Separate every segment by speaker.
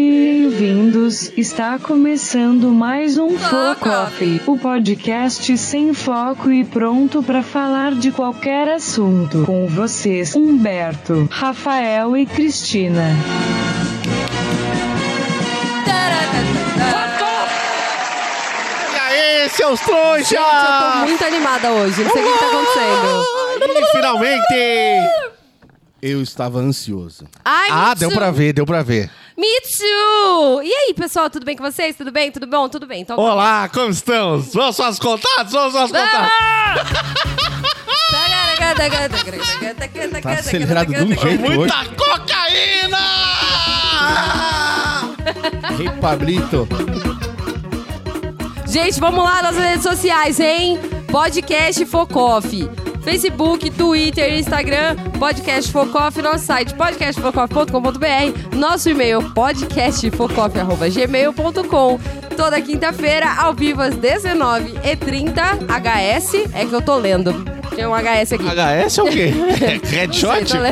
Speaker 1: Bem-vindos! Está começando mais um Floco Off, o podcast sem foco e pronto para falar de qualquer assunto. Com vocês, Humberto, Rafael e Cristina.
Speaker 2: E aí, seus trouxas!
Speaker 3: Gente, eu tô muito animada hoje. Não sei o que, que tá acontecendo.
Speaker 2: E finalmente! Eu estava ansioso.
Speaker 3: Ai,
Speaker 2: Ah,
Speaker 3: me
Speaker 2: deu
Speaker 3: too.
Speaker 2: pra ver, deu pra ver.
Speaker 3: Me too! E aí, pessoal, tudo bem com vocês? Tudo bem? Tudo bom? Tudo bem. Então,
Speaker 2: Olá, como estamos? Vamos suas contatos? Vamos suas
Speaker 3: Ah,
Speaker 2: contatos? Tá acelerado de um jeito hoje.
Speaker 4: Muita cocaína!
Speaker 2: Ei, Pablito.
Speaker 3: Gente, vamos lá nas redes sociais, hein? Podcast Focoff. Facebook, Twitter, Instagram, Podcast Focoff, nosso site podcastfocoff.com.br, nosso e-mail podcastfocoff.gmail.com. Toda quinta-feira, ao vivo às 19h30, HS, é que eu tô lendo. Tem um HS aqui.
Speaker 2: HS é o quê? Headshot?
Speaker 3: Sei, tô le-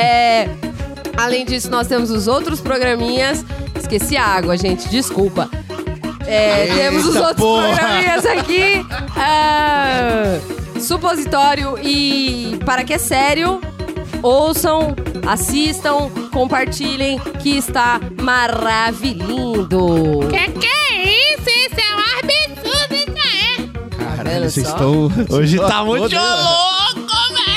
Speaker 3: É, além disso, nós temos os outros programinhas. Esqueci a água, gente, desculpa. É,
Speaker 2: Eita
Speaker 3: temos os outros
Speaker 2: porra!
Speaker 3: programinhas aqui. ah, supositório e Para Que É Sério. Ouçam, assistam, compartilhem, que está maravilhindo.
Speaker 5: que é isso? Isso é um absurdo, isso
Speaker 2: Caralho,
Speaker 3: Olha
Speaker 2: vocês
Speaker 3: só.
Speaker 2: estão...
Speaker 4: Hoje
Speaker 2: vocês
Speaker 4: tá
Speaker 2: estão
Speaker 4: muito
Speaker 2: todos-
Speaker 4: louco,
Speaker 5: é,
Speaker 4: velho!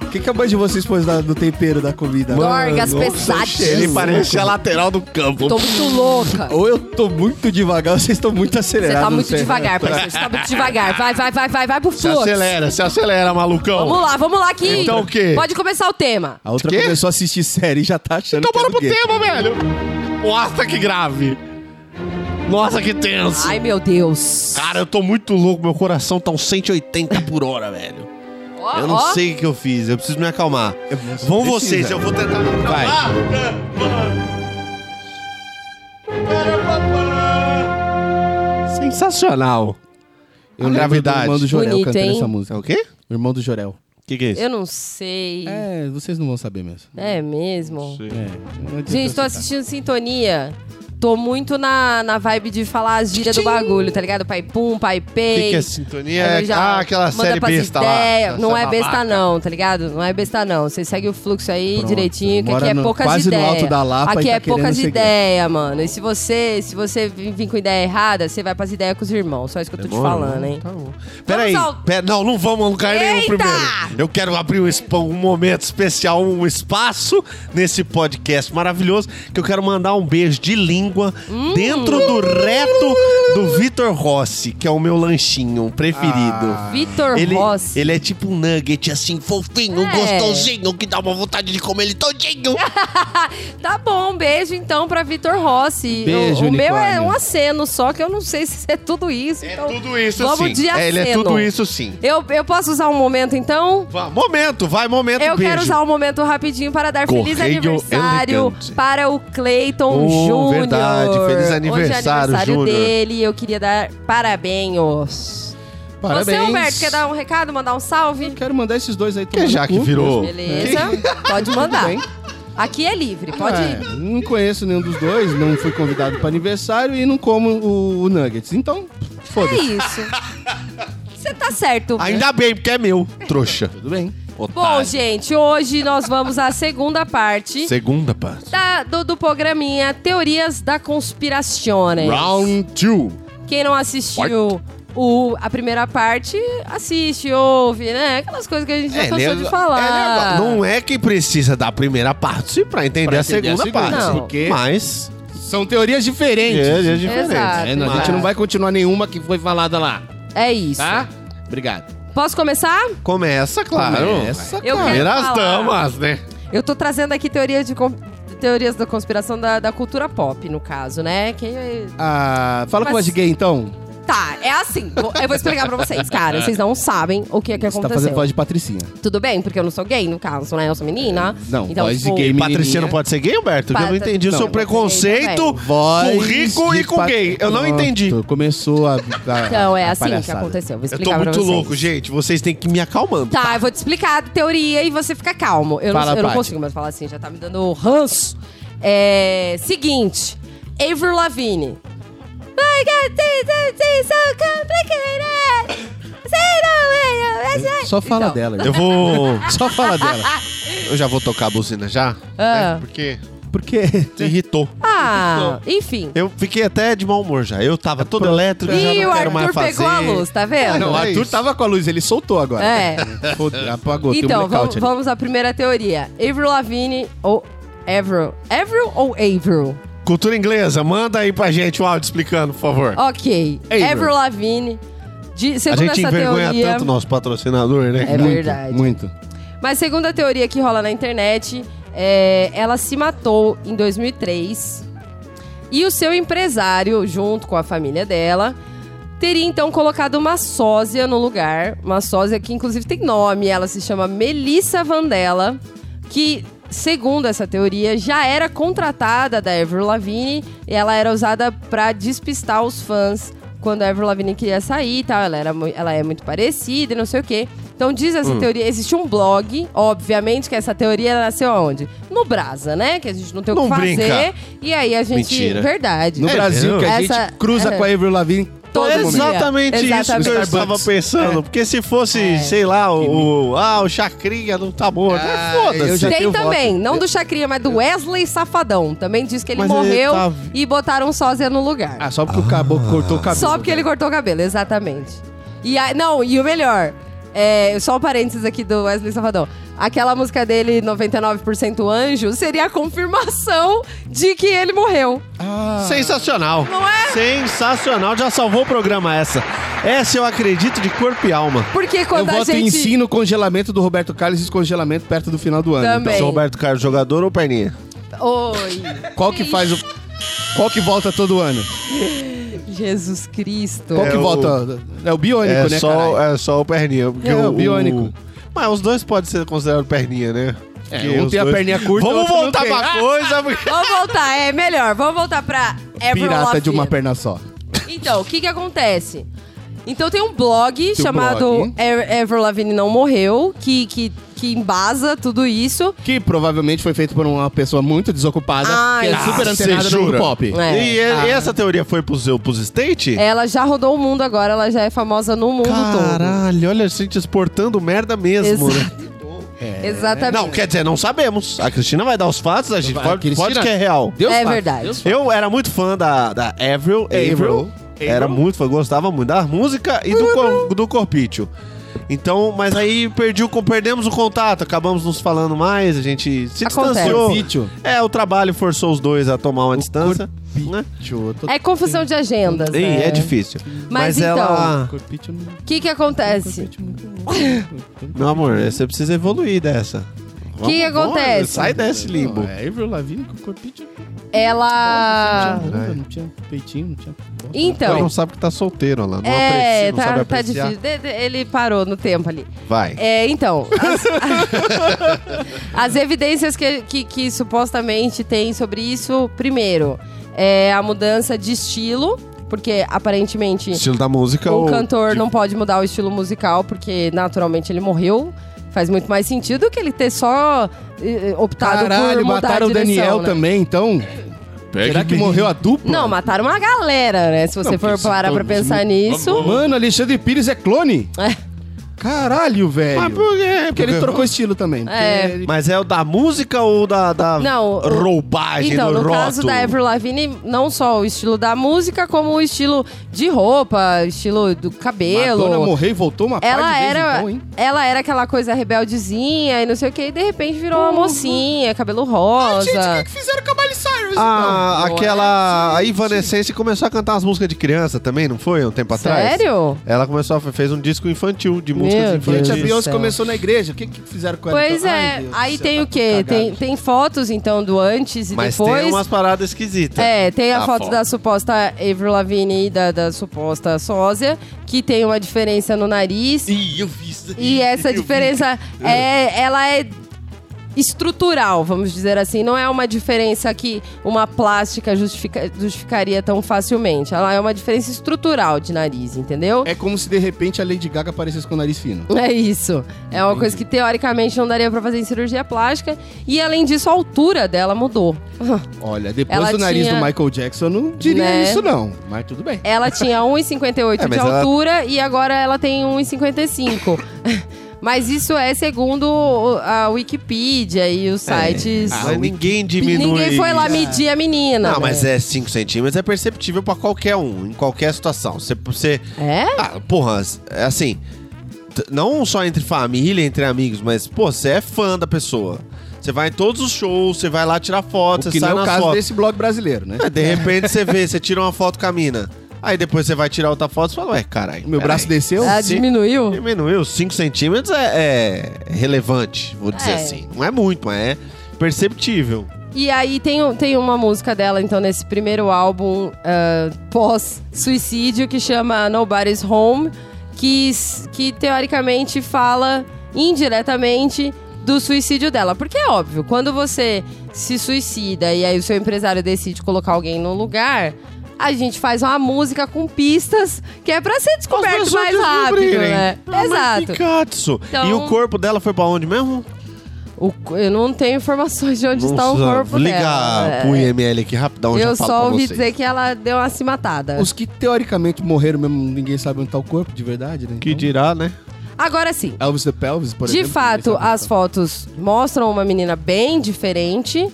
Speaker 6: O que, que a mãe de vocês pôs na- no tempero da comida?
Speaker 3: Dorgas pesadas.
Speaker 4: Ele parece a lateral do campo.
Speaker 3: Tô muito louca.
Speaker 6: Ou eu tô muito devagar, ou vocês estão muito
Speaker 3: Você
Speaker 6: acelerados.
Speaker 3: tá
Speaker 6: não
Speaker 3: muito
Speaker 6: sei.
Speaker 3: devagar, parceiro. Você tá muito devagar. Vai, vai, vai, vai, vai pro
Speaker 4: Se
Speaker 3: fluxo.
Speaker 4: acelera, se acelera, malucão.
Speaker 3: Vamos lá, vamos lá que
Speaker 4: Então o quê?
Speaker 3: pode começar o tema.
Speaker 6: A outra
Speaker 4: Quê?
Speaker 6: começou a assistir série e já tá achando.
Speaker 4: Então
Speaker 6: que é
Speaker 4: bora pro
Speaker 6: foguete.
Speaker 4: tema, velho! Nossa, que grave! Nossa, que tenso!
Speaker 3: Ai, meu Deus.
Speaker 4: Cara, eu tô muito louco, meu coração tá uns 180 por hora, velho.
Speaker 3: Ó,
Speaker 4: Eu não
Speaker 3: ó.
Speaker 4: sei o que eu fiz, eu preciso me acalmar.
Speaker 6: É, você
Speaker 4: Vão
Speaker 6: precisa.
Speaker 4: vocês, eu vou tentar me acalmar. Ah, Sensacional.
Speaker 6: Eu
Speaker 4: um
Speaker 6: lembro
Speaker 4: Gravidade.
Speaker 6: do irmão do Jorel
Speaker 3: Bonito,
Speaker 6: cantando
Speaker 3: hein?
Speaker 6: essa
Speaker 4: É
Speaker 6: música.
Speaker 4: o quê?
Speaker 6: O irmão do Jorel.
Speaker 4: O que, que é isso?
Speaker 3: Eu não sei. É,
Speaker 6: É, vocês não vão saber mesmo.
Speaker 3: mesmo?
Speaker 6: É, eu
Speaker 3: Gente, tô assistindo Sintonia. Tô muito na, na vibe de falar as gírias do bagulho, tá ligado? Pai Pum, Pai
Speaker 4: O
Speaker 3: Pei.
Speaker 4: que, que é sintonia?
Speaker 3: Aí eu já
Speaker 4: ah, aquela
Speaker 3: manda
Speaker 4: série
Speaker 3: pras
Speaker 4: besta
Speaker 3: ideias.
Speaker 4: lá.
Speaker 3: Não
Speaker 4: Essa
Speaker 3: é besta
Speaker 4: babaca.
Speaker 3: não, tá ligado? Não é besta não. Você segue o fluxo aí
Speaker 6: Pronto,
Speaker 3: direitinho, que
Speaker 6: mora
Speaker 3: aqui é
Speaker 6: no-
Speaker 3: poucas
Speaker 6: quase no
Speaker 3: ideias.
Speaker 6: alto da Lapa
Speaker 3: aqui
Speaker 6: e tá
Speaker 3: é poucas
Speaker 6: querendo seguir.
Speaker 3: ideias, mano. E se você, se você vir vir com ideia errada, você vai pras ideias com os irmãos. Só isso que eu tô te
Speaker 6: né?
Speaker 3: falando, hein?
Speaker 4: Tá Peraí,
Speaker 3: Né? Vamos ao-
Speaker 4: pera- não, não vamos a lugar nenhum
Speaker 3: Eita!
Speaker 4: primeiro. Eu quero abrir um, espa- um momento especial, um espaço nesse podcast maravilhoso que eu quero mandar um beijo de língua
Speaker 3: Hum.
Speaker 4: dentro do reto do Vitor Rossi, que é o meu lanchinho preferido.
Speaker 3: Ah. Vitor
Speaker 4: Ele,
Speaker 3: Rossi.
Speaker 4: ele é tipo um nugget, assim, fofinho,
Speaker 3: É.
Speaker 4: gostosinho, que dá uma vontade de comer ele todinho.
Speaker 3: Tá bom, beijo então pra Vitor Rossi.
Speaker 6: Beijo,
Speaker 3: o, o meu é
Speaker 6: unicórnio.
Speaker 3: um aceno só, que eu não sei se é tudo isso.
Speaker 4: É
Speaker 3: então
Speaker 4: tudo isso
Speaker 3: vamos
Speaker 4: sim.
Speaker 3: de aceno.
Speaker 4: É, ele é tudo isso sim.
Speaker 3: Eu, eu posso usar um momento então?
Speaker 4: Vá, momento, vai, momento,
Speaker 3: Eu
Speaker 4: beijo.
Speaker 3: quero usar um momento rapidinho para dar feliz
Speaker 4: Correio
Speaker 3: aniversário
Speaker 4: elegante.
Speaker 3: para o Cleiton
Speaker 4: Oh,
Speaker 3: Júnior.
Speaker 4: verdade, feliz
Speaker 3: Hoje é
Speaker 4: aniversário,
Speaker 3: aniversário
Speaker 4: Júnior.
Speaker 3: dele e eu queria dar parabéns. Você,
Speaker 6: Parabéns.
Speaker 3: Humberto, quer dar um recado, mandar um salve?
Speaker 6: Quero mandar esses dois aí
Speaker 4: Que
Speaker 6: tomar
Speaker 4: já
Speaker 6: no
Speaker 4: que
Speaker 6: cu.
Speaker 4: virou.
Speaker 3: Beleza, pode mandar.
Speaker 6: bem.
Speaker 3: Aqui é livre, pode
Speaker 6: É,
Speaker 3: ir.
Speaker 6: não conheço nenhum dos dois, não fui convidado pra aniversário e não como o, o Nuggets. Então,
Speaker 3: É
Speaker 6: foda-se.
Speaker 3: isso. Você tá certo.
Speaker 4: Ainda tá. bem, porque é meu, trouxa.
Speaker 6: Tudo bem.
Speaker 3: Bom, gente, hoje nós vamos à segunda parte
Speaker 4: Segunda parte.
Speaker 3: da- do, do programinha Teorias da Conspiração.
Speaker 4: Round 2.
Speaker 3: Quem não assistiu o, a primeira parte, assiste, ouve, né? Aquelas coisas que a
Speaker 4: É,
Speaker 3: gente já cansou
Speaker 4: né?
Speaker 3: de falar.
Speaker 4: não é que precisa da primeira parte pra entender,
Speaker 6: Pra
Speaker 4: a
Speaker 6: entender é a
Speaker 4: segunda
Speaker 6: segunda,
Speaker 4: parte.
Speaker 3: Não.
Speaker 6: porque-
Speaker 4: Mas.
Speaker 6: São teorias diferentes.
Speaker 4: É, é
Speaker 3: Exato.
Speaker 4: diferente.
Speaker 6: É, não, a gente não vai continuar nenhuma que foi falada lá,
Speaker 3: É isso.
Speaker 6: tá? Obrigado.
Speaker 3: Posso começar?
Speaker 4: Começa, claro.
Speaker 6: Começa,
Speaker 3: Eu quero
Speaker 4: Primeiras
Speaker 3: falar.
Speaker 4: damas, né?
Speaker 3: Eu tô trazendo aqui teorias de con- teorias da conspiração da, da cultura pop, no caso, né? Que,
Speaker 6: Ah, fala
Speaker 3: Mas-
Speaker 6: com a de gay, então.
Speaker 3: tá, é assim. Vou- Eu vou explicar pra vocês, cara. Vocês não sabem o que, é que
Speaker 6: Você tá fazendo
Speaker 3: aconteceu.
Speaker 6: voz de patricinha.
Speaker 3: Tudo bem, porque eu não sou gay, no caso, né? Eu sou menina. Então, tipo,
Speaker 6: Não, voz de gay
Speaker 4: E
Speaker 6: menininha.
Speaker 4: Patricia não pode ser gay, Humberto? eu
Speaker 3: Pata-
Speaker 4: não entendi o
Speaker 3: Não.
Speaker 4: seu preconceito
Speaker 6: Voz
Speaker 4: com rico e
Speaker 6: de
Speaker 4: com
Speaker 6: pat-
Speaker 4: gay. Eu não
Speaker 6: Pronto,
Speaker 4: entendi.
Speaker 6: Começou a, a
Speaker 3: Então, é
Speaker 6: a
Speaker 3: assim que
Speaker 6: palhaçada.
Speaker 3: aconteceu. Vou
Speaker 4: Eu
Speaker 3: explicar
Speaker 4: tô
Speaker 3: pra
Speaker 4: muito
Speaker 3: vocês.
Speaker 4: louco, gente. Vocês têm que me acalmando.
Speaker 3: Tá, eu vou te explicar a teoria e você fica calmo. Eu,
Speaker 6: Fala,
Speaker 3: não, eu não
Speaker 6: Paty.
Speaker 3: consigo mais falar assim, já tá me dando ranço. É. Seguinte, Avril Lavigne. My God, this is- this is so complicated. Say no way, I-
Speaker 6: Só fala
Speaker 3: Então,
Speaker 6: dela.
Speaker 4: Eu vou.
Speaker 6: Só fala dela.
Speaker 4: Eu já vou tocar a buzina já?
Speaker 3: Ah.
Speaker 4: né? Porque
Speaker 6: Porque
Speaker 4: te irritou.
Speaker 3: Ah,
Speaker 4: Então,
Speaker 3: enfim.
Speaker 4: Eu fiquei até de mau humor já. Eu tava todo elétrico, já
Speaker 3: E
Speaker 4: não
Speaker 3: o
Speaker 4: quero mais
Speaker 3: Arthur
Speaker 4: fazer.
Speaker 3: pegou a luz, tá vendo?
Speaker 6: Não, o
Speaker 4: é
Speaker 6: Arthur
Speaker 4: isso.
Speaker 6: tava com a luz, ele soltou agora.
Speaker 3: É.
Speaker 6: Foda- Apagou, tem um
Speaker 3: Então,
Speaker 6: blackout
Speaker 3: vamos,
Speaker 6: ali.
Speaker 3: vamos à primeira teoria. Avril Lavigne ou Avril. Avril ou Avril?
Speaker 4: Cultura inglesa, manda aí pra gente o áudio explicando, por favor.
Speaker 3: Ok.
Speaker 4: Avril.
Speaker 3: Avril Lavigne. De,
Speaker 4: a
Speaker 3: segundo
Speaker 4: gente
Speaker 3: essa
Speaker 4: envergonha
Speaker 3: teoria.
Speaker 4: tanto o nosso patrocinador, né?
Speaker 3: É
Speaker 6: Muito,
Speaker 3: verdade.
Speaker 6: Muito.
Speaker 3: Mas segundo a teoria que rola na internet, é, ela se matou em 2003 e o seu empresário, junto com a família dela, teria então colocado uma sósia no lugar. Uma sósia que inclusive tem nome, ela se chama Melissa Vandella, que... Segundo essa teoria, já era contratada da Avril Lavigne e ela era usada pra despistar os fãs quando a Avril Lavigne queria sair e tal. Ela, era, mu- ela é muito parecida e não sei o quê. Então diz
Speaker 4: Hum.
Speaker 3: essa teoria. Existe um blog, obviamente, que essa teoria nasceu aonde? No Brasa, né? Que a gente não tem o que
Speaker 4: Não
Speaker 3: fazer.
Speaker 4: brinca.
Speaker 3: E aí a gente.
Speaker 4: Mentira.
Speaker 3: Verdade.
Speaker 6: No Brasil,
Speaker 4: mesmo?
Speaker 6: que a
Speaker 3: Essa-
Speaker 6: gente cruza
Speaker 3: é.
Speaker 6: com a Avril Lavigne todo
Speaker 3: Todo
Speaker 6: momento.
Speaker 4: Exatamente
Speaker 3: dia.
Speaker 4: isso que eu
Speaker 3: Exatamente. É.
Speaker 4: estava
Speaker 6: Starbucks.
Speaker 4: pensando. Porque se fosse, sei lá, o, o- Ah, o Chacrinha não tá morto.
Speaker 6: Ah,
Speaker 4: é foda-se.
Speaker 6: eu já
Speaker 3: Tem
Speaker 6: tenho
Speaker 3: também, não do Chacrinha, mas do Wesley Safadão. Também diz que ele
Speaker 4: É. Mas ele
Speaker 3: morreu
Speaker 4: tá-
Speaker 3: e botaram um sósia no lugar.
Speaker 6: Ah, só porque o caboclo cortou o é. cabelo.
Speaker 3: Só porque ele cortou o cabelo, exatamente. E a- não, e o melhor, é, só um parênteses aqui do Wesley Safadão. Aquela música dele, 99% Anjo, seria a confirmação de que ele morreu.
Speaker 6: Ah.
Speaker 4: Sensacional.
Speaker 3: Não é?
Speaker 4: Sensacional. Já salvou o programa essa. Essa eu acredito de corpo e alma.
Speaker 3: Porque
Speaker 6: Eu
Speaker 3: quando a
Speaker 6: voto
Speaker 3: gente.
Speaker 6: em si no congelamento do Roberto Carlos e descongelamento perto do final do ano.
Speaker 3: Também. Bem.
Speaker 4: Sou Roberto Carlos, jogador ou perninha?
Speaker 3: Oi.
Speaker 6: Então, qual que faz o... Qual que volta todo ano?
Speaker 3: Jesus Cristo.
Speaker 6: Qual que
Speaker 4: É o-
Speaker 6: volta? É o biônico,
Speaker 4: É
Speaker 6: né,
Speaker 4: só,
Speaker 6: caralho?
Speaker 4: é só o perninha. porque
Speaker 6: É, o biônico.
Speaker 4: Mas os dois podem ser considerados perninha, né?
Speaker 6: É,
Speaker 4: Porque
Speaker 6: um
Speaker 4: os
Speaker 6: tem a perninha curta,
Speaker 4: Vamos
Speaker 6: outro não
Speaker 4: voltar
Speaker 6: tem. Ah,
Speaker 4: pra coisa. porque-
Speaker 3: Vamos voltar, é melhor. Vamos voltar pra Avril
Speaker 6: Pirata de
Speaker 3: Lavigne.
Speaker 6: uma perna só.
Speaker 3: Então, o que que acontece? Então tem um blog
Speaker 6: Tem um
Speaker 3: chamado
Speaker 6: blog.
Speaker 3: Ever Avril Lavigne Não Morreu, que, que, que embasa tudo isso.
Speaker 6: Que provavelmente foi feito por uma pessoa muito desocupada,
Speaker 3: Ah,
Speaker 6: que é
Speaker 3: isso.
Speaker 6: super
Speaker 4: Ah,
Speaker 6: antenada
Speaker 4: cê
Speaker 6: do mundo
Speaker 4: jura?
Speaker 6: pop.
Speaker 3: É.
Speaker 4: E, e
Speaker 6: ah.
Speaker 4: essa teoria foi pros, pros State?
Speaker 6: É,
Speaker 3: Ela já rodou o mundo agora, ela já é famosa no
Speaker 6: um
Speaker 3: mundo
Speaker 4: Caralho, olha a gente exportando merda
Speaker 3: todo.
Speaker 4: mesmo, né?
Speaker 3: Exa- Exatamente.
Speaker 4: Não, quer dizer, não sabemos. A Cristina vai dar os fatos, a gente
Speaker 6: Vai,
Speaker 4: pode,
Speaker 6: Cristina.
Speaker 4: pode que é real.
Speaker 6: Deus
Speaker 3: É
Speaker 6: sabe.
Speaker 3: verdade.
Speaker 6: Deus sabe.
Speaker 4: Eu era muito fã da, da Avril,
Speaker 6: Avril.
Speaker 4: Avril. Era muito fã, gostava muito da música e do, cor, do corpício. Então, mas aí perdi o, con- perdemos o contato, acabamos nos falando mais, a gente se
Speaker 3: Acontece.
Speaker 4: distanciou.
Speaker 6: Corpício.
Speaker 4: É, o trabalho forçou os dois a tomar uma distância. Né?
Speaker 6: Tio, eu tô-
Speaker 3: É confusão de agendas.
Speaker 4: Ih,
Speaker 3: né?
Speaker 4: é difícil.
Speaker 3: Mas
Speaker 4: Mas,
Speaker 3: então-
Speaker 4: ela.
Speaker 6: Corpite, eu não-
Speaker 3: O que que acontece?
Speaker 6: corpite, eu não-
Speaker 4: Meu amor, você precisa evoluir dessa. O
Speaker 3: então? que acontece?
Speaker 4: Sai desse limbo.
Speaker 6: Não, É Avril Lavigne com corpite. eu não-
Speaker 3: Ela.
Speaker 6: Não tinha bunda, não tinha peitinho, não tinha...
Speaker 4: Ela
Speaker 3: Então.
Speaker 4: não sabe que tá solteiro, ela não
Speaker 3: É,
Speaker 4: aprecia, não sabe
Speaker 3: tá, tá
Speaker 4: apreciar.
Speaker 3: difícil. De- de- Ele parou no tempo ali.
Speaker 4: Vai.
Speaker 3: É, então. As, as evidências que, que, que supostamente tem sobre isso, primeiro, é a mudança de estilo, porque aparentemente
Speaker 4: Estilo da música
Speaker 3: o
Speaker 4: ou
Speaker 3: cantor
Speaker 4: de-
Speaker 3: não pode mudar o estilo musical, porque naturalmente ele morreu. Faz muito mais sentido que ele ter só eh, optado por
Speaker 6: Caralho,
Speaker 3: mudar
Speaker 6: mataram
Speaker 3: a
Speaker 6: o
Speaker 3: direção,
Speaker 6: Daniel
Speaker 3: né?
Speaker 6: também, então... Será que morreu a dupla?
Speaker 3: Não, mataram uma galera, né? Se você
Speaker 6: Não,
Speaker 3: for
Speaker 6: porque
Speaker 3: parar
Speaker 6: se
Speaker 3: pra
Speaker 6: todos-
Speaker 3: pensar nisso.
Speaker 6: Mano, Alexandre Pires é clone? Caralho, velho.
Speaker 4: Mas por quê?
Speaker 6: É Porque ele trocou estilo também. porque
Speaker 3: É.
Speaker 6: ele-
Speaker 4: Mas é o da música ou da, da
Speaker 3: Não, o-
Speaker 4: roubagem
Speaker 3: Então,
Speaker 4: do
Speaker 3: no
Speaker 4: rótulo?
Speaker 3: caso da Avril Lavigne, não só o estilo da música, como o estilo de roupa, estilo do cabelo.
Speaker 6: Madonna morreu e voltou uma
Speaker 3: é ela
Speaker 6: par de
Speaker 3: era,
Speaker 6: vezes, então, hein?
Speaker 3: ela era aquela coisa rebeldezinha e não sei o que, e de repente virou uma mocinha, cabelo rosa.
Speaker 6: fizeram com a Miley Cyrus?
Speaker 4: Ah,
Speaker 3: Não, é não
Speaker 4: aquela a Evanescence começou a cantar as músicas de criança também, não foi? Um tempo atrás?
Speaker 3: Sério?
Speaker 4: Ela começou a fez um disco infantil de
Speaker 3: Meu Meu
Speaker 4: músicas
Speaker 6: Gente, a
Speaker 3: Deus do
Speaker 4: infantis.
Speaker 6: Beyoncé
Speaker 3: céu.
Speaker 6: começou na igreja. O que, que fizeram com ela?
Speaker 3: Pois
Speaker 6: Ai,
Speaker 3: é,
Speaker 6: Deus do
Speaker 3: aí
Speaker 6: céu,
Speaker 3: tem
Speaker 6: tá
Speaker 3: o quê? Tem,
Speaker 6: cagado.
Speaker 3: tem fotos, então, do antes e
Speaker 4: Mas
Speaker 3: depois.
Speaker 4: tem umas paradas esquisitas.
Speaker 3: É, tem a
Speaker 4: Na
Speaker 3: foto, da suposta Avril Lavigne e da, da suposta sósia, que tem uma diferença no nariz. E,
Speaker 4: Ih, eu vi isso aqui.
Speaker 3: essa
Speaker 4: Eu vi.
Speaker 3: diferença, é, ela é estrutural, vamos dizer assim. Não é uma diferença que uma plástica justifica- justificaria tão facilmente. Ela é uma diferença estrutural de nariz, entendeu?
Speaker 6: É como se de repente a Lady Gaga aparecesse com o nariz fino.
Speaker 3: É isso. É uma coisa que teoricamente não daria pra fazer em cirurgia plástica. E além disso, a altura dela mudou.
Speaker 6: Olha, depois
Speaker 3: Ela
Speaker 6: do nariz
Speaker 3: tinha-
Speaker 6: do Michael Jackson, eu não diria
Speaker 3: Né?
Speaker 6: isso não. Mas tudo bem.
Speaker 3: Ela tinha 1,58
Speaker 4: É,
Speaker 3: de
Speaker 4: mas ela-
Speaker 3: altura e agora ela tem 1,55. mas isso é segundo o- a Wikipedia e os sites.
Speaker 4: Ah, mas ninguém diminui.
Speaker 3: Ninguém foi lá
Speaker 4: isso.
Speaker 3: medir a menina.
Speaker 4: É. Não, mas
Speaker 3: né?
Speaker 4: é 5 centímetros, é perceptível pra qualquer um, em qualquer situação. Você. você
Speaker 3: é.
Speaker 4: ah, porra, é assim. t- Não só entre família, entre amigos, mas, pô, você é fã da pessoa. Você vai em todos os shows, você vai lá tirar foto,
Speaker 6: O
Speaker 4: você
Speaker 6: que não
Speaker 4: sai
Speaker 6: é o
Speaker 4: nas
Speaker 6: caso
Speaker 4: fotos.
Speaker 6: desse blog brasileiro, né?
Speaker 4: Mas, De repente você vê, você tira uma foto com a mina. Aí depois você vai tirar outra foto e fala, ué, caralho.
Speaker 6: Meu braço
Speaker 4: peraí.
Speaker 6: desceu?
Speaker 3: Ela
Speaker 4: sim.
Speaker 3: diminuiu?
Speaker 4: Diminuiu 5 centímetros é, é relevante, vou dizer
Speaker 3: É.
Speaker 4: assim. Não é muito, mas é perceptível.
Speaker 3: E aí tem, um- tem uma música dela, então, nesse primeiro álbum ah, pós-suicídio, que chama Nobody's Home, que, s- que teoricamente fala indiretamente do suicídio dela. Porque é óbvio, quando você se suicida e aí o seu empresário decide colocar alguém no lugar, a gente faz uma música com pistas que é pra ser descoberto
Speaker 4: pessoas
Speaker 3: mais rápido,
Speaker 4: descobrirem.
Speaker 3: né?
Speaker 4: Ah, mas
Speaker 3: Exato.
Speaker 4: que catso.
Speaker 3: Então-
Speaker 4: E o corpo dela foi pra onde mesmo?
Speaker 3: O co- eu não tenho informações de onde está o
Speaker 4: Nossa,
Speaker 3: corpo
Speaker 4: Liga
Speaker 3: dela. É.
Speaker 4: pro IML aqui rapidão, já
Speaker 3: Eu
Speaker 4: falo
Speaker 3: só
Speaker 4: pra
Speaker 3: ouvi
Speaker 4: vocês.
Speaker 3: dizer que ela deu uma cimatada.
Speaker 6: Os que teoricamente morreram mesmo, ninguém sabe onde tá o corpo, de verdade, né?
Speaker 4: Que
Speaker 6: Então,
Speaker 4: dirá, né?
Speaker 3: Agora sim.
Speaker 6: Elvis the Pelvis, por
Speaker 3: de
Speaker 6: exemplo.
Speaker 3: fato,
Speaker 6: ninguém sabe onde
Speaker 3: as
Speaker 6: tá.
Speaker 3: fotos mostram uma menina bem diferente,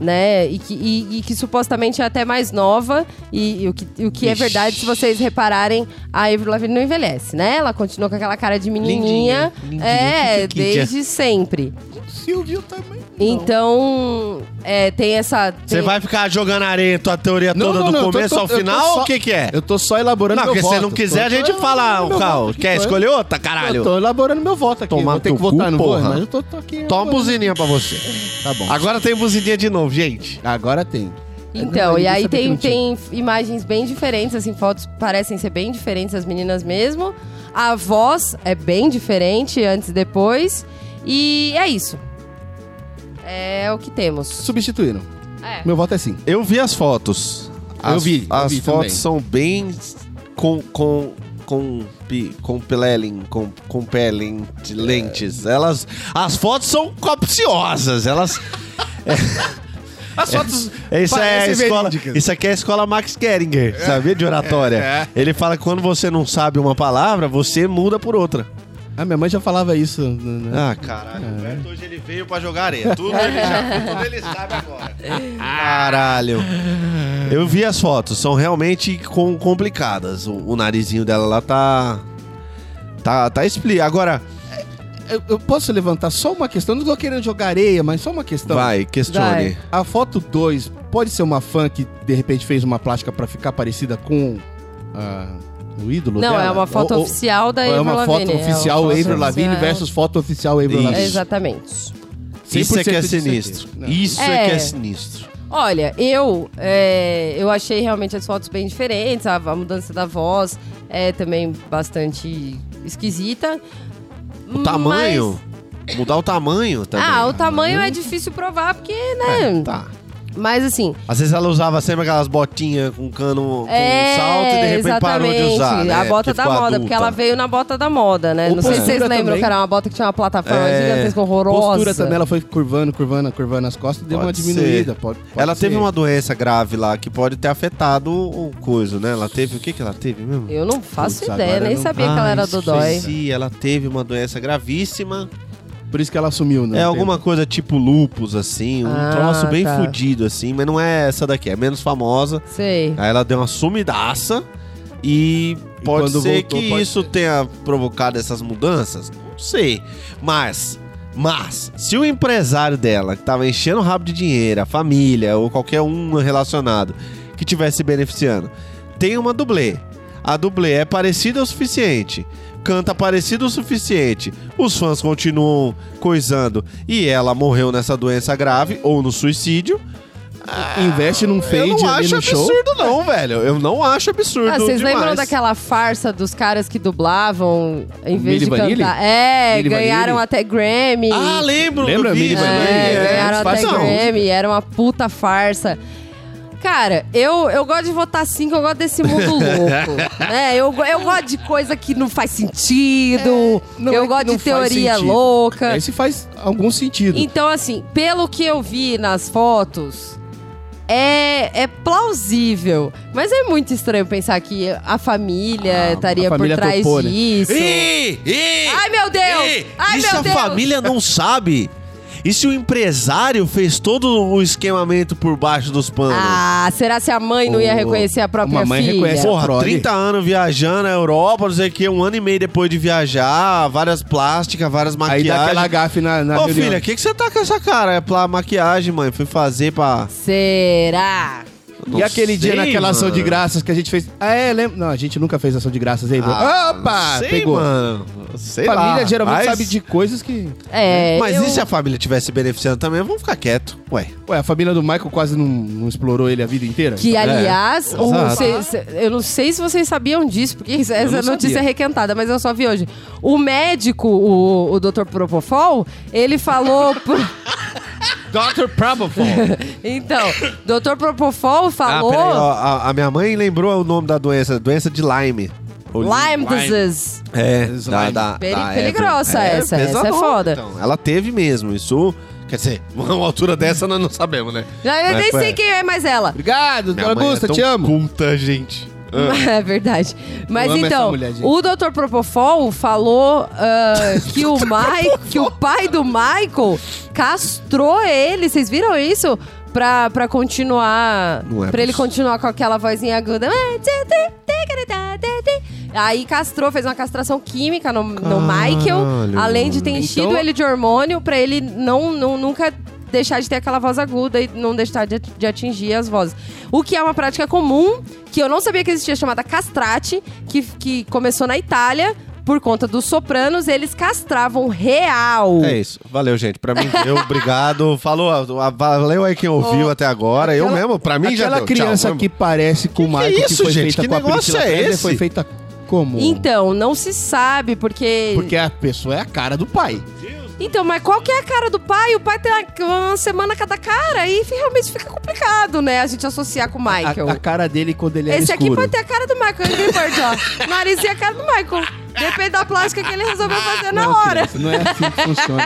Speaker 3: né? E que, e- e que supostamente é até mais nova. E, e o que, e o que é
Speaker 4: Ixi.
Speaker 3: verdade, se vocês repararem, a Avril Lavigne não envelhece, né? Ela continua com aquela cara de menininha.
Speaker 4: Lindinha, lindinha,
Speaker 3: é,
Speaker 4: kikikídia.
Speaker 3: desde sempre.
Speaker 6: Silvio também.
Speaker 3: Então, é, tem essa...
Speaker 4: Você
Speaker 3: tem-
Speaker 4: vai ficar jogando areia tua teoria
Speaker 6: Não,
Speaker 4: toda
Speaker 6: não,
Speaker 4: do
Speaker 6: não, eu tô-
Speaker 4: começo
Speaker 6: tô-
Speaker 4: ao
Speaker 6: eu tô
Speaker 4: final
Speaker 6: só-
Speaker 4: ou o que que é?
Speaker 6: Eu tô só elaborando
Speaker 4: Não,
Speaker 6: meu
Speaker 4: porque
Speaker 6: voto.
Speaker 4: se você não quiser, a gente fala, o Cal, quer escolher outra, caralho?
Speaker 6: Eu tô elaborando meu voto aqui.
Speaker 4: Tomar
Speaker 6: Vou ter
Speaker 4: teu
Speaker 6: que votar,
Speaker 4: cu,
Speaker 6: não vou,
Speaker 4: porra.
Speaker 6: mas eu tô, tô aqui.
Speaker 4: Toma
Speaker 6: elaborando.
Speaker 4: buzininha pra você.
Speaker 6: Tá bom.
Speaker 4: Agora tem buzininha de novo, gente.
Speaker 6: Agora tem.
Speaker 3: Então,
Speaker 6: Não,
Speaker 3: e
Speaker 6: eu
Speaker 3: aí
Speaker 6: sabia que
Speaker 3: tem,
Speaker 6: não tinha.
Speaker 3: tem imagens bem diferentes, assim, fotos parecem ser bem diferentes as meninas mesmo. A voz é bem diferente antes e depois. E é isso. É o que temos.
Speaker 6: Substituíram. Meu voto é sim.
Speaker 4: Eu vi as fotos. As,
Speaker 6: Eu vi, eu
Speaker 4: As
Speaker 6: vi
Speaker 4: fotos
Speaker 6: também.
Speaker 4: são bem com com com pi- com pelelin, com com pelin de lentes. Elas as fotos são capciosas. Elas Tá
Speaker 6: As fotos.
Speaker 4: isso é a
Speaker 6: parecem
Speaker 4: escola.
Speaker 6: verídicas.
Speaker 4: Isso aqui é a escola Max Geringer, sabia de oratória. Ele fala que quando você não sabe uma palavra, você muda por outra.
Speaker 6: Ah, minha mãe já falava isso. né, né?
Speaker 4: Ah, caralho. O Humberto hoje ele veio pra jogar areia. Tudo ele já, tudo ele sabe agora. Caralho. Eu vi as fotos, são realmente com- complicadas. O, o narizinho dela lá tá. Tá, tá expli. Agora,
Speaker 6: Eu, eu posso levantar só uma questão? Não tô querendo jogar areia, mas só uma questão.
Speaker 4: vai, questione.
Speaker 6: A foto 2 pode ser uma fã que de repente fez uma plástica pra ficar parecida com ah, o ídolo
Speaker 3: Não,
Speaker 6: dela?
Speaker 3: é uma foto
Speaker 6: Ou- ou-
Speaker 3: oficial da
Speaker 6: ou
Speaker 3: Avril
Speaker 6: É uma
Speaker 3: Lavigne.
Speaker 6: foto oficial Avril Lavigne
Speaker 3: oficial.
Speaker 6: versus foto oficial Avril
Speaker 4: Isso.
Speaker 3: É,
Speaker 6: Lavigne.
Speaker 3: Exatamente.
Speaker 4: Isso é que é
Speaker 6: 100% de
Speaker 4: sinistro.
Speaker 6: certeza. Não.
Speaker 4: Isso é. que é
Speaker 3: É.
Speaker 4: sinistro.
Speaker 3: Olha, eu é, eu achei realmente as fotos bem diferentes, a, a mudança da voz é também bastante esquisita.
Speaker 4: O tamanho. Mudar o tamanho também. Hum.
Speaker 3: Ah, o tamanho é difícil provar, porque, né?
Speaker 4: É, tá.
Speaker 3: Mas assim.
Speaker 4: Às vezes ela usava sempre aquelas botinhas com cano com um
Speaker 3: é,
Speaker 4: salto e de repente parou de usar.
Speaker 3: exatamente,
Speaker 4: né?
Speaker 3: A bota
Speaker 4: Porque
Speaker 3: da
Speaker 4: ficou
Speaker 3: moda,
Speaker 4: adulta.
Speaker 3: porque ela veio na bota da moda, né?
Speaker 6: Ou
Speaker 3: Não sei se vocês
Speaker 6: postura
Speaker 3: lembram
Speaker 6: também.
Speaker 3: que era uma bota que tinha uma plataforma
Speaker 4: É.
Speaker 3: gigantesca, horrorosa.
Speaker 6: Postura também, ela foi curvando, curvando, curvando as costas, deu
Speaker 4: Pode
Speaker 6: uma
Speaker 4: ser.
Speaker 6: diminuída. Pode, pode
Speaker 4: ela teve
Speaker 6: ser.
Speaker 4: uma doença grave lá que pode ter afetado o coisa, né? Ela teve. O que, que ela teve mesmo?
Speaker 3: Eu não faço
Speaker 6: Putz,
Speaker 3: ideia,
Speaker 6: agora
Speaker 3: nem
Speaker 6: não-
Speaker 3: sabia que ela era
Speaker 4: esqueci.
Speaker 3: dodói.
Speaker 4: Ela teve uma doença gravíssima.
Speaker 6: Por isso que ela sumiu, né?
Speaker 4: é alguma coisa tipo lupus, assim. Um
Speaker 3: Ah,
Speaker 4: troço bem
Speaker 3: tá.
Speaker 4: fudido, assim. Mas não é essa daqui. É menos famosa.
Speaker 3: Sei.
Speaker 4: Aí ela deu uma sumidaça. E
Speaker 6: E
Speaker 4: pode
Speaker 6: quando
Speaker 4: ser
Speaker 6: voltou,
Speaker 4: que
Speaker 6: pode
Speaker 4: isso tenha provocado essas mudanças. Não sei. Mas. Mas, se o empresário dela, que tava enchendo o rabo de dinheiro, a família ou qualquer um relacionado que tivesse beneficiando, tem uma dublê. A dublê é parecida o suficiente canta parecido o suficiente, os fãs continuam coisando e ela morreu nessa doença grave ou no suicídio.
Speaker 6: Investe num fade
Speaker 4: eu não
Speaker 6: ali
Speaker 4: acho
Speaker 6: no show.
Speaker 4: absurdo, não, velho. Eu não acho absurdo.
Speaker 3: Ah, vocês lembram
Speaker 4: demais.
Speaker 3: daquela farsa dos caras que dublavam em vez
Speaker 6: Milli
Speaker 3: de
Speaker 6: Vanilli?
Speaker 3: cantar? É,
Speaker 6: Milli
Speaker 3: ganharam
Speaker 6: Vanilli?
Speaker 3: até Grammy.
Speaker 4: Ah, lembro.
Speaker 6: Lembra,
Speaker 4: do
Speaker 6: Milli
Speaker 4: vídeo,
Speaker 6: Vanilli?
Speaker 4: né?
Speaker 3: É,
Speaker 6: É,
Speaker 3: ganharam até
Speaker 6: satisfação.
Speaker 3: Grammy, era uma puta farsa. Cara, eu, eu gosto de votar sim, que eu gosto desse mundo louco. né? eu, eu gosto de coisa que não faz sentido,
Speaker 6: Não é
Speaker 3: eu
Speaker 6: que
Speaker 3: gosto
Speaker 6: não
Speaker 3: de
Speaker 6: faz
Speaker 3: teoria
Speaker 6: sentido.
Speaker 3: louca.
Speaker 6: Esse faz algum sentido.
Speaker 3: Então, assim, pelo que eu vi nas fotos, é, é plausível. Mas é muito estranho pensar que a família
Speaker 6: Ah,
Speaker 3: estaria
Speaker 6: a família
Speaker 3: por trás
Speaker 6: topou, né?
Speaker 3: disso.
Speaker 4: Ih, ih,
Speaker 3: Ai, meu Deus!
Speaker 4: ih,
Speaker 3: Ai,
Speaker 4: e
Speaker 3: meu
Speaker 4: se a
Speaker 3: Deus!
Speaker 4: família não sabe? E se o empresário fez todo o esquemamento por baixo dos panos?
Speaker 3: Ah, é. será se a mãe não ia
Speaker 6: Ô,
Speaker 3: reconhecer a própria
Speaker 6: uma mãe
Speaker 3: filha?
Speaker 6: reconhece.
Speaker 4: Porra,
Speaker 6: prole.
Speaker 4: 30 anos viajando na Europa, não sei o que, um ano e meio depois de viajar, várias plásticas, várias
Speaker 6: Aí dá aquela
Speaker 4: maquiagens.
Speaker 6: gafe na, na
Speaker 4: Ô,
Speaker 6: reunião.
Speaker 4: filha, o que, que você tá com essa cara? É pra maquiagem, mãe. Fui fazer pra.
Speaker 3: Será?
Speaker 4: Não
Speaker 6: E aquele dia
Speaker 4: sei,
Speaker 6: naquela ação
Speaker 4: mano.
Speaker 6: de graças que a gente fez. Ah, é, lembra? Não, a gente nunca fez ação de graças aí.
Speaker 4: Ah,
Speaker 6: Opa!
Speaker 4: sei,
Speaker 6: pegou.
Speaker 4: Mano. Sei
Speaker 6: Família
Speaker 4: lá,
Speaker 6: geralmente
Speaker 4: mas-
Speaker 6: sabe de coisas que.
Speaker 3: É.
Speaker 4: Mas
Speaker 3: eu-
Speaker 4: e se a família tivesse beneficiando também? Vamos ficar quieto. Ué.
Speaker 6: Ué, a família do Michael quase não, não explorou ele a vida inteira. Então,
Speaker 3: Que, aliás, o-
Speaker 4: é, exato.
Speaker 3: cê- cê- eu não sei se vocês sabiam disso, porque isso- essa
Speaker 6: não
Speaker 3: notícia
Speaker 6: sabia.
Speaker 3: é requentada, mas eu só vi hoje. O médico, o, o Dr. Propofol, ele falou. pro-
Speaker 6: Dr. Probable.
Speaker 3: Então, Dr. Propofol
Speaker 4: Ah,
Speaker 3: falou
Speaker 4: peraí, ó, a, a minha mãe lembrou o nome da doença, doença de Lyme. O
Speaker 3: Lyme disease.
Speaker 4: É,
Speaker 6: Slime.
Speaker 4: da, da,
Speaker 3: Peri-
Speaker 4: da
Speaker 3: peligrosa
Speaker 4: época.
Speaker 3: essa, essa é
Speaker 4: pesadona,
Speaker 3: foda.
Speaker 4: Então, ela teve mesmo, isso... Quer dizer, uma altura dessa nós não sabemos, né?
Speaker 3: Já eu
Speaker 4: Mas,
Speaker 3: nem
Speaker 4: pô,
Speaker 3: sei
Speaker 4: é.
Speaker 3: quem é mais ela.
Speaker 6: Obrigado,
Speaker 4: Minha
Speaker 6: doutora
Speaker 4: mãe é
Speaker 6: Augusta,
Speaker 4: tão
Speaker 6: te amo.
Speaker 4: culta, gente. Ah.
Speaker 3: É verdade. Mas
Speaker 6: amo essa
Speaker 3: então,
Speaker 6: mulher, gente.
Speaker 3: o Dr. Propofol falou ah, que, o Mai, que o pai do Michael castrou ele. Vocês viram isso? Pra, pra continuar.
Speaker 4: Não é
Speaker 3: pra ele
Speaker 4: possível.
Speaker 3: continuar com aquela vozinha aguda. Aí castrou, fez uma castração química no, no
Speaker 4: Caralho,
Speaker 3: Michael. Além de ter
Speaker 4: mano.
Speaker 3: enchido
Speaker 6: Então-
Speaker 3: ele de hormônio pra ele não, não- nunca deixar de ter aquela voz aguda e não deixar de, de atingir as vozes. O que é uma prática comum, que eu não sabia que existia, chamada castrate, que, que começou na Itália. Por conta dos sopranos, eles castravam real.
Speaker 4: É isso. Valeu, gente. Pra mim, eu obrigado. Falou, a- a- valeu aí quem ouviu até agora. Eu
Speaker 6: aquela-
Speaker 4: mesmo, pra mim já
Speaker 6: Aquela
Speaker 4: deu.
Speaker 6: criança
Speaker 4: Tchau,
Speaker 6: que parece com o
Speaker 4: que é
Speaker 6: Michael, que,
Speaker 4: isso,
Speaker 6: foi
Speaker 4: gente?
Speaker 6: feita
Speaker 4: Que
Speaker 6: com a
Speaker 4: negócio
Speaker 6: Priscila
Speaker 4: é
Speaker 6: Presley,
Speaker 4: esse?
Speaker 6: foi feita como?
Speaker 3: Então, não se sabe, porque...
Speaker 6: Porque a pessoa é a cara do pai.
Speaker 3: Então, mas qual que é a cara do pai? O pai tem uma uma semana cada cara e realmente fica complicado, né? A gente associar com o
Speaker 6: A,
Speaker 3: Michael.
Speaker 6: a cara dele quando ele é
Speaker 3: É Esse aqui
Speaker 6: escuro.
Speaker 3: pode ter a cara do Michael, Angry Bird, ó. Nariz e a cara do Michael. Depende da plástica que ele resolveu fazer na
Speaker 6: Não,
Speaker 3: hora.
Speaker 6: criança, não é assim que funciona.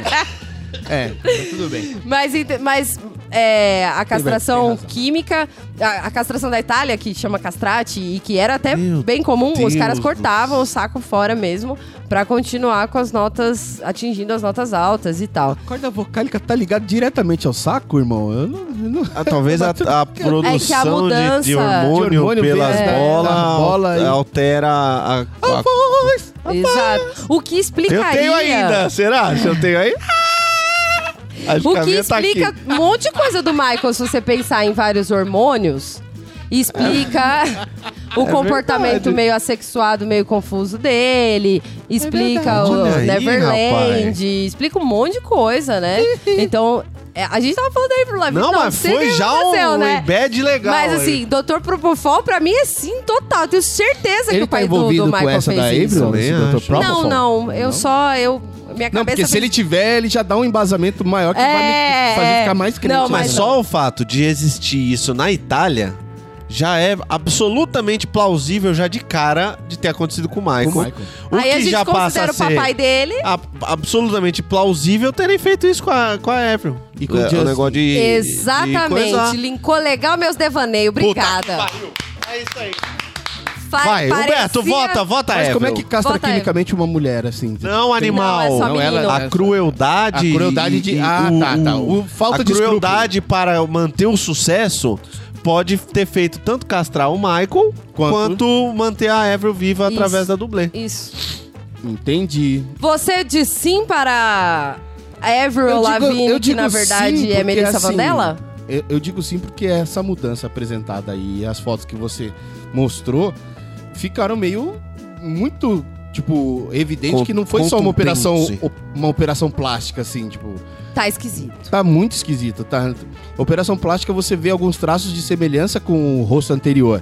Speaker 6: é, tá tudo bem.
Speaker 3: Mas, ente- mas é, a
Speaker 6: tem
Speaker 3: castração
Speaker 6: razão.
Speaker 3: química, a, a castração da Itália, que chama castrate, e que era até
Speaker 4: Meu
Speaker 3: bem comum,
Speaker 4: Deus
Speaker 3: os caras
Speaker 4: do
Speaker 3: cortavam o saco fora mesmo pra continuar com as notas, atingindo as notas altas e tal.
Speaker 6: A corda vocálica tá ligada diretamente ao saco, irmão? Eu não- eu não...
Speaker 4: Ah, talvez a, a produção de-
Speaker 3: É mudança-
Speaker 4: de, hormônio, é.
Speaker 6: De hormônio
Speaker 4: pelas
Speaker 6: vem da-
Speaker 4: bolas
Speaker 6: da bola e-
Speaker 4: altera a, a-
Speaker 3: Exato. O que
Speaker 4: Eu
Speaker 3: explicaria...
Speaker 4: tenho ainda, será? Se eu tenho aí? Acho
Speaker 3: Ah! O
Speaker 4: a
Speaker 3: que
Speaker 4: minha tá
Speaker 3: explica
Speaker 4: aqui.
Speaker 3: um monte de coisa do Michael se você pensar em vários hormônios. Explica o comportamento
Speaker 4: É verdade.
Speaker 3: meio assexuado, meio confuso dele. Explica o
Speaker 4: É Olha aí, rapaz.
Speaker 3: Neverland. explica um monte de coisa, né? então, é, a gente tava falando aí pro Lavinho.
Speaker 4: Não, mas
Speaker 3: sei o
Speaker 4: foi
Speaker 3: que
Speaker 4: já
Speaker 3: aconteceu,
Speaker 4: um
Speaker 3: né?
Speaker 4: embed legal.
Speaker 3: Mas
Speaker 4: aí.
Speaker 3: assim, Dr. Propofol, pra mim, é sim total. Eu Tenho certeza que é
Speaker 6: Ele
Speaker 3: o pai
Speaker 6: tá
Speaker 3: do- do,
Speaker 6: envolvido
Speaker 3: Michael
Speaker 6: com essa
Speaker 3: fez
Speaker 6: da
Speaker 3: isso.
Speaker 6: April?
Speaker 4: Também
Speaker 6: esse
Speaker 4: acho.
Speaker 6: Dr. Propofol?
Speaker 3: Não, não. Eu só. Eu, minha
Speaker 6: Não, porque
Speaker 3: cabeça
Speaker 6: se ele tiver, ele já dá um embasamento maior que vai
Speaker 3: É,
Speaker 6: me fazer
Speaker 3: é.
Speaker 6: ficar mais crente.
Speaker 3: Não,
Speaker 6: ainda.
Speaker 4: Mas só o fato de existir isso na Itália já é absolutamente plausível já de cara de ter acontecido com o Michael.
Speaker 6: Com o Michael.
Speaker 4: O
Speaker 3: Aí
Speaker 4: que
Speaker 3: a gente
Speaker 4: já passa
Speaker 3: considera o
Speaker 4: a ser
Speaker 3: papai dele.
Speaker 4: a- absolutamente plausível terem feito isso com a, com a Avril.
Speaker 6: E com o
Speaker 4: É,
Speaker 6: Justin.
Speaker 4: negócio de- de coisar.
Speaker 3: Exatamente. Linkou legal meus devaneios.
Speaker 4: Puta
Speaker 3: Obrigada.
Speaker 4: que pariu. É isso aí.
Speaker 3: Fa-
Speaker 4: Vai,
Speaker 3: parecia-
Speaker 4: Humberto, vota, vota
Speaker 6: Mas
Speaker 4: Avril.
Speaker 6: como é que castra
Speaker 3: Bota
Speaker 6: quimicamente uma mulher, assim?
Speaker 4: Não, animal.
Speaker 3: Não, é só
Speaker 6: Não,
Speaker 3: menino.
Speaker 6: ela-
Speaker 4: A crueldade.
Speaker 6: A crueldade de-
Speaker 4: e- e
Speaker 6: ah,
Speaker 4: o-
Speaker 6: tá, tá.
Speaker 4: o-
Speaker 6: O falta
Speaker 4: a
Speaker 6: de escrúpulo.
Speaker 4: crueldade para manter o sucesso pode ter feito tanto castrar o Michael quanto, manter a Avril viva
Speaker 3: Isso.
Speaker 4: através da dublê.
Speaker 3: Isso.
Speaker 6: Entendi.
Speaker 3: Você diz sim para a
Speaker 6: Eu
Speaker 3: Avril
Speaker 6: digo-
Speaker 3: Lavigne,
Speaker 6: eu
Speaker 3: que na
Speaker 6: digo sim,
Speaker 3: verdade é
Speaker 6: porque,
Speaker 3: Melissa
Speaker 6: assim,
Speaker 3: Vandella?
Speaker 6: Eu, eu digo sim porque essa mudança apresentada aí, as fotos que você mostrou, ficaram meio muito tipo, evidente
Speaker 4: Con-
Speaker 6: que não foi só uma
Speaker 4: contundente.
Speaker 6: operação, uma operação plástica, assim, tipo.
Speaker 3: Tá esquisito.
Speaker 6: Tá muito esquisito, tá? Operação plástica, você vê alguns traços de semelhança com o rosto anterior.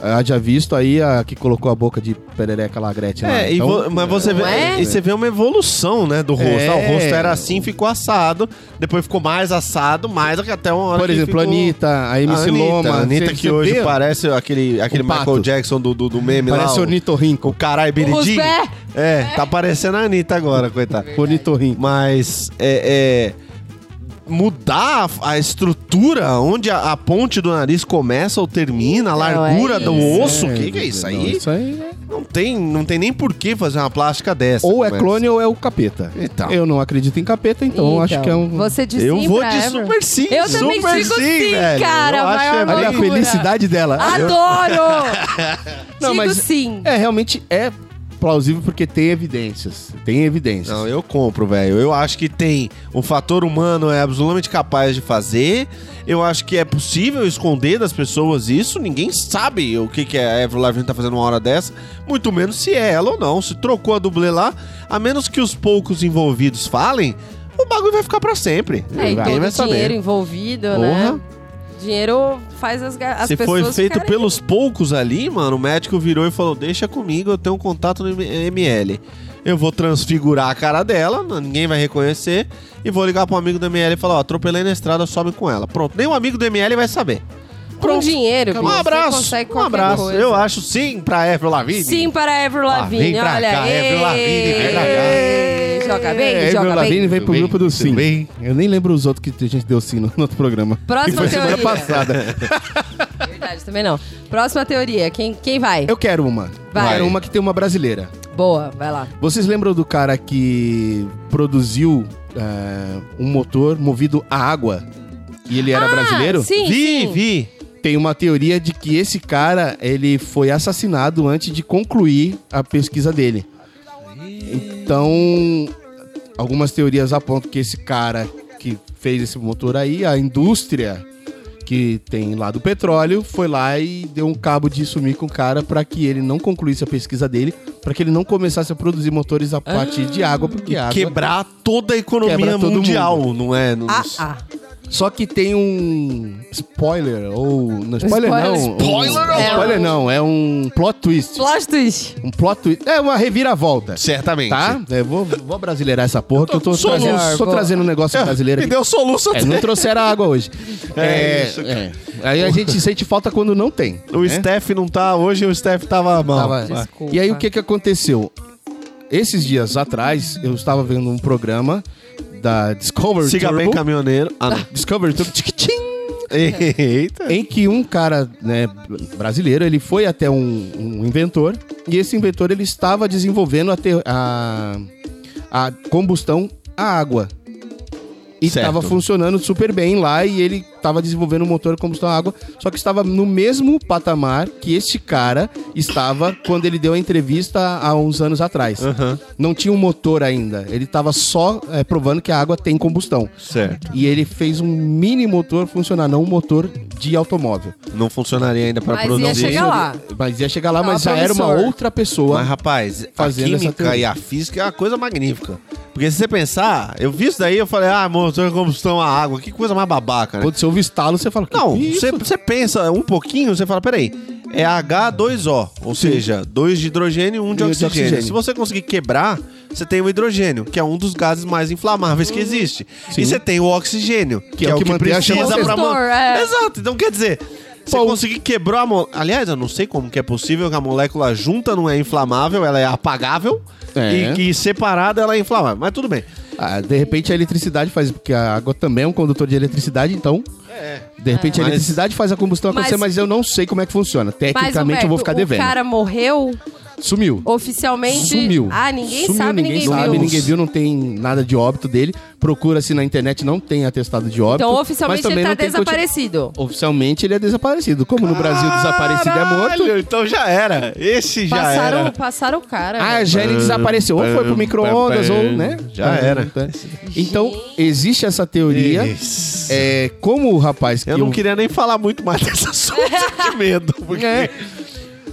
Speaker 6: Ah, já visto aí a que colocou a boca de perereca lá, a Gretchen. lá.
Speaker 4: É, e
Speaker 6: Então,
Speaker 4: vo- mas você vê,
Speaker 3: Não é?
Speaker 4: e você vê uma evolução, né, do rosto.
Speaker 6: É.
Speaker 4: Ah, O rosto era assim, ficou assado, depois ficou mais assado, mais até uma hora
Speaker 6: Por
Speaker 4: que
Speaker 6: exemplo, a
Speaker 4: ficou...
Speaker 6: Anitta, a MC Loma.
Speaker 4: A Anitta
Speaker 6: você-
Speaker 4: que
Speaker 6: você
Speaker 4: hoje
Speaker 6: vê-
Speaker 4: parece aquele, aquele
Speaker 6: pato.
Speaker 4: Michael Jackson do, do, do meme lá.
Speaker 6: Parece
Speaker 4: o-
Speaker 6: o Nitorrinco.
Speaker 4: Com o caralho
Speaker 3: Os
Speaker 4: Benedinho.
Speaker 3: pé.
Speaker 4: É, tá parecendo a Anitta agora, coitada.
Speaker 6: O Nitorrinco.
Speaker 4: Mas é, é, mudar a, a estrutura onde a, a ponte do nariz começa ou termina, a largura
Speaker 3: é
Speaker 4: do
Speaker 3: isso.
Speaker 4: osso, o que, que é isso
Speaker 6: não,
Speaker 4: aí?
Speaker 6: Isso aí é...
Speaker 4: Não tem, não tem nem por que fazer uma plástica dessa.
Speaker 6: Ou é
Speaker 4: mas-
Speaker 6: clone ou é o capeta.
Speaker 4: Então.
Speaker 6: Eu não acredito em capeta, então, eu acho que é um...
Speaker 3: Você de
Speaker 4: Eu
Speaker 3: sim
Speaker 4: vou
Speaker 3: pra
Speaker 4: de
Speaker 3: ever.
Speaker 4: super sim.
Speaker 3: Eu também
Speaker 4: super
Speaker 3: digo sim,
Speaker 4: velho.
Speaker 3: cara,
Speaker 4: Eu acho
Speaker 3: maior
Speaker 4: é
Speaker 3: uma
Speaker 6: Olha a
Speaker 4: bem-
Speaker 3: loucura.
Speaker 6: felicidade dela.
Speaker 3: Adoro!
Speaker 6: Não,
Speaker 3: Digo
Speaker 6: mas-
Speaker 3: sim.
Speaker 6: É, realmente é plausível porque tem evidências. Tem evidências.
Speaker 4: Não, eu compro, velho. Eu acho que tem. O fator humano é absolutamente capaz de fazer. Eu acho que é possível esconder das pessoas isso. Ninguém sabe o que, que a Avril Lavigne tá fazendo uma hora dessa. Muito menos se é ela ou não. Se trocou a dublê lá, a menos que os poucos envolvidos falem, o bagulho vai ficar pra sempre.
Speaker 3: É, e todo
Speaker 4: Ninguém vai
Speaker 3: dinheiro
Speaker 4: saber.
Speaker 3: envolvido, né? Dinheiro faz as, ga- as
Speaker 4: Se
Speaker 3: pessoas
Speaker 4: foi feito
Speaker 3: ficarem-
Speaker 4: pelos poucos ali, mano, o médico virou e falou: Deixa comigo, eu tenho um contato no ML. Eu vou transfigurar a cara dela, n- ninguém vai reconhecer, e vou ligar pro amigo do ML e falar: Ó, atropelei na estrada, sobe com ela. Pronto, nem o amigo do ML vai saber.
Speaker 3: Com
Speaker 4: Pronto.
Speaker 3: dinheiro, bicho,
Speaker 4: Um
Speaker 3: você
Speaker 4: abraço,
Speaker 3: consegue
Speaker 4: um
Speaker 3: qualquer
Speaker 4: abraço.
Speaker 3: coisa.
Speaker 4: Eu acho sim pra Avril Lavigne.
Speaker 3: Sim para Ever
Speaker 4: Ah, vem
Speaker 3: Lavigne,
Speaker 4: pra
Speaker 3: olha.
Speaker 4: cá, Avril Lavigne, vem pra cá.
Speaker 3: Ei, Joga bem,
Speaker 6: É,
Speaker 3: joga
Speaker 6: Avril Lavigne
Speaker 3: bem.
Speaker 6: vem pro
Speaker 4: Tudo
Speaker 6: grupo
Speaker 4: bem? Tudo
Speaker 6: do Sim.
Speaker 4: bem?
Speaker 6: Eu nem lembro os outros que a gente deu sim no no outro programa.
Speaker 3: Próxima
Speaker 6: Foi
Speaker 3: teoria.
Speaker 6: semana passada.
Speaker 3: Verdade, também não. Próxima teoria. Quem, quem vai?
Speaker 6: Eu quero uma.
Speaker 3: Vai.
Speaker 6: Quero uma que tem uma brasileira.
Speaker 3: Boa, vai lá.
Speaker 6: Vocês lembram do cara que produziu eh, um motor movido a água? E ele era brasileiro?
Speaker 3: Ah, Sim,
Speaker 4: Vi,
Speaker 3: sim.
Speaker 4: vi.
Speaker 6: Tem uma teoria de que esse cara, ele foi assassinado antes de concluir a pesquisa dele. Então, algumas teorias apontam que esse cara que fez esse motor aí, a indústria que tem lá do petróleo, foi lá e deu um cabo de sumir com o cara para que ele não concluísse a pesquisa dele, para que ele não começasse a produzir motores a partir de água, porque a água...
Speaker 4: Quebrar toda a economia
Speaker 6: Quebra todo
Speaker 4: mundial, não é? Não-
Speaker 3: Ah, ah.
Speaker 6: Só que tem um spoiler ou não
Speaker 3: Spoiler,
Speaker 6: spoiler,
Speaker 3: spoiler
Speaker 6: não, um,
Speaker 3: ou-
Speaker 6: spoiler não, é um plot twist.
Speaker 3: Plot twist.
Speaker 6: Um plot twist. É uma reviravolta.
Speaker 4: Certamente.
Speaker 6: Tá? É, vou, vou brasileirar essa porra, que eu tô,
Speaker 4: Soluço.
Speaker 6: trazendo, tô trazendo um negócio brasileiro
Speaker 4: Me
Speaker 6: aqui.
Speaker 4: deu soluço
Speaker 6: É,
Speaker 4: até.
Speaker 6: não trouxeram água hoje.
Speaker 4: É
Speaker 6: É,
Speaker 4: isso,
Speaker 6: é. Aí a gente sente falta quando não tem.
Speaker 4: O Steph não tá. Hoje o Steph tava mal.
Speaker 6: Tava-
Speaker 3: Desculpa.
Speaker 6: E aí o que que aconteceu? Esses dias atrás, eu estava vendo um programa da Discovery
Speaker 4: Siga
Speaker 6: Turbo.
Speaker 4: bem, caminhoneiro. Ah, não.
Speaker 6: Discovery Turbo. Tchiquitim.
Speaker 4: Eita.
Speaker 6: em que um cara né, brasileiro ele foi até um, um inventor e esse inventor ele estava desenvolvendo a, te- a- a combustão a água e
Speaker 4: Certo.
Speaker 6: estava funcionando super bem lá e ele estava desenvolvendo um motor de combustão a água só que estava no mesmo patamar que este cara estava quando ele deu a entrevista há uns anos atrás
Speaker 4: Aham.
Speaker 6: não tinha um motor ainda ele estava só eh, provando que a água tem combustão
Speaker 4: Certo.
Speaker 6: e ele fez um mini motor funcionar, não um motor de automóvel.
Speaker 4: Não funcionaria ainda pra
Speaker 3: Mas ia
Speaker 4: produzir.
Speaker 3: chegar lá. Tá
Speaker 6: Mas ia chegar lá,
Speaker 3: Tava
Speaker 6: mas já era uma
Speaker 3: promissor.
Speaker 6: outra pessoa.
Speaker 4: Mas, rapaz,
Speaker 6: Fazendo
Speaker 4: a
Speaker 6: essa
Speaker 4: química
Speaker 6: teoria.
Speaker 4: e a física é uma coisa magnífica. Porque se você pensar, eu vi isso daí eu falei, ah, motor de combustão a água, que coisa mais babaca, né?
Speaker 6: Quando você ouve estalo, você fala, que
Speaker 4: Não,
Speaker 6: que é isso?
Speaker 4: você você pensa um pouquinho, você fala, peraí, é H2O, ou seja, dois de hidrogênio e um de
Speaker 6: E um de
Speaker 4: oxigênio.
Speaker 6: oxigênio.
Speaker 4: Se você conseguir quebrar, você tem o hidrogênio, que é um dos gases mais inflamáveis que existe.
Speaker 6: Uhum. Sim.
Speaker 4: E você tem o oxigênio, que, é, o que
Speaker 6: mantém a chama
Speaker 4: precisa pra
Speaker 3: acesa.
Speaker 4: man-
Speaker 3: É.
Speaker 4: Exato, então quer dizer... Se
Speaker 6: Bom.
Speaker 4: conseguir quebrar a molécula. Aliás, eu não sei como que é possível que a molécula junta não é inflamável, ela é apagável.
Speaker 6: É.
Speaker 4: E que separada ela é inflamável. Mas tudo bem.
Speaker 6: Ah, de repente a eletricidade faz, porque a água também é um condutor de eletricidade, então. De repente a
Speaker 4: É. Mas-
Speaker 6: eletricidade faz a combustão
Speaker 3: Mas-
Speaker 6: acontecer, mas, eu não sei como é que funciona.
Speaker 3: Mas,
Speaker 6: Tecnicamente
Speaker 3: Humberto,
Speaker 6: eu vou ficar devendo.
Speaker 3: um o cara morreu
Speaker 6: Sumiu.
Speaker 3: oficialmente.
Speaker 6: Sumiu.
Speaker 3: Ah, ninguém
Speaker 6: Sumiu,
Speaker 3: sabe, ninguém,
Speaker 6: sabe,
Speaker 3: viu.
Speaker 6: Ninguém viu, não tem nada de óbito dele. Procura-se na internet, não tem atestado de óbito.
Speaker 3: Então,
Speaker 6: mas
Speaker 3: oficialmente,
Speaker 6: também
Speaker 3: ele tá
Speaker 6: não tem conti-
Speaker 3: desaparecido.
Speaker 6: Oficialmente ele é desaparecido. Como no Brasil desaparecido é morto.
Speaker 4: Caralho, Então já era. Esse já
Speaker 3: Passaram,
Speaker 4: era.
Speaker 3: passaram o cara.
Speaker 6: Ah,
Speaker 3: velho.
Speaker 6: já ele desapareceu. Ou foi pro micro-ondas, ou, né?
Speaker 4: É. Já era.
Speaker 6: Então, existe essa teoria.
Speaker 4: Isso.
Speaker 6: É, um- como o rapaz que.
Speaker 4: Eu não
Speaker 6: eu-
Speaker 4: queria nem falar muito mais dessa sorte de medo. Porque
Speaker 6: É.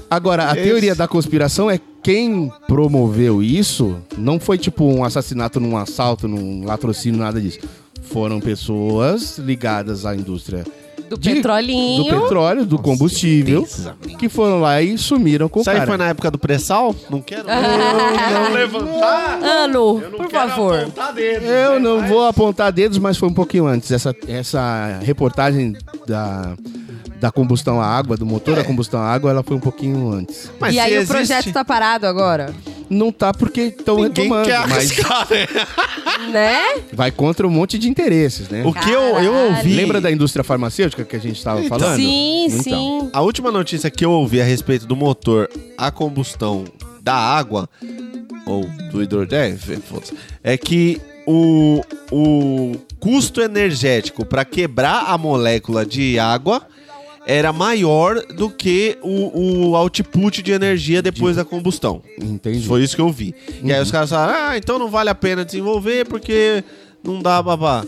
Speaker 6: Agora, a
Speaker 4: Esse-
Speaker 6: teoria da conspiração é quem promoveu isso não foi tipo um assassinato, num assalto, num latrocínio, nada disso. Foram pessoas ligadas à indústria
Speaker 3: Do
Speaker 6: de-
Speaker 3: petrolinho.
Speaker 6: do petróleo, do combustível, que foram lá e sumiram com o
Speaker 4: Isso aí
Speaker 6: cara.
Speaker 4: foi na época do pré-sal? Não quero não levantar.
Speaker 3: Ano,
Speaker 4: Eu não
Speaker 3: por
Speaker 4: quero
Speaker 3: favor.
Speaker 4: apontar dedos, né?
Speaker 6: Eu não
Speaker 4: Mas-
Speaker 6: vou apontar dedos, mas foi um pouquinho antes. Essa, essa reportagem da, da combustão à água, do motor da
Speaker 4: É.
Speaker 6: combustão à água, ela foi um pouquinho antes.
Speaker 4: Mas
Speaker 3: e
Speaker 4: se
Speaker 3: aí
Speaker 4: existe,
Speaker 3: o projeto tá parado agora,
Speaker 6: Não tá porque estão
Speaker 4: Ninguém
Speaker 6: retomando,
Speaker 4: quer
Speaker 6: mas
Speaker 4: arriscar, né?
Speaker 3: né?
Speaker 6: vai contra um monte de interesses, né?
Speaker 4: O que eu, eu
Speaker 3: Caralho.
Speaker 4: ouvi...
Speaker 6: Lembra da indústria farmacêutica que a gente estava falando?
Speaker 3: Sim,
Speaker 6: Então.
Speaker 3: sim.
Speaker 4: A última notícia que eu ouvi a respeito do motor a combustão da água, ou do hidrogênio, foda-se, é que o, o custo energético para quebrar a molécula de água era maior do que o, o output de energia depois da combustão.
Speaker 6: Entendi.
Speaker 4: Foi isso que eu vi. E aí os caras falaram, ah, então não vale a pena desenvolver porque não dá babá.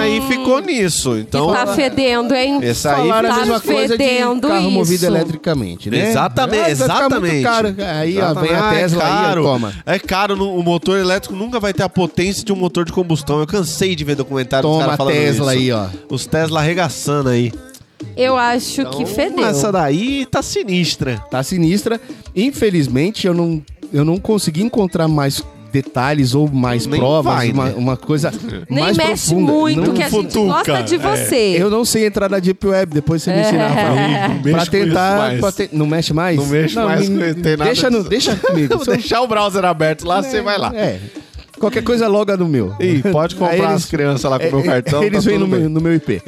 Speaker 4: Aí ficou nisso. Então,
Speaker 3: tá fedendo, hein?
Speaker 4: essa aí
Speaker 6: Falaram a
Speaker 3: Tá
Speaker 6: mesma coisa de carro
Speaker 3: fedendo isso.
Speaker 6: movido eletricamente, né?
Speaker 4: Exatamente,
Speaker 6: Ah, vai ficar muito
Speaker 4: exatamente.
Speaker 6: caro. Aí ó, vem a
Speaker 4: Ah,
Speaker 6: Tesla
Speaker 4: é
Speaker 6: aí,
Speaker 4: caro,
Speaker 6: ó, toma.
Speaker 4: É caro, no- o motor elétrico nunca vai ter a potência de um motor de combustão. Eu cansei de ver documentário dos
Speaker 6: Toma
Speaker 4: caras
Speaker 6: a
Speaker 4: falando
Speaker 6: Tesla
Speaker 4: isso.
Speaker 6: aí, ó.
Speaker 4: Os Tesla arregaçando aí.
Speaker 3: Eu acho que
Speaker 4: Então,
Speaker 3: fedeu.
Speaker 4: Essa daí tá sinistra.
Speaker 6: Tá sinistra. Infelizmente, eu não, eu não consegui encontrar mais detalhes ou mais
Speaker 4: Nem
Speaker 6: provas,
Speaker 4: vai,
Speaker 6: uma,
Speaker 4: né?
Speaker 6: uma coisa
Speaker 3: Nem
Speaker 6: mais
Speaker 3: mexe
Speaker 6: profunda.
Speaker 3: muito,
Speaker 6: Não-
Speaker 3: que a gente
Speaker 4: futuca,
Speaker 3: gosta de
Speaker 4: é.
Speaker 3: você.
Speaker 6: Eu não sei entrar na Deep Web, depois você me ensinar. Rafael.
Speaker 4: Não mexe
Speaker 6: Pra
Speaker 4: com isso
Speaker 6: tentar.
Speaker 4: mais.
Speaker 6: pra te- Não mexe mais?
Speaker 4: Não mexe mais
Speaker 6: me-
Speaker 4: com- tem nada
Speaker 6: deixa, no,
Speaker 4: disso.
Speaker 6: deixa comigo.
Speaker 4: Vou
Speaker 6: Se eu-
Speaker 4: deixar o browser aberto lá, você vai lá.
Speaker 6: É. Qualquer coisa loga no meu.
Speaker 4: Ih, pode comprar
Speaker 6: Aí
Speaker 4: as crianças lá com o meu
Speaker 6: é,
Speaker 4: cartão,
Speaker 6: Eles
Speaker 4: tá
Speaker 6: vêm no,
Speaker 4: tudo
Speaker 6: meu-
Speaker 4: bem.
Speaker 6: no meu IP.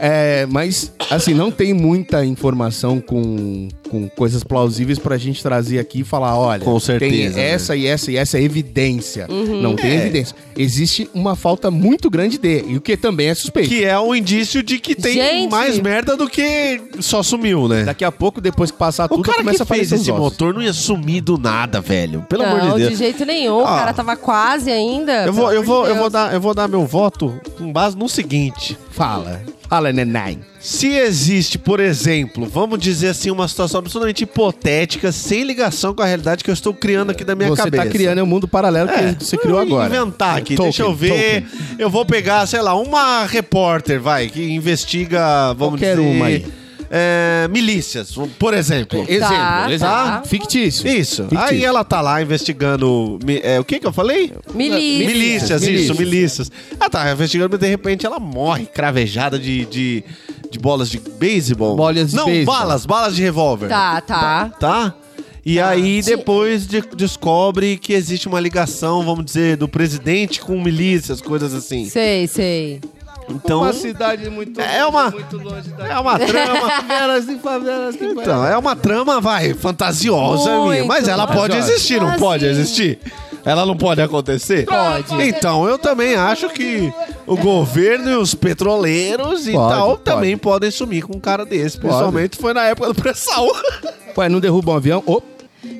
Speaker 6: É, mas, assim, não tem muita informação com, com coisas plausíveis pra gente trazer aqui e falar: olha,
Speaker 4: Com certeza,
Speaker 6: tem
Speaker 4: né? É.
Speaker 6: essa e essa e essa é evidência.
Speaker 3: Uhum.
Speaker 6: Não tem evidência. Existe uma falta muito grande de, e o que também é suspeito.
Speaker 4: Que é um indício de que tem
Speaker 3: Gente.
Speaker 4: mais merda do que só sumiu, né?
Speaker 6: Daqui a pouco, depois que passar
Speaker 4: O
Speaker 6: tudo,
Speaker 4: cara
Speaker 6: começa
Speaker 4: que
Speaker 6: a aparecer
Speaker 4: fez esse
Speaker 6: os ossos.
Speaker 4: motor não ia sumir do nada, velho. Pelo
Speaker 3: não,
Speaker 4: amor de Deus.
Speaker 3: de jeito nenhum. O
Speaker 4: Ah.
Speaker 3: cara tava quase ainda.
Speaker 4: Eu
Speaker 3: pelo
Speaker 4: vou,
Speaker 3: amor
Speaker 4: eu,
Speaker 3: de
Speaker 4: vou, eu, vou
Speaker 3: Deus.
Speaker 4: dar, eu vou dar meu voto com base no seguinte.
Speaker 6: Fala. Fala, neném.
Speaker 4: Se existe, por exemplo, vamos dizer assim, uma situação absolutamente hipotética, sem ligação com a realidade que eu estou criando aqui da minha
Speaker 6: você
Speaker 4: cabeça. É.
Speaker 6: tá criando um mundo paralelo que você criou
Speaker 4: eu vou
Speaker 6: agora. É
Speaker 4: inventar aqui,
Speaker 6: Tolkien,
Speaker 4: deixa eu ver.
Speaker 6: Tolkien.
Speaker 4: Eu vou pegar, sei lá, uma repórter, vai, que investiga, vamos
Speaker 6: Qualquer
Speaker 4: dizer...
Speaker 6: uma aí.
Speaker 4: é, milícias, por exemplo.
Speaker 6: Exemplo,
Speaker 3: Tá,
Speaker 6: exemplo.
Speaker 3: tá.
Speaker 6: Fictício.
Speaker 4: Isso.
Speaker 6: Fictício.
Speaker 4: Aí ela tá lá investigando. mi- é, o que que eu falei?
Speaker 3: Milícias.
Speaker 4: Milícias, isso, milícias. Ela tá investigando, mas de repente ela morre cravejada de, de, de bolas de beisebol.
Speaker 6: Bolas de
Speaker 4: Não,
Speaker 6: beisebol.
Speaker 4: balas, balas de revólver.
Speaker 3: Tá, tá.
Speaker 4: Tá? E aí depois de- descobre que existe uma ligação, vamos dizer, do presidente com milícias, coisas assim.
Speaker 3: Sei, sei.
Speaker 4: Então,
Speaker 6: cidade muito
Speaker 4: É uma-
Speaker 6: longe da
Speaker 4: é uma trama.
Speaker 6: favelas e favelas que
Speaker 4: Então, é uma trama, vai, fantasiosa,
Speaker 3: Muito.
Speaker 4: minha, mas ela pode
Speaker 6: Fantasiosa.
Speaker 4: existir, não
Speaker 3: Assim.
Speaker 4: pode existir? Ela não pode acontecer?
Speaker 3: Pode.
Speaker 4: Então, eu também acho que o governo e os petroleiros e
Speaker 6: Pode,
Speaker 4: tal
Speaker 6: pode.
Speaker 4: também podem sumir com um cara desse. Principalmente foi na época do pré-sal.
Speaker 6: Ué, não derruba um avião? Ô,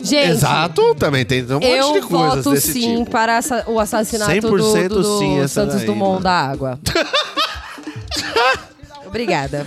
Speaker 3: Gente,
Speaker 4: Exato, também tem um monte de
Speaker 3: eu
Speaker 4: coisas
Speaker 3: voto
Speaker 4: desse
Speaker 3: sim
Speaker 4: tipo.
Speaker 3: para essa- o assassinato do,
Speaker 4: 100%
Speaker 3: do, do
Speaker 4: sim, essa
Speaker 3: Santos
Speaker 4: daí,
Speaker 3: Dumont
Speaker 4: né?
Speaker 3: da Água. Obrigada.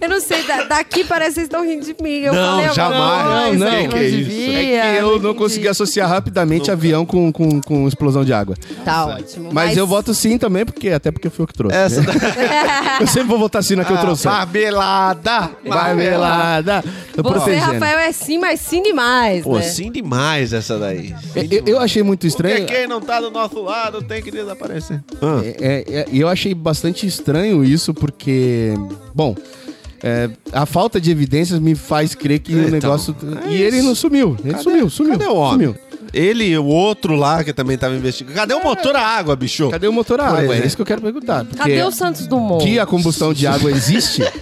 Speaker 3: Eu não sei, da- daqui parece que vocês estão rindo de mim. Eu
Speaker 4: Não,
Speaker 3: falei alguma
Speaker 6: tá
Speaker 4: jamais.
Speaker 3: coisa
Speaker 6: Não,
Speaker 3: que
Speaker 6: não.
Speaker 4: Que isso?
Speaker 3: devia,
Speaker 6: é que eu não
Speaker 3: entendi.
Speaker 6: consegui associar rapidamente avião com, com, com explosão de água.
Speaker 3: Tá ótimo.
Speaker 6: Mas, eu voto sim também, porque até porque foi eu que trouxe.
Speaker 4: Essa da Ah,
Speaker 6: Eu sempre vou votar sim na que eu trouxe.
Speaker 4: Barbelada!
Speaker 6: Marmelada. Eu
Speaker 3: Você,
Speaker 6: protegendo.
Speaker 3: Rafael, é sim, mas sim demais,
Speaker 4: Pô,
Speaker 3: né?
Speaker 4: sim demais essa daí.
Speaker 6: Eu- Eu, eu achei muito
Speaker 4: Porque
Speaker 6: estranho.
Speaker 4: quem não tá do nosso lado tem que desaparecer.
Speaker 6: É, é, é, e eu achei bastante estranho isso, porque, bom, é, a falta de evidências me faz crer que o
Speaker 4: Então,
Speaker 6: negócio.
Speaker 4: é
Speaker 6: e ele
Speaker 4: isso.
Speaker 6: não sumiu. Ele
Speaker 4: Cadê-
Speaker 6: sumiu, sumiu.
Speaker 4: cadê o homem?
Speaker 6: Sumiu.
Speaker 4: Ele e o outro lá que também tava investigando. Cadê o motor à água, bicho?
Speaker 6: Cadê o motor a
Speaker 4: Por
Speaker 6: água? É
Speaker 4: exemplo.
Speaker 6: isso que eu quero perguntar. Porque
Speaker 3: Cadê o Santos Dumont?
Speaker 6: que a combustão de água existe?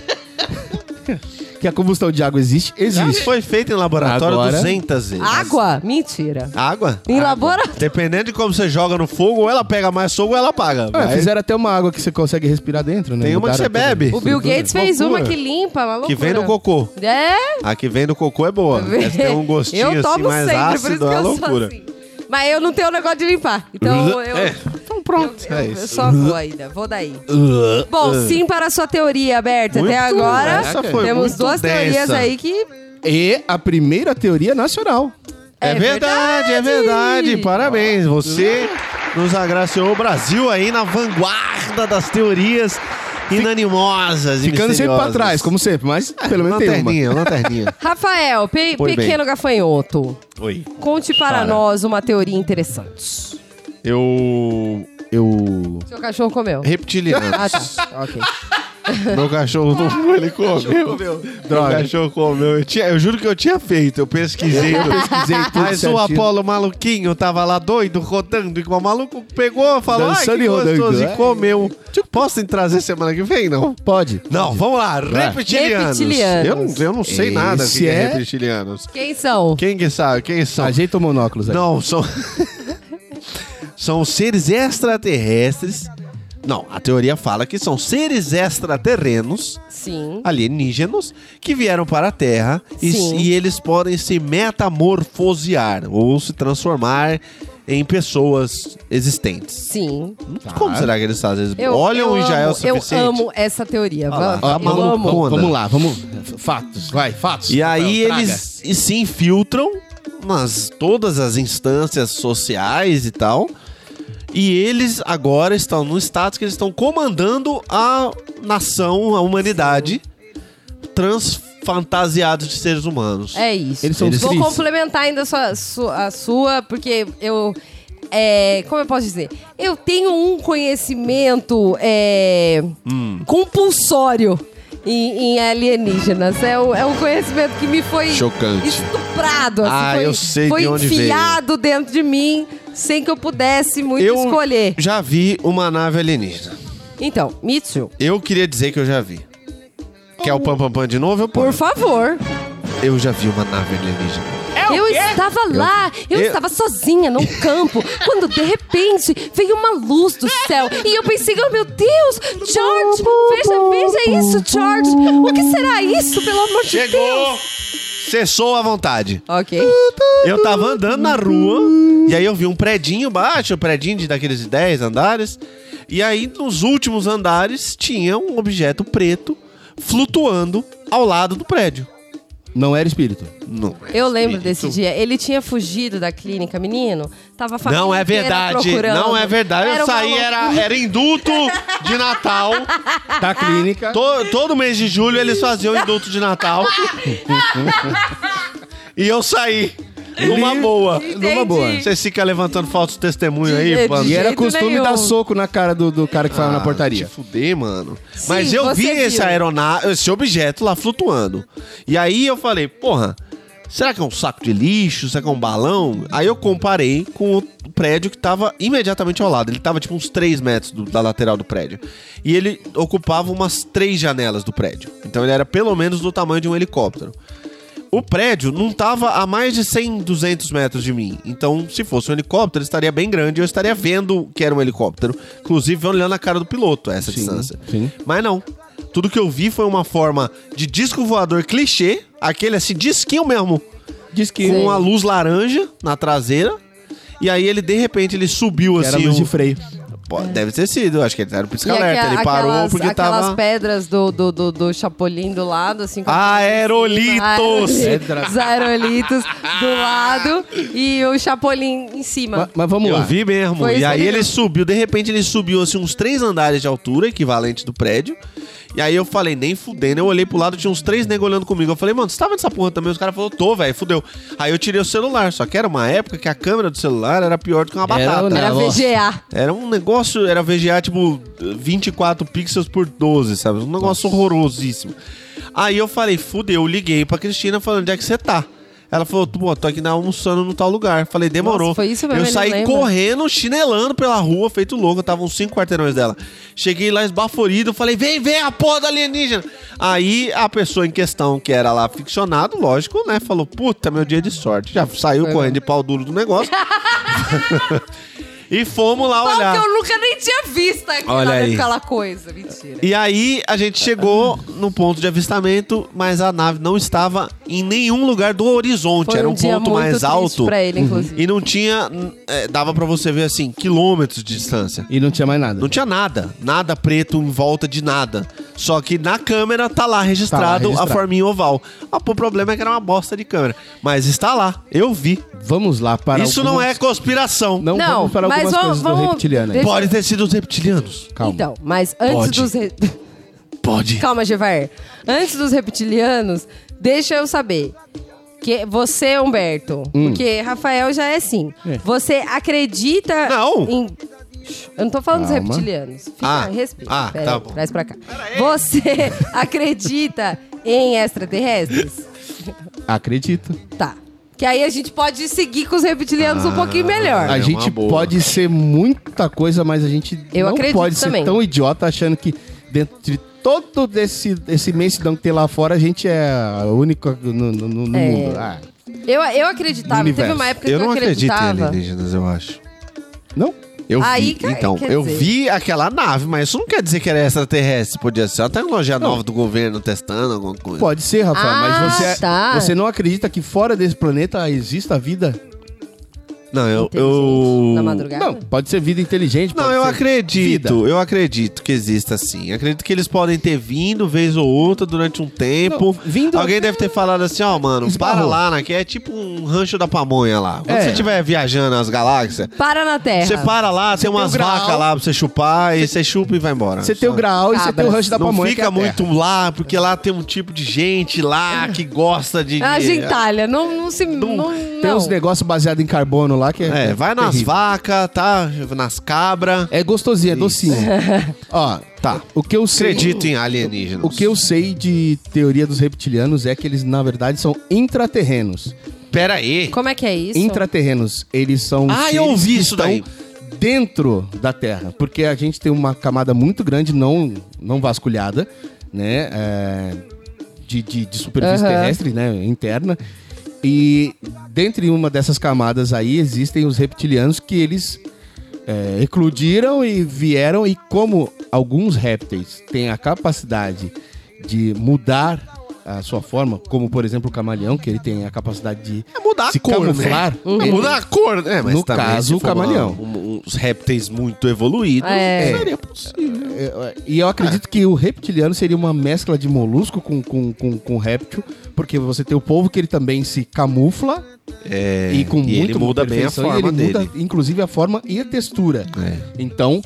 Speaker 6: que a combustão de água existe?
Speaker 4: Já
Speaker 6: Existe.
Speaker 4: foi feito em laboratório
Speaker 6: Agora-
Speaker 4: 200 vezes.
Speaker 3: Água? Mentira.
Speaker 4: Água?
Speaker 3: Em laboratório.
Speaker 4: Dependendo de como você joga no fogo, ou ela pega mais fogo ou ela apaga.
Speaker 6: Ah,
Speaker 4: Mas
Speaker 6: fizeram até uma água que você consegue respirar dentro, né?
Speaker 4: Tem uma que
Speaker 6: Mudaram
Speaker 4: você
Speaker 6: até-
Speaker 4: bebe.
Speaker 3: O Bill Gates fez
Speaker 6: Loucura.
Speaker 3: uma que limpa, maluco.
Speaker 4: é Que vem no cocô.
Speaker 3: É,
Speaker 4: A que vem no cocô é boa. Essa tem um gostinho
Speaker 3: eu tomo
Speaker 4: assim mais
Speaker 3: sempre, por
Speaker 4: ácido,
Speaker 3: isso que
Speaker 4: é
Speaker 3: eu
Speaker 4: loucura.
Speaker 3: sou assim. Mas eu não tenho o negócio de limpar. Então eu.
Speaker 4: É. Uhum.
Speaker 3: Então
Speaker 6: pronto.
Speaker 3: Eu,
Speaker 6: é
Speaker 3: eu
Speaker 6: isso.
Speaker 3: só vou ainda, vou daí. Bom, sim para a sua teoria, Berta. Até
Speaker 4: Muito,
Speaker 3: agora,
Speaker 4: essa foi
Speaker 3: temos
Speaker 4: muito
Speaker 3: duas teorias
Speaker 4: densa.
Speaker 3: aí que...
Speaker 6: E a primeira teoria nacional.
Speaker 4: É,
Speaker 3: É
Speaker 4: verdade, é verdade.
Speaker 3: verdade.
Speaker 4: Parabéns. Você
Speaker 6: Ah.
Speaker 4: nos agraciou o Brasil aí na vanguarda das teorias inanimosas e
Speaker 6: Ficando sempre pra
Speaker 4: misteriosas.
Speaker 6: trás, como sempre, mas pelo menos tem uma.
Speaker 4: Lanterninha, lanterninha.
Speaker 3: Rafael, pe-
Speaker 4: Pois bem.
Speaker 3: pequeno gafanhoto,
Speaker 4: Oi.
Speaker 3: conte para,
Speaker 4: Para.
Speaker 3: nós uma teoria interessante.
Speaker 4: Eu. Eu.
Speaker 3: Seu cachorro comeu.
Speaker 4: Reptiliano.
Speaker 3: Ah, tá. Ok.
Speaker 4: Meu cachorro não ele comeu. Meu
Speaker 6: Droga.
Speaker 4: cachorro comeu. Eu, tinha, eu juro que eu tinha feito, eu pesquisei. Eu
Speaker 6: pesquisei tudo
Speaker 4: Mas o
Speaker 6: certinho.
Speaker 4: Apolo maluquinho tava lá doido, rodando, igual maluco, pegou, falou, ai,
Speaker 6: Dançando
Speaker 4: que
Speaker 6: e rodando,
Speaker 4: gostoso,
Speaker 6: é.
Speaker 4: e comeu. Posso te trazer semana que vem, não?
Speaker 6: Pode.
Speaker 4: Não, vamos lá, reptilianos.
Speaker 3: Reptilianos.
Speaker 4: Eu, não- eu não sei nada o que
Speaker 6: Esse
Speaker 4: é...
Speaker 6: é-
Speaker 4: reptilianos.
Speaker 3: Quem são?
Speaker 4: Quem que sabe? Quem são?
Speaker 6: Ajeita o monóculos aí.
Speaker 4: Não, são. são seres extraterrestres. Não, a teoria fala que são seres extraterrenos,
Speaker 3: Sim.
Speaker 4: alienígenos, que vieram para a Terra e,
Speaker 3: Sim.
Speaker 4: e eles podem se metamorfosear ou se transformar em pessoas existentes.
Speaker 3: Sim.
Speaker 4: Como será que eles fazem? Eles
Speaker 3: Eu,
Speaker 4: olham
Speaker 3: eu
Speaker 4: e já é o
Speaker 3: amo,
Speaker 4: suficiente?
Speaker 3: Eu amo essa teoria.
Speaker 4: Ah lá,
Speaker 3: Vamos.
Speaker 4: tá
Speaker 6: Ó,
Speaker 4: maluco.
Speaker 6: vamos,
Speaker 4: malucona.
Speaker 6: vamos lá, vamos. Fatos, vai, fatos.
Speaker 4: E aí
Speaker 6: Rafael, traga.
Speaker 4: eles e se infiltram nas todas as instâncias sociais e tal. E eles agora estão num status que eles estão comandando a nação, a humanidade, transfantasiados de seres humanos.
Speaker 3: É isso.
Speaker 6: Eles são
Speaker 3: Vou
Speaker 6: tristes.
Speaker 3: complementar ainda a sua, su- a sua, porque eu. é, como eu posso dizer? Eu tenho um conhecimento é,
Speaker 4: Hum.
Speaker 3: compulsório em, em alienígenas. É o, é um conhecimento que me foi
Speaker 4: Chocante.
Speaker 3: estuprado. assim,
Speaker 4: Ah,
Speaker 3: foi,
Speaker 4: eu sei
Speaker 3: foi
Speaker 4: de onde veio.
Speaker 3: enfiado dentro de mim sem que eu pudesse muito
Speaker 4: eu
Speaker 3: escolher.
Speaker 4: já vi uma nave alienígena.
Speaker 3: Então, Mitsu,
Speaker 4: Eu queria dizer que eu já vi. Quer o pam pam pam de novo? Eu
Speaker 3: por
Speaker 4: ponho.
Speaker 3: favor.
Speaker 4: Eu já vi uma nave alienígena.
Speaker 3: eu estava lá, eu,
Speaker 4: Eu-
Speaker 3: estava sozinha num campo, quando de repente veio uma luz do céu. E eu pensei, oh meu Deus, George, veja, veja isso, George. O que será isso, pelo amor de Deus?
Speaker 4: Chegou! Cessou à vontade.
Speaker 3: Ok.
Speaker 4: Eu tava andando na rua, e aí eu vi um predinho baixo, um predinho de daqueles 10 andares. E aí, nos últimos andares, tinha um objeto preto flutuando ao lado do prédio.
Speaker 6: Não era espírito.
Speaker 4: Não é
Speaker 3: Eu lembro
Speaker 4: espírito.
Speaker 3: desse dia. Ele tinha fugido da clínica, menino. Tava a família
Speaker 4: Não é
Speaker 3: inteira
Speaker 4: verdade,
Speaker 3: procurando.
Speaker 4: não é verdade.
Speaker 3: Era
Speaker 4: Eu
Speaker 3: uma
Speaker 4: saí, era,
Speaker 3: loucura.
Speaker 4: era indulto de Natal.
Speaker 3: Tá
Speaker 6: Da clínica.
Speaker 4: To- todo mês de julho eles faziam indulto de Natal. e eu saí. Numa boa.
Speaker 6: Numa boa.
Speaker 4: Vocês ficam levantando falso testemunho aí,
Speaker 3: De-
Speaker 4: pra-
Speaker 3: de-
Speaker 6: E era
Speaker 3: jeito
Speaker 6: costume
Speaker 3: nenhum.
Speaker 6: dar soco na cara do, do cara que saiu na portaria.
Speaker 4: Ah, Te fuder, mano.
Speaker 3: Sim,
Speaker 4: Mas eu
Speaker 3: você
Speaker 4: vi esse
Speaker 3: viu.
Speaker 4: aeronave, esse objeto lá flutuando. E aí eu falei, porra, será que é um saco de lixo? Será que é um balão? Aí eu comparei com o prédio que tava imediatamente ao lado. Ele tava tipo uns 3 metros do- da lateral do prédio. E ele ocupava umas três janelas do prédio. Então ele era pelo menos do tamanho de um helicóptero. O prédio não tava a mais de 100, 200 metros de mim. Então, se fosse um helicóptero, estaria bem grande. e Eu estaria vendo que era um helicóptero. Inclusive, olhando a cara do piloto a essa distância.
Speaker 6: sim.
Speaker 4: Mas não. Tudo que eu vi foi uma forma de disco voador clichê. Aquele assim, disquinho mesmo.
Speaker 6: Diz que
Speaker 4: Com
Speaker 6: um
Speaker 4: a
Speaker 6: aluno
Speaker 4: luz laranja na traseira. E aí ele, de repente, ele subiu
Speaker 6: era
Speaker 4: assim.
Speaker 6: luz
Speaker 4: um-
Speaker 6: de freio.
Speaker 4: Pô, Deve ter sido. Acho que ele era um
Speaker 3: E
Speaker 4: pisca-alerta.
Speaker 3: aqua-
Speaker 4: Ele parou
Speaker 3: aquelas,
Speaker 4: porque
Speaker 3: aquelas
Speaker 4: tava... Ah,
Speaker 3: pedras do, do, do, do Chapolin do lado, assim. com a-
Speaker 4: Aerolitos!
Speaker 6: Pedra-
Speaker 3: Os aerolitos do lado e o Chapolin em cima.
Speaker 6: Ma- Mas vamos
Speaker 4: Eu
Speaker 6: lá.
Speaker 4: vi mesmo.
Speaker 3: Foi
Speaker 4: e
Speaker 3: isso
Speaker 4: aí
Speaker 3: mesmo.
Speaker 4: ele subiu, de repente ele subiu assim uns três andares de altura, equivalente do prédio. E aí eu falei, nem fudendo. Eu olhei pro lado, tinha uns três negros olhando comigo. Eu falei, mano, você tava nessa porra também? Os caras falaram, tô, velho, fudeu. Aí eu tirei o celular, só que era uma época que a câmera do celular era pior do que uma batata.
Speaker 6: né?
Speaker 3: Era
Speaker 6: Nossa.
Speaker 3: VGA.
Speaker 4: Era um negócio, era VGA tipo 24 pixels por 12, sabe? Um negócio horrorosíssimo. Aí eu falei, fudeu, eu liguei pra Cristina falando, onde é que você tá? Ela falou, pô, tô aqui na almoçando no tal lugar. Falei, demorou.
Speaker 3: Nossa, foi isso mesmo,
Speaker 4: Eu
Speaker 3: ele
Speaker 4: saí
Speaker 3: lembra.
Speaker 4: correndo, chinelando pela rua, feito louco. Eu tava uns cinco quarteirões dela. Cheguei lá esbaforido, falei, vem, vem, a porra do alienígena. Aí a pessoa em questão, que era lá ficcionado, lógico, né? Falou, puta, meu dia de sorte. Já saiu correndo de pau duro do negócio. E fomos lá
Speaker 2: Pau
Speaker 3: é
Speaker 4: olhar.
Speaker 2: que eu nunca nem tinha visto aqui
Speaker 4: Olha
Speaker 2: lá
Speaker 4: aí.
Speaker 2: aquela coisa. Mentira.
Speaker 4: E aí a gente chegou no ponto de avistamento, mas a nave não estava em nenhum lugar do horizonte.
Speaker 3: Foi
Speaker 4: Era
Speaker 3: um
Speaker 4: um,
Speaker 3: dia
Speaker 4: ponto
Speaker 3: muito
Speaker 4: mais
Speaker 3: triste
Speaker 4: alto. Uhum.
Speaker 3: pra ele, inclusive.
Speaker 4: E não tinha. n- é, dava pra você ver assim, quilômetros de distância.
Speaker 6: E não tinha mais nada.
Speaker 4: Não tinha nada, nada preto em volta de nada. Só que na câmera tá lá registrado,
Speaker 6: registrado.
Speaker 4: a forminha oval. Ah, pô, o problema é que era uma bosta de câmera. Mas está lá, eu vi.
Speaker 6: Vamos lá para
Speaker 4: Isso
Speaker 6: algumas-
Speaker 4: não é conspiração.
Speaker 6: Não,
Speaker 3: Não,
Speaker 6: vamos para
Speaker 3: mas
Speaker 6: algumas
Speaker 3: vamos-
Speaker 6: coisas
Speaker 3: vamos-
Speaker 6: do reptiliano. aí.
Speaker 3: deixa-
Speaker 4: Pode ter sido os reptilianos.
Speaker 6: Calma.
Speaker 3: Então, mas antes
Speaker 4: Pode.
Speaker 3: dos. re-
Speaker 4: Pode.
Speaker 3: Calma, Gevar. Antes dos reptilianos, deixa eu saber. Que você, Humberto,
Speaker 4: Hum.
Speaker 3: porque Rafael já é assim. Você acredita
Speaker 4: Não.
Speaker 3: em. Eu não tô falando
Speaker 6: Calma.
Speaker 3: dos reptilianos. Fica,
Speaker 4: Ah,
Speaker 3: respeita.
Speaker 4: ah,
Speaker 3: Pera
Speaker 4: tá
Speaker 3: aí,
Speaker 4: bom.
Speaker 3: Traz pra cá. Você acredita em extraterrestres?
Speaker 6: Acredito.
Speaker 3: Tá. Que aí a gente pode seguir com os reptilianos um pouquinho melhor.
Speaker 6: a
Speaker 4: é
Speaker 6: gente
Speaker 4: uma boa.
Speaker 6: pode ser muita coisa, mas a gente
Speaker 3: Eu
Speaker 6: não
Speaker 3: acredito
Speaker 6: pode
Speaker 3: também.
Speaker 6: ser tão idiota achando que dentro de todo esse, esse imensidão que tem lá fora, a gente é a única no, no- no- no
Speaker 3: É.
Speaker 6: mundo. Ah,
Speaker 3: Eu, eu acreditava, teve
Speaker 6: Universo.
Speaker 3: uma época
Speaker 4: Eu
Speaker 3: que eu
Speaker 4: não acredito em
Speaker 3: acreditava.
Speaker 4: alienígenas, eu acho.
Speaker 6: não?
Speaker 4: Eu
Speaker 3: Aí,
Speaker 4: vi,
Speaker 3: ca-
Speaker 4: então,
Speaker 3: quer
Speaker 4: eu
Speaker 3: dizer-
Speaker 4: vi aquela nave, mas isso não quer dizer que era extraterrestre. Podia ser uma tecnologia nova do governo testando alguma coisa.
Speaker 6: Pode ser, Rafa,
Speaker 3: Ah,
Speaker 6: mas você, é-
Speaker 3: tá.
Speaker 6: você não acredita que fora desse planeta exista vida?
Speaker 4: Não, eu.
Speaker 3: Inteligente,
Speaker 4: eu...
Speaker 3: Na madrugada?
Speaker 6: Não, pode ser vida inteligente.
Speaker 4: Não,
Speaker 6: pode
Speaker 4: eu
Speaker 6: ser
Speaker 4: acredito.
Speaker 6: vida.
Speaker 4: Eu acredito que exista sim. Acredito que eles podem ter vindo vez ou outra durante um tempo.
Speaker 6: Não, vindo-
Speaker 4: Alguém deve ter falado assim, ó, mano, para
Speaker 6: Esbarrou.
Speaker 4: lá, né? Que é tipo um rancho da pamonha lá. Quando
Speaker 6: É.
Speaker 4: você estiver viajando as galáxias,
Speaker 3: Para na Terra.
Speaker 4: você para lá, tem umas
Speaker 6: tem o grau.
Speaker 4: vacas lá pra você chupar, e você chupa e vai embora.
Speaker 6: Você tem o
Speaker 4: Só-
Speaker 6: grau e você tem o
Speaker 3: Cabras.
Speaker 6: rancho da
Speaker 4: Não
Speaker 6: pamonha. que é
Speaker 4: fica
Speaker 6: a Terra.
Speaker 4: muito lá, porque lá tem um tipo de gente lá que gosta de.
Speaker 3: A
Speaker 4: de-
Speaker 3: gentalha, Ah, não, não se. Não, não,
Speaker 6: é Tem uns negócios baseados em carbono lá que é.
Speaker 4: É, vai nas
Speaker 6: terrível.
Speaker 4: vacas, tá? Nas cabras.
Speaker 6: É gostosinho, é docinho. Ó,
Speaker 4: Tá.
Speaker 6: o que eu sei.
Speaker 4: Acredito em alienígenas.
Speaker 6: O que eu sei de teoria dos reptilianos é que eles, na verdade, são intraterrenos.
Speaker 4: Pera aí.
Speaker 3: Como é que é isso?
Speaker 6: Intraterrenos, eles são.
Speaker 4: Ah,
Speaker 6: seres
Speaker 4: eu ouvi
Speaker 6: que
Speaker 4: isso
Speaker 6: estão
Speaker 4: daí.
Speaker 6: Dentro da Terra. Porque a gente tem uma camada muito grande, não, não vasculhada, né? é, de, de, de superfície
Speaker 3: Aham.
Speaker 6: terrestre, né? Interna. E dentre uma dessas camadas aí existem os reptilianos que eles é, eclodiram e vieram. E como alguns répteis têm a capacidade de mudar a sua forma, como por exemplo o camaleão, que ele tem a capacidade de
Speaker 4: É mudar
Speaker 6: se
Speaker 4: a cor,
Speaker 6: camuflar.
Speaker 4: né? É mudar a cor, né? Mas
Speaker 6: No
Speaker 4: também,
Speaker 6: caso,
Speaker 4: se
Speaker 6: o
Speaker 4: for uma-
Speaker 6: camaleão.
Speaker 4: um- uns répteis muito evoluídos. né?
Speaker 3: É.
Speaker 4: não Seria possível.
Speaker 6: É, E eu acredito que o reptiliano seria uma mescla de molusco com, com, com, com réptil, porque você tem o povo que ele também se camufla
Speaker 4: É,
Speaker 6: e com muito
Speaker 4: ele muda bem a
Speaker 6: perfeição, e
Speaker 4: forma
Speaker 6: ele
Speaker 4: dele.
Speaker 6: muda inclusive a forma e a textura.
Speaker 4: É.
Speaker 6: Então,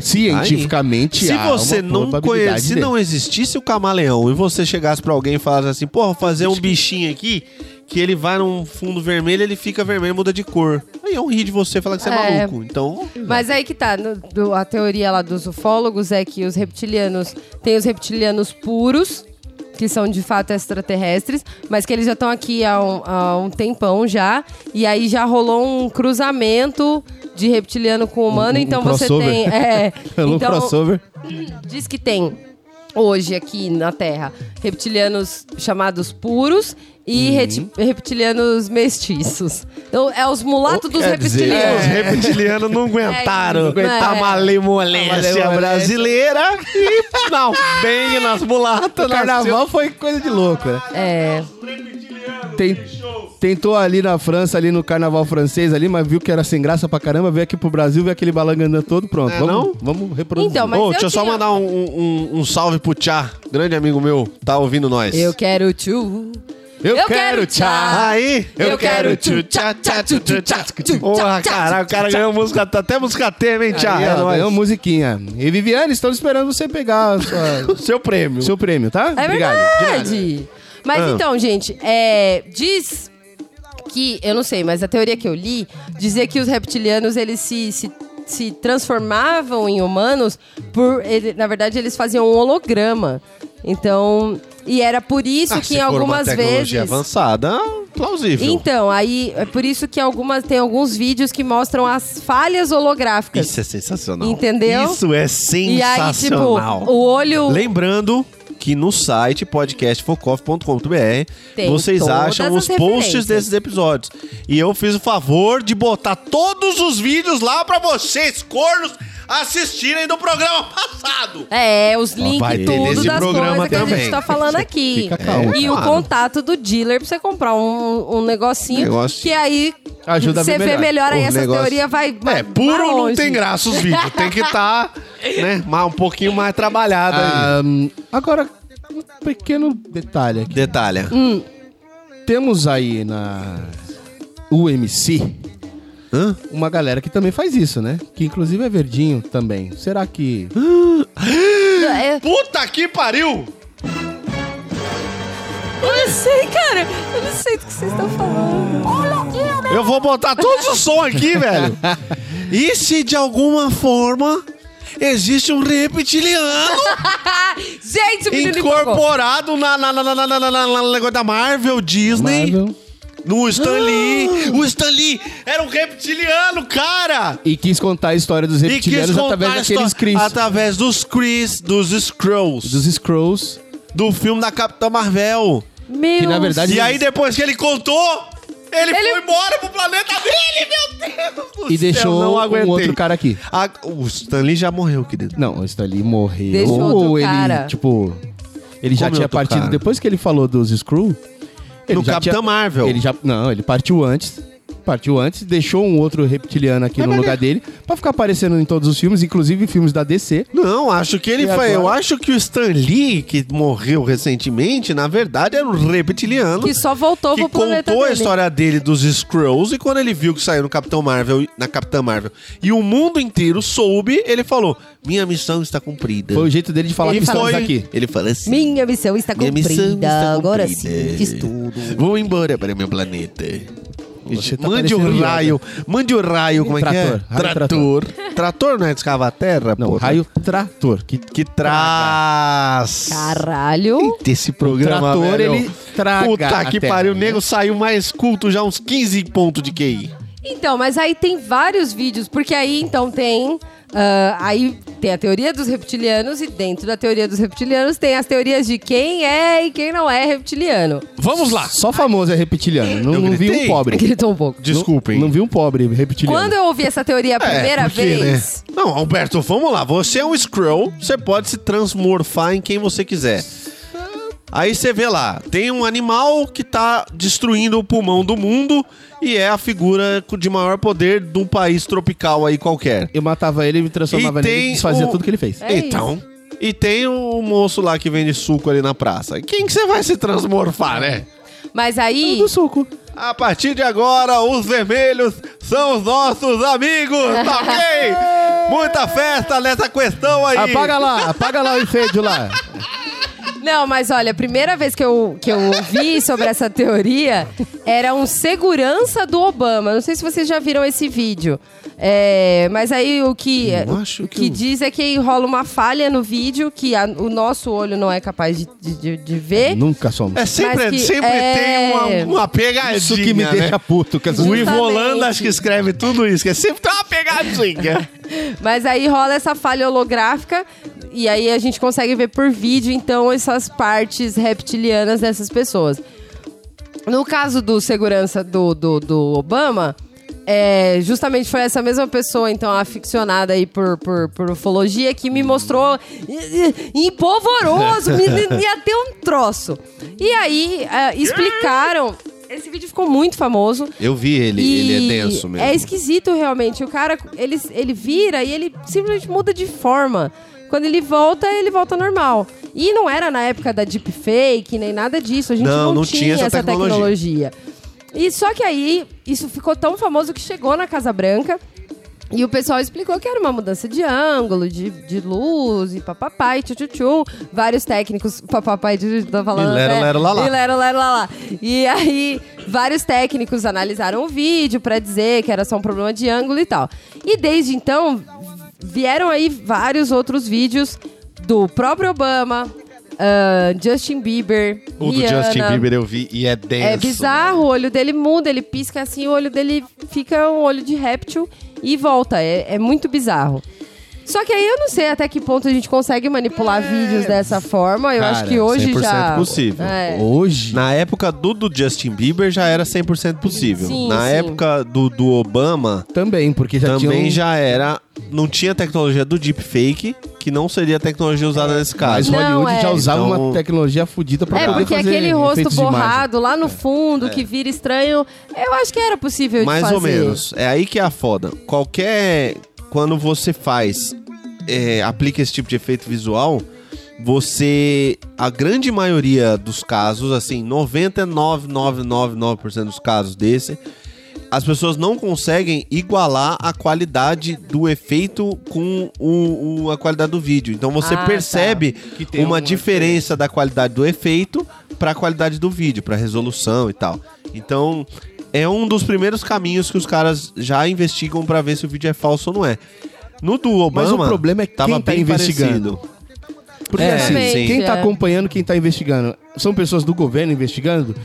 Speaker 6: cientificamente,
Speaker 4: Se
Speaker 6: há
Speaker 4: você
Speaker 6: uma
Speaker 4: não
Speaker 6: probabilidade
Speaker 4: conhece, se
Speaker 6: dele.
Speaker 4: não é existisse o camaleão e você chegasse pra alguém e falasse assim, porra, fazer um bichinho aqui que ele vai num fundo vermelho, ele fica vermelho, e muda de cor. Aí é um rir de você falar que você é,
Speaker 3: É.
Speaker 4: maluco. Então,
Speaker 3: Mas aí que tá. no- do- a teoria lá dos ufólogos é que os reptilianos. Tem os reptilianos puros, que são de fato extraterrestres, mas que eles já estão aqui há um, há um tempão já. E aí já rolou um cruzamento de reptiliano com humano.
Speaker 6: Um- um
Speaker 3: então você
Speaker 6: crossover.
Speaker 3: tem. É,
Speaker 6: Rolou um
Speaker 3: então,
Speaker 6: crossover.
Speaker 3: Diz que tem hoje aqui na Terra reptilianos chamados puros
Speaker 4: Uhum.
Speaker 3: e reti- reptilianos mestiços. Então, é os mulatos dos
Speaker 4: Quer dizer, É,
Speaker 3: reptilianos.
Speaker 4: Os reptilianos não aguentaram
Speaker 3: É, não
Speaker 4: a
Speaker 3: é.
Speaker 4: malemolência
Speaker 6: malemolência.
Speaker 4: brasileira e não bem nas mulatas.
Speaker 6: O carnaval foi coisa de louco, né?
Speaker 3: É.
Speaker 6: Tem- tentou ali na França, ali no carnaval francês ali, mas viu que era sem graça pra caramba, veio aqui pro Brasil, veio aquele balangandã todo, pronto.
Speaker 4: É,
Speaker 6: vamos,
Speaker 4: não?
Speaker 6: vamos reproduzir.
Speaker 3: Então, mas
Speaker 4: Ô,
Speaker 3: eu
Speaker 4: deixa eu só
Speaker 3: tinha-
Speaker 4: mandar um, um- um salve pro Tchá, grande amigo meu, tá ouvindo nós.
Speaker 3: Eu quero tchu.
Speaker 6: Eu,
Speaker 3: eu quero
Speaker 6: quero tchau.
Speaker 4: Aí,
Speaker 3: Eu quero tchu, tchá, tchá, tchu, tchu, tchá, tchu, tchá,
Speaker 4: Porra,
Speaker 3: tchá,
Speaker 4: caralho, o cara ganhou música, tá até música tema, hein, Tchá?
Speaker 6: Aí,
Speaker 4: É
Speaker 6: ó,
Speaker 4: nóis.
Speaker 6: ganhou musiquinha. E Viviane, estamos esperando você pegar a sua-
Speaker 4: o seu prêmio.
Speaker 6: seu prêmio, tá?
Speaker 3: É
Speaker 6: De nada.
Speaker 3: verdade. Mas
Speaker 4: Ah.
Speaker 3: então, gente, é, diz que, eu não sei, mas a teoria que eu li dizia que os reptilianos eles se, se, se transformavam em humanos por, ele- na verdade, eles faziam um holograma. Então, e era por isso
Speaker 4: Ah,
Speaker 3: que
Speaker 4: se
Speaker 3: em
Speaker 4: for uma
Speaker 3: algumas
Speaker 4: tecnologia
Speaker 3: vezes
Speaker 4: avançada, plausível.
Speaker 3: Então, aí é por isso que algumas tem alguns vídeos que mostram as falhas holográficas.
Speaker 4: Isso é sensacional.
Speaker 3: Entendeu?
Speaker 4: Isso é
Speaker 3: e aí, tipo,
Speaker 4: sensacional.
Speaker 3: o olho
Speaker 4: Lembrando que no site podcastfocoff.com.br
Speaker 3: Tem
Speaker 4: vocês
Speaker 3: todas
Speaker 4: acham os
Speaker 3: as
Speaker 4: posts
Speaker 3: referências.
Speaker 4: desses episódios. E eu fiz o favor de botar todos os vídeos lá pra vocês, cornos, assistirem do programa passado.
Speaker 3: É, os
Speaker 4: vai
Speaker 3: links
Speaker 4: ter
Speaker 3: tudo
Speaker 4: nesse
Speaker 3: das coisas
Speaker 4: programa
Speaker 3: que a
Speaker 4: também. É,
Speaker 3: gente tá falando aqui.
Speaker 6: Fica calmo,
Speaker 3: e o
Speaker 4: claro.
Speaker 3: contato do dealer pra você comprar um, um negocinho
Speaker 4: Negócio.
Speaker 3: que aí
Speaker 6: Ajuda a ver
Speaker 3: você vê
Speaker 6: melhor.
Speaker 3: melhor aí
Speaker 4: O
Speaker 3: essa
Speaker 4: negócio-
Speaker 3: teoria vai vai
Speaker 4: É, puro não
Speaker 3: longe.
Speaker 4: tem graça os vídeos. Tem que estar, né, mais- um pouquinho mais trabalhado aí.
Speaker 6: Ah, hum, agora, um pequeno detalhe aqui.
Speaker 4: Detalha.
Speaker 6: Temos aí na UMC
Speaker 4: Hã?
Speaker 6: uma galera que também faz isso, né? Que inclusive é verdinho também. Será que.
Speaker 3: É,
Speaker 4: Puta que pariu!
Speaker 3: eu não sei, cara. Eu não sei do que vocês estão falando.
Speaker 4: Eu vou botar todos os sons aqui, velho. E se de alguma forma existe um reptiliano
Speaker 3: Gente, o menino empolgou.
Speaker 4: incorporado na, na, na, na, na, na, na, na- na- negócio da Marvel, Disney,
Speaker 6: Marvel?
Speaker 4: no Stan Lee. O Stan Lee era um reptiliano, cara!
Speaker 6: E quis contar a história dos
Speaker 4: E quis
Speaker 6: reptilianos
Speaker 4: contar
Speaker 6: através
Speaker 4: a
Speaker 6: daqueles
Speaker 4: história-
Speaker 6: Chris.
Speaker 4: através dos Chris, dos Skrulls,
Speaker 6: Dos Scrolls.
Speaker 4: do filme da Capitã Marvel.
Speaker 3: Meu
Speaker 6: Que, na verdade,
Speaker 4: E aí, depois que ele contou, ele,
Speaker 3: Ele-
Speaker 4: foi embora pro planeta dele, meu Deus! do
Speaker 6: E
Speaker 4: céu,
Speaker 6: deixou
Speaker 4: não
Speaker 6: um
Speaker 4: aguentei.
Speaker 6: outro cara aqui.
Speaker 4: A- o Stanley já morreu, querido.
Speaker 6: Não, o Stanley morreu.
Speaker 3: Deixou
Speaker 6: ou
Speaker 3: outro
Speaker 6: ele,
Speaker 3: cara.
Speaker 6: tipo. Ele já
Speaker 4: Como é
Speaker 6: tinha
Speaker 4: outro
Speaker 6: partido.
Speaker 4: cara?
Speaker 6: Depois que ele falou dos Screw.
Speaker 4: No Capitã Marvel.
Speaker 6: Ele já, não, ele partiu antes. Partiu antes, deixou um outro reptiliano aqui no lugar dele. Pra ficar aparecendo em todos os filmes, inclusive em filmes da DC.
Speaker 4: Não, acho que ele
Speaker 6: E
Speaker 4: foi. Eu
Speaker 6: agora?
Speaker 4: acho que o Stan Lee, que morreu recentemente, na verdade era um reptiliano.
Speaker 3: Que só voltou
Speaker 4: que
Speaker 3: pro
Speaker 4: contou
Speaker 3: planeta
Speaker 4: a
Speaker 3: dele.
Speaker 4: história dele dos Skrulls e quando ele viu que saiu no Capitão Marvel, na Capitã Marvel, e o mundo inteiro soube, ele falou: "Minha missão está cumprida".
Speaker 6: Foi o jeito dele de falar
Speaker 4: ele
Speaker 6: que estamos
Speaker 4: foi-
Speaker 6: aqui.
Speaker 4: Ele falou assim:
Speaker 3: Minha missão está
Speaker 4: Minha
Speaker 3: cumprida.
Speaker 4: missão está
Speaker 3: Agora
Speaker 4: cumprida.
Speaker 3: sim, fiz tudo.
Speaker 4: Vou embora para meu planeta.
Speaker 6: Você tá
Speaker 4: mande
Speaker 6: parecendo
Speaker 4: o
Speaker 6: Yoda.
Speaker 4: raio, mande o raio, como é que é?
Speaker 6: Trator, raio
Speaker 4: Trator. Trator não é de escavar a terra,
Speaker 6: Não,
Speaker 4: porra?
Speaker 6: raio trator. Que
Speaker 4: que traz.
Speaker 3: Caralho.
Speaker 4: Desse programa,
Speaker 6: trator,
Speaker 4: velho.
Speaker 6: ele traga
Speaker 4: Puta
Speaker 6: a
Speaker 4: que
Speaker 6: terra,
Speaker 4: pariu, o
Speaker 6: né?
Speaker 4: nego saiu mais culto já uns 15 pontos de QI.
Speaker 3: Então, mas aí tem vários vídeos, porque aí então tem. ah, aí tem a teoria dos reptilianos e dentro da teoria dos reptilianos tem as teorias de quem é e quem não é reptiliano.
Speaker 4: Vamos lá.
Speaker 6: só famoso é reptiliano. Não,
Speaker 4: Eu
Speaker 6: não vi
Speaker 4: gritei.
Speaker 6: um pobre.
Speaker 3: Gritou um pouco.
Speaker 4: Desculpem.
Speaker 6: Não, não vi um pobre reptiliano.
Speaker 3: Quando eu ouvi essa teoria a primeira
Speaker 4: porque,
Speaker 3: vez,
Speaker 4: É, né? Não, Alberto, vamos lá. Você é um Skrull, você pode se transmorfar em quem você quiser. Aí você vê lá, tem um animal que tá destruindo o pulmão do mundo e é a figura de maior poder de um país tropical aí qualquer.
Speaker 6: Eu matava ele, me transformava
Speaker 4: E
Speaker 6: nele
Speaker 4: tem
Speaker 6: e desfazia
Speaker 4: o-
Speaker 6: tudo que ele fez.
Speaker 3: É isso.
Speaker 4: então. E tem o moço lá que vende suco ali na praça. Quem que você vai se transmorfar, né?
Speaker 3: mas aí.
Speaker 6: Do Um suco.
Speaker 4: A partir de agora, os vermelhos são os nossos amigos, tá ok? Muita festa nessa questão aí.
Speaker 6: Apaga lá, apaga lá o enfeite lá.
Speaker 3: Não, mas olha, a primeira vez que eu, que eu ouvi sobre essa teoria era um segurança do Obama. Não sei se vocês já viram esse vídeo. É, mas aí o que,
Speaker 4: Eu acho
Speaker 3: o
Speaker 4: que eu-
Speaker 3: diz é que rola uma falha no vídeo que a- o nosso olho não é capaz de, de- de- de ver.
Speaker 6: Nunca somos.
Speaker 4: É
Speaker 3: Mas
Speaker 4: sempre,
Speaker 3: que
Speaker 4: sempre
Speaker 3: é-
Speaker 4: tem uma, uma pegadinha.
Speaker 6: Isso que me
Speaker 4: né?
Speaker 6: deixa puto. Que essas...
Speaker 4: O
Speaker 3: Justamente.
Speaker 4: Ivo Holanda acho que escreve tudo isso, que é sempre tem uma pegadinha.
Speaker 3: Mas aí rola essa falha holográfica e aí a gente consegue ver por vídeo, então, essas partes reptilianas dessas pessoas. No caso do segurança do, do, do Obama, é, justamente foi essa mesma pessoa, então, aficionada aí por, por, por ufologia, que me mostrou e- e- empolvoroso, me, me- ia ter um troço. E aí, é, explicaram... Esse vídeo ficou muito famoso.
Speaker 4: Eu vi ele,
Speaker 3: E É esquisito, realmente. O cara, ele, ele vira e ele simplesmente muda de forma. Quando ele volta, ele volta normal. E não era na época da deepfake, nem nada disso. A gente
Speaker 4: Não,
Speaker 3: não,
Speaker 4: não tinha
Speaker 3: tinha
Speaker 4: essa
Speaker 3: essa,
Speaker 4: tecnologia.
Speaker 3: tecnologia. E só que aí, isso ficou tão famoso que chegou na Casa Branca. E o pessoal explicou que era uma mudança de ângulo, de, de luz, e papapá, e tchutchutchu. Vários técnicos, papapá e tchutchutchu, tá falando.
Speaker 4: E lero,
Speaker 3: né?
Speaker 4: lero, lá, lá.
Speaker 3: E lero, lero, lá, lá. E aí, vários técnicos analisaram o vídeo pra dizer que era só um problema de ângulo e tal. E desde então, vieram aí vários outros vídeos do próprio Obama, ah, Justin Bieber,
Speaker 4: O do
Speaker 3: Rihanna.
Speaker 4: Justin Bieber eu vi e é denso.
Speaker 3: É bizarro, o olho dele muda, ele pisca assim, o olho dele fica um olho de réptil e volta. É, é muito bizarro. Só que aí eu não sei até que ponto a gente consegue manipular
Speaker 4: É.
Speaker 3: vídeos dessa forma. Eu acho
Speaker 6: Cara,
Speaker 3: que hoje
Speaker 4: 100%
Speaker 3: já.
Speaker 4: possível.
Speaker 3: É.
Speaker 6: Hoje.
Speaker 4: Na época do, do Justin Bieber já era 100% possível.
Speaker 3: Sim,
Speaker 4: Na
Speaker 3: sim.
Speaker 4: época do, do Obama
Speaker 6: Também, porque já tinha.
Speaker 4: também já um era. Não tinha tecnologia do deepfake, que não seria a tecnologia usada nesse
Speaker 6: Mas
Speaker 4: caso.
Speaker 3: Não,
Speaker 6: Hollywood
Speaker 3: é.
Speaker 6: já usava
Speaker 4: Então-
Speaker 6: uma tecnologia fodida pra
Speaker 3: É
Speaker 6: poder
Speaker 3: porque
Speaker 6: fazer
Speaker 3: aquele rosto
Speaker 6: efeitos de imagem. É.
Speaker 3: borrado lá no fundo, que vira estranho, eu acho que era possível de
Speaker 4: Mais
Speaker 3: fazer.
Speaker 4: ou menos. É aí que é a foda. Qualquer. Quando você faz. é, aplica esse tipo de efeito visual. Você. A grande maioria dos casos, assim, 99,999% dos casos desse. As pessoas não conseguem igualar a qualidade do efeito com o, o- a qualidade do vídeo. Então você
Speaker 3: Ah, tá.
Speaker 4: percebe
Speaker 6: Que tem
Speaker 4: uma
Speaker 6: uma
Speaker 4: diferença da qualidade do efeito para a qualidade do vídeo, para resolução e tal. Então, é um dos primeiros caminhos que os caras já investigam para ver se o vídeo é falso ou não é. No do Obama,
Speaker 6: Mas o problema é quem
Speaker 4: tava
Speaker 6: tá
Speaker 4: bem
Speaker 6: investigando.
Speaker 4: parecido.
Speaker 6: Porque
Speaker 4: É,
Speaker 6: assim,
Speaker 4: sim.
Speaker 6: quem tá
Speaker 3: é.
Speaker 6: acompanhando, quem tá investigando, são pessoas do governo investigando?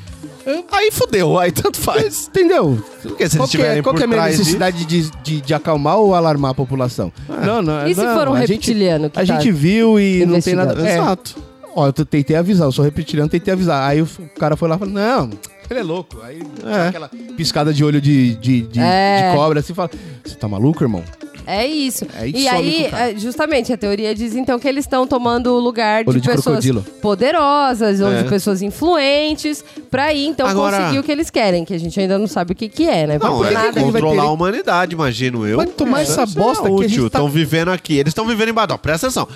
Speaker 4: Aí fudeu, aí tanto faz.
Speaker 6: Entendeu?
Speaker 4: Porque se
Speaker 6: qual
Speaker 4: eles
Speaker 6: que é,
Speaker 4: tiverem
Speaker 6: qual
Speaker 4: por
Speaker 6: que é a minha
Speaker 4: trás disso-
Speaker 6: necessidade de, de, de acalmar ou alarmar a população? Ah. Não, não.
Speaker 3: E se
Speaker 6: não,
Speaker 3: for um
Speaker 6: a Gente,
Speaker 3: reptiliano que
Speaker 6: a
Speaker 3: tá-
Speaker 6: gente viu e não tem nada.
Speaker 3: investigando.
Speaker 6: É,
Speaker 4: Exato.
Speaker 6: Ó, eu tentei avisar, eu sou reptiliano, tentei avisar. Aí o f- o cara foi lá e falou, não, ele é louco. Aí dá aquela piscada de olho de, de, de,
Speaker 3: É.
Speaker 6: de cobra assim e fala, você tá maluco, irmão?
Speaker 3: É isso.
Speaker 6: É isso,
Speaker 3: e aí,
Speaker 6: some com o cara.
Speaker 3: é, justamente, a teoria diz então que eles estão tomando o lugar de,
Speaker 6: Olho de
Speaker 3: pessoas
Speaker 6: crocodilo.
Speaker 3: poderosas ou
Speaker 4: É.
Speaker 3: de pessoas influentes pra ir então
Speaker 4: Agora-
Speaker 3: conseguir o que eles querem, que a gente ainda não sabe o que que é, né?
Speaker 4: Não,
Speaker 3: Porque
Speaker 4: é
Speaker 3: nada-
Speaker 6: que ele vai
Speaker 4: controlar
Speaker 6: ter-
Speaker 4: a humanidade, imagino eu.
Speaker 6: Vai tomar
Speaker 4: Isso
Speaker 6: essa
Speaker 4: é
Speaker 6: bosta que a gente
Speaker 4: útil.
Speaker 6: tá-
Speaker 4: Estão vivendo aqui. Eles estão vivendo embaixo. Ó, presta atenção.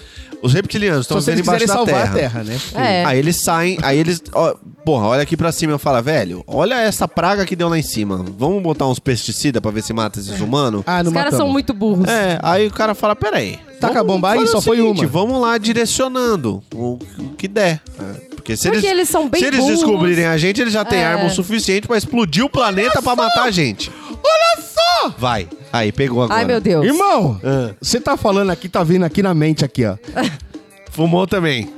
Speaker 4: Os reptilianos estão
Speaker 6: Só se
Speaker 4: vivendo
Speaker 6: eles
Speaker 4: embaixo
Speaker 6: quiserem
Speaker 4: da
Speaker 6: salvar
Speaker 4: terra.
Speaker 6: a terra, né?
Speaker 3: É.
Speaker 4: Aí eles saem, aí eles. Ó, porra, olha aqui pra cima e eu falo, velho, olha essa praga que deu lá em cima. Vamos botar uns pesticidas pra ver se mata esses humanos?
Speaker 6: Ah, não
Speaker 3: Os caras
Speaker 6: matamos.
Speaker 3: são muito burros.
Speaker 4: É, aí o cara fala, peraí.
Speaker 6: Taca a bomba aí,
Speaker 4: fazer
Speaker 6: só
Speaker 4: o
Speaker 6: foi
Speaker 4: seguinte,
Speaker 6: uma.
Speaker 4: Vamos lá direcionando o, o que der. É, Porque se,
Speaker 3: Porque
Speaker 4: eles,
Speaker 3: eles são bem
Speaker 4: se eles
Speaker 3: burros. É.
Speaker 4: descobrirem a gente, eles já têm arma o suficiente pra explodir o planeta pra matar a gente. Olha só! Vai. Aí, pegou agora.
Speaker 3: Ai, meu Deus.
Speaker 6: Irmão,
Speaker 4: Ah.
Speaker 6: você tá falando aqui, tá vindo aqui na mente aqui, ó.
Speaker 4: Fumou também.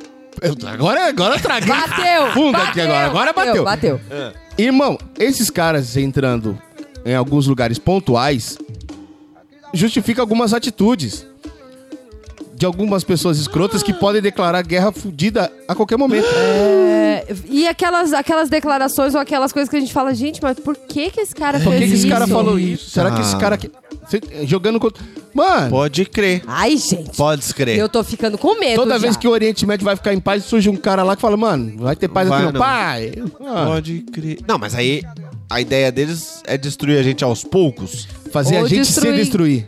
Speaker 6: Eu- agora, agora traguei.
Speaker 3: Bateu!
Speaker 6: Funda
Speaker 3: bateu,
Speaker 6: aqui agora, agora bateu.
Speaker 3: Bateu.
Speaker 6: Irmão, esses caras entrando em alguns lugares pontuais justifica algumas atitudes de algumas pessoas escrotas que podem declarar guerra fudida a qualquer momento.
Speaker 3: É, e aquelas, aquelas declarações ou aquelas coisas que a gente fala, gente, mas por que que esse cara
Speaker 6: Por
Speaker 3: fez
Speaker 6: que, que esse cara
Speaker 3: isso?
Speaker 6: falou isso? Será que esse cara aqui, cê- jogando contra.
Speaker 4: Ah.
Speaker 6: Mano,
Speaker 4: Pode crer.
Speaker 3: Ai, gente.
Speaker 4: Pode crer.
Speaker 3: Eu tô ficando com medo
Speaker 6: toda
Speaker 3: já.
Speaker 6: vez que o Oriente Médio vai ficar em paz, surge um cara lá que fala, mano, vai ter paz
Speaker 4: Vai
Speaker 6: aqui não.
Speaker 4: não.
Speaker 6: Pai! Ah,
Speaker 4: Pode crer. Não, mas aí a ideia deles é destruir a gente aos poucos.
Speaker 6: fazer
Speaker 3: Ou
Speaker 6: a gente
Speaker 3: destruir.
Speaker 6: se destruir.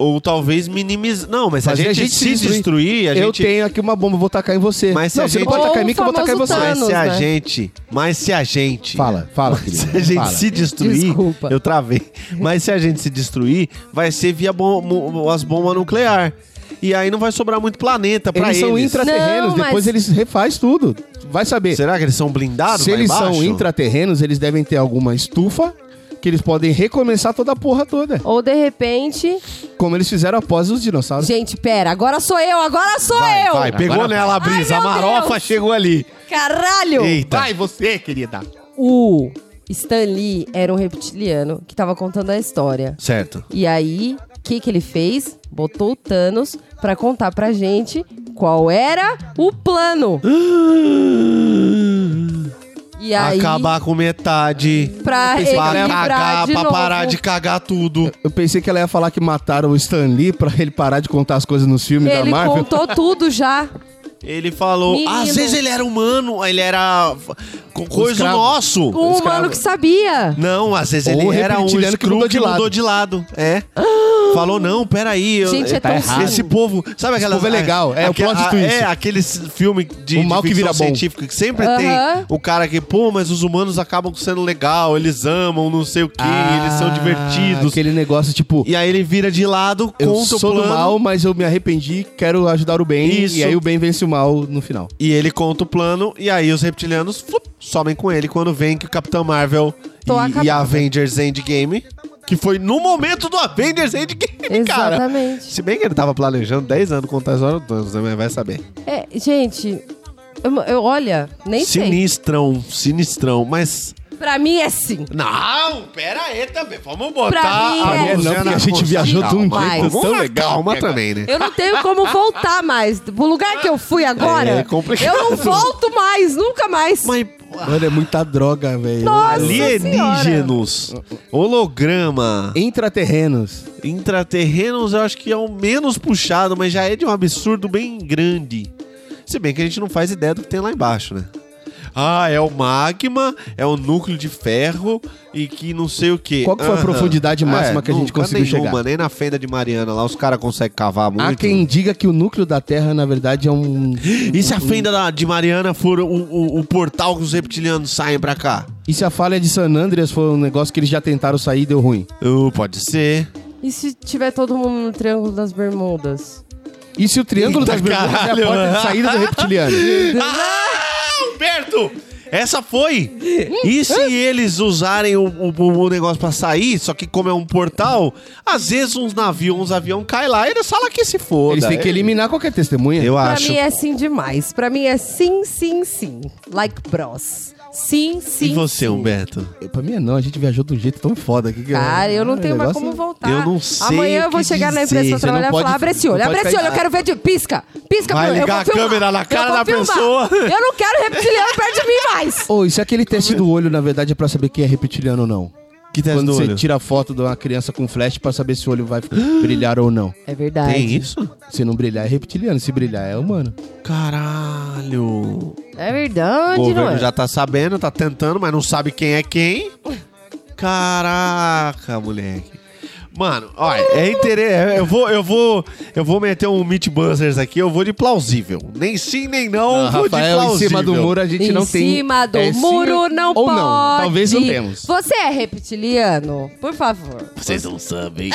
Speaker 4: Ou talvez minimizar. Não, mas se a
Speaker 6: Fazer
Speaker 4: gente, se destruir, a
Speaker 6: Eu
Speaker 4: gente.
Speaker 6: tenho aqui uma bomba, vou tacar em você.
Speaker 4: Mas se
Speaker 6: não,
Speaker 4: a
Speaker 6: você não
Speaker 4: gente-
Speaker 6: pode tacar em
Speaker 3: Ou
Speaker 6: mim que eu
Speaker 3: o
Speaker 6: vou tacar em
Speaker 3: famoso
Speaker 6: você.
Speaker 4: Mas
Speaker 3: Thanos,
Speaker 4: se a
Speaker 3: né?
Speaker 4: gente. Mas se a gente.
Speaker 6: Fala, fala, querido.
Speaker 4: Se a gente
Speaker 6: fala.
Speaker 4: se destruir.
Speaker 3: Desculpa.
Speaker 4: Eu travei. Mas se a gente se destruir, vai ser via bom- mo- as bombas nuclear. E aí não vai sobrar muito planeta pra
Speaker 6: Eles
Speaker 4: eles.
Speaker 6: são intraterrenos,
Speaker 3: Não, mas-
Speaker 6: depois eles refaz tudo. Vai saber.
Speaker 4: Será que eles são blindados?
Speaker 6: Se
Speaker 4: lá
Speaker 6: eles
Speaker 4: embaixo?
Speaker 6: são intraterrenos, eles devem ter alguma estufa que eles podem recomeçar toda a porra toda.
Speaker 3: Ou de repente.
Speaker 6: Como eles fizeram após os dinossauros.
Speaker 3: Gente, pera, agora sou eu, agora sou eu!
Speaker 4: Vai, pegou
Speaker 6: Agora vai.
Speaker 4: nela a brisa.
Speaker 3: Ai,
Speaker 4: a
Speaker 3: meu
Speaker 4: marofa
Speaker 3: Deus.
Speaker 4: chegou ali.
Speaker 3: Caralho!
Speaker 4: Eita.
Speaker 6: Vai você, querida.
Speaker 3: O Stan Lee era um reptiliano que tava contando a história.
Speaker 4: Certo.
Speaker 3: E aí, o que, que ele fez? Botou o Thanos pra contar pra gente qual era o plano. E aí,
Speaker 4: Acabar com metade.
Speaker 3: pra
Speaker 4: Pra
Speaker 3: ele livrar
Speaker 4: cagar,
Speaker 3: de
Speaker 4: pra
Speaker 3: novo.
Speaker 4: parar de cagar tudo.
Speaker 6: Eu pensei que ela ia falar que mataram o Stan Lee pra ele parar de contar as coisas nos filmes da
Speaker 3: ele
Speaker 6: Marvel.
Speaker 3: contou tudo já.
Speaker 4: Ele falou,
Speaker 3: Menino.
Speaker 4: às vezes ele era humano, ele era f- co- coisa
Speaker 6: Um escravo.
Speaker 4: nosso.
Speaker 3: Um humano que sabia.
Speaker 4: Não, às vezes
Speaker 6: Ou
Speaker 4: ele era um
Speaker 6: reptiliano que mudou
Speaker 4: escroto
Speaker 6: de
Speaker 4: que
Speaker 6: lado.
Speaker 4: mudou de lado. É. Falou, não, peraí. eu-
Speaker 3: Gente, é
Speaker 4: tá
Speaker 3: tão
Speaker 4: errado.
Speaker 3: sim.
Speaker 4: Esse povo. Sabe aquela.
Speaker 6: povo é legal, é o plot twist.
Speaker 4: É, aquele s- filme de,
Speaker 6: O mal
Speaker 4: de
Speaker 6: que vira
Speaker 4: ficção
Speaker 6: bom.
Speaker 4: científica que sempre tem
Speaker 3: Aham.
Speaker 4: o cara que, pô, mas os humanos acabam sendo legal, eles amam, não sei o quê, eles são
Speaker 6: Ah,
Speaker 4: divertidos.
Speaker 6: Aquele negócio tipo,
Speaker 4: E aí ele vira de lado,
Speaker 6: eu
Speaker 4: conta o
Speaker 6: sou do
Speaker 4: plano.
Speaker 6: mal, mas eu me arrependi, quero ajudar o bem.
Speaker 4: Isso.
Speaker 6: E aí o bem vence o mal no final.
Speaker 4: E ele conta o plano, e aí os reptilianos flup, somem com ele quando vem que o Capitão Marvel
Speaker 3: Tô
Speaker 4: e, e
Speaker 3: acabada.
Speaker 4: a Avengers Endgame, que foi no momento do Avengers Endgame, cara.
Speaker 3: Exatamente.
Speaker 4: Se bem que ele tava planejando 10 anos contar a história do Thanos, né? Mas vai saber.
Speaker 3: É, gente, eu, eu- olha, nem sei.
Speaker 4: sinistrão, sinistrão. Mas
Speaker 3: Pra mim é sim.
Speaker 4: Não, pera aí também. Vamos botar
Speaker 3: Pra mim, é.
Speaker 4: a
Speaker 3: Não,
Speaker 4: Luciana
Speaker 6: porque a gente
Speaker 4: Huck.
Speaker 6: viajou de um
Speaker 4: Calma,
Speaker 3: jeito
Speaker 4: vamos
Speaker 6: tão
Speaker 4: na
Speaker 6: legal.
Speaker 4: Calma também, né?
Speaker 3: Eu não tenho como voltar mais. Pro lugar que eu fui agora,
Speaker 6: É complicado.
Speaker 3: eu não volto mais, nunca mais.
Speaker 6: Mano, é muita droga, velho.
Speaker 3: Nossa
Speaker 4: Alienígenos, holograma,
Speaker 6: Intraterrenos.
Speaker 4: intraterrenos, eu acho que é o menos puxado, mas já é de um absurdo bem grande. Se bem que a gente não faz ideia do que tem lá embaixo, né? Ah, é o magma, é o núcleo de ferro e que não sei o quê.
Speaker 6: Qual que foi a
Speaker 4: Aham. É,
Speaker 6: profundidade máxima que a gente
Speaker 4: nunca
Speaker 6: conseguiu
Speaker 4: nenhuma,
Speaker 6: chegar?
Speaker 4: Nem na fenda de Mariana lá os caras conseguem cavar muito.
Speaker 6: Há quem diga que o núcleo da Terra, na verdade, é um.
Speaker 4: E se a fenda da- de Mariana for o, o- o portal que os reptilianos saem pra cá?
Speaker 6: E se a falha de San Andreas foi um negócio que eles já tentaram sair e deu ruim?
Speaker 4: Uh, pode ser.
Speaker 3: E se tiver todo mundo no Triângulo das Bermudas?
Speaker 6: E se o Triângulo
Speaker 4: Eita,
Speaker 6: das Bermudas é
Speaker 4: caralho,
Speaker 6: a porta
Speaker 4: mano.
Speaker 6: de saída do reptiliano?
Speaker 4: Ah, Humberto! Essa foi! E se eles usarem o, o- o negócio pra sair, só que como é um portal, às vezes uns navios, uns avião cai lá e eles falam que se foda.
Speaker 6: Eles têm que eliminar qualquer testemunha.
Speaker 4: Eu
Speaker 3: Pra
Speaker 4: acho.
Speaker 3: mim é sim demais. Pra mim é sim, sim, sim. Like bros. Sim, sim.
Speaker 4: e você,
Speaker 3: sim.
Speaker 4: Humberto?
Speaker 6: Eu- Pra mim é não, a gente viajou de um jeito tão foda aqui. que
Speaker 3: Cara,
Speaker 4: É
Speaker 3: eu não
Speaker 6: Ah,
Speaker 3: tenho mais
Speaker 6: negócio-
Speaker 3: como voltar.
Speaker 4: um assim. eu não sei
Speaker 3: Amanhã
Speaker 4: o
Speaker 3: eu vou
Speaker 4: que
Speaker 3: chegar na
Speaker 4: dizer,
Speaker 3: empresa pra
Speaker 4: você não
Speaker 3: trabalhar e
Speaker 4: pode-
Speaker 3: falar: abre esse olho,
Speaker 6: não
Speaker 3: abre
Speaker 6: pode
Speaker 3: esse olho, eu
Speaker 6: ficar-
Speaker 3: quero ver de. Pisca! Pisca,
Speaker 4: Vai
Speaker 3: Bruno, eu
Speaker 4: ligar
Speaker 3: vou
Speaker 4: a
Speaker 3: filmar,
Speaker 4: câmera na
Speaker 3: eu
Speaker 4: cara
Speaker 3: vou
Speaker 4: da
Speaker 3: filmar.
Speaker 4: pessoa.
Speaker 3: Eu não quero reptiliano perto de mim mais!
Speaker 6: Ô, e se aquele teste do olho, na verdade, é pra saber quem é reptiliano ou não?
Speaker 4: Que teste
Speaker 6: Quando
Speaker 4: do
Speaker 6: você
Speaker 4: olho?
Speaker 6: tira a foto de uma criança com flash pra saber se o olho vai brilhar ou não.
Speaker 3: É verdade.
Speaker 4: Tem isso?
Speaker 6: Se não brilhar, é reptiliano. Se brilhar, é humano.
Speaker 4: Caralho.
Speaker 3: É
Speaker 4: O
Speaker 3: verdade, não
Speaker 4: governo
Speaker 3: é?
Speaker 4: já tá sabendo, tá tentando, mas não sabe quem é quem. Caraca, moleque. Mano, olha, é interessante. Eu vou, eu vou, eu vou meter um Meat Buzzers aqui, eu vou de plausível. Nem sim, nem não, eu vou de
Speaker 6: Rafael, em
Speaker 4: plausível.
Speaker 6: cima do muro a gente
Speaker 3: em
Speaker 6: não tem.
Speaker 3: cima do
Speaker 6: é sim
Speaker 3: muro não
Speaker 6: ou
Speaker 3: pode.
Speaker 6: não. Talvez não temos.
Speaker 3: Você é reptiliano? Por favor.
Speaker 4: Vocês não sabem.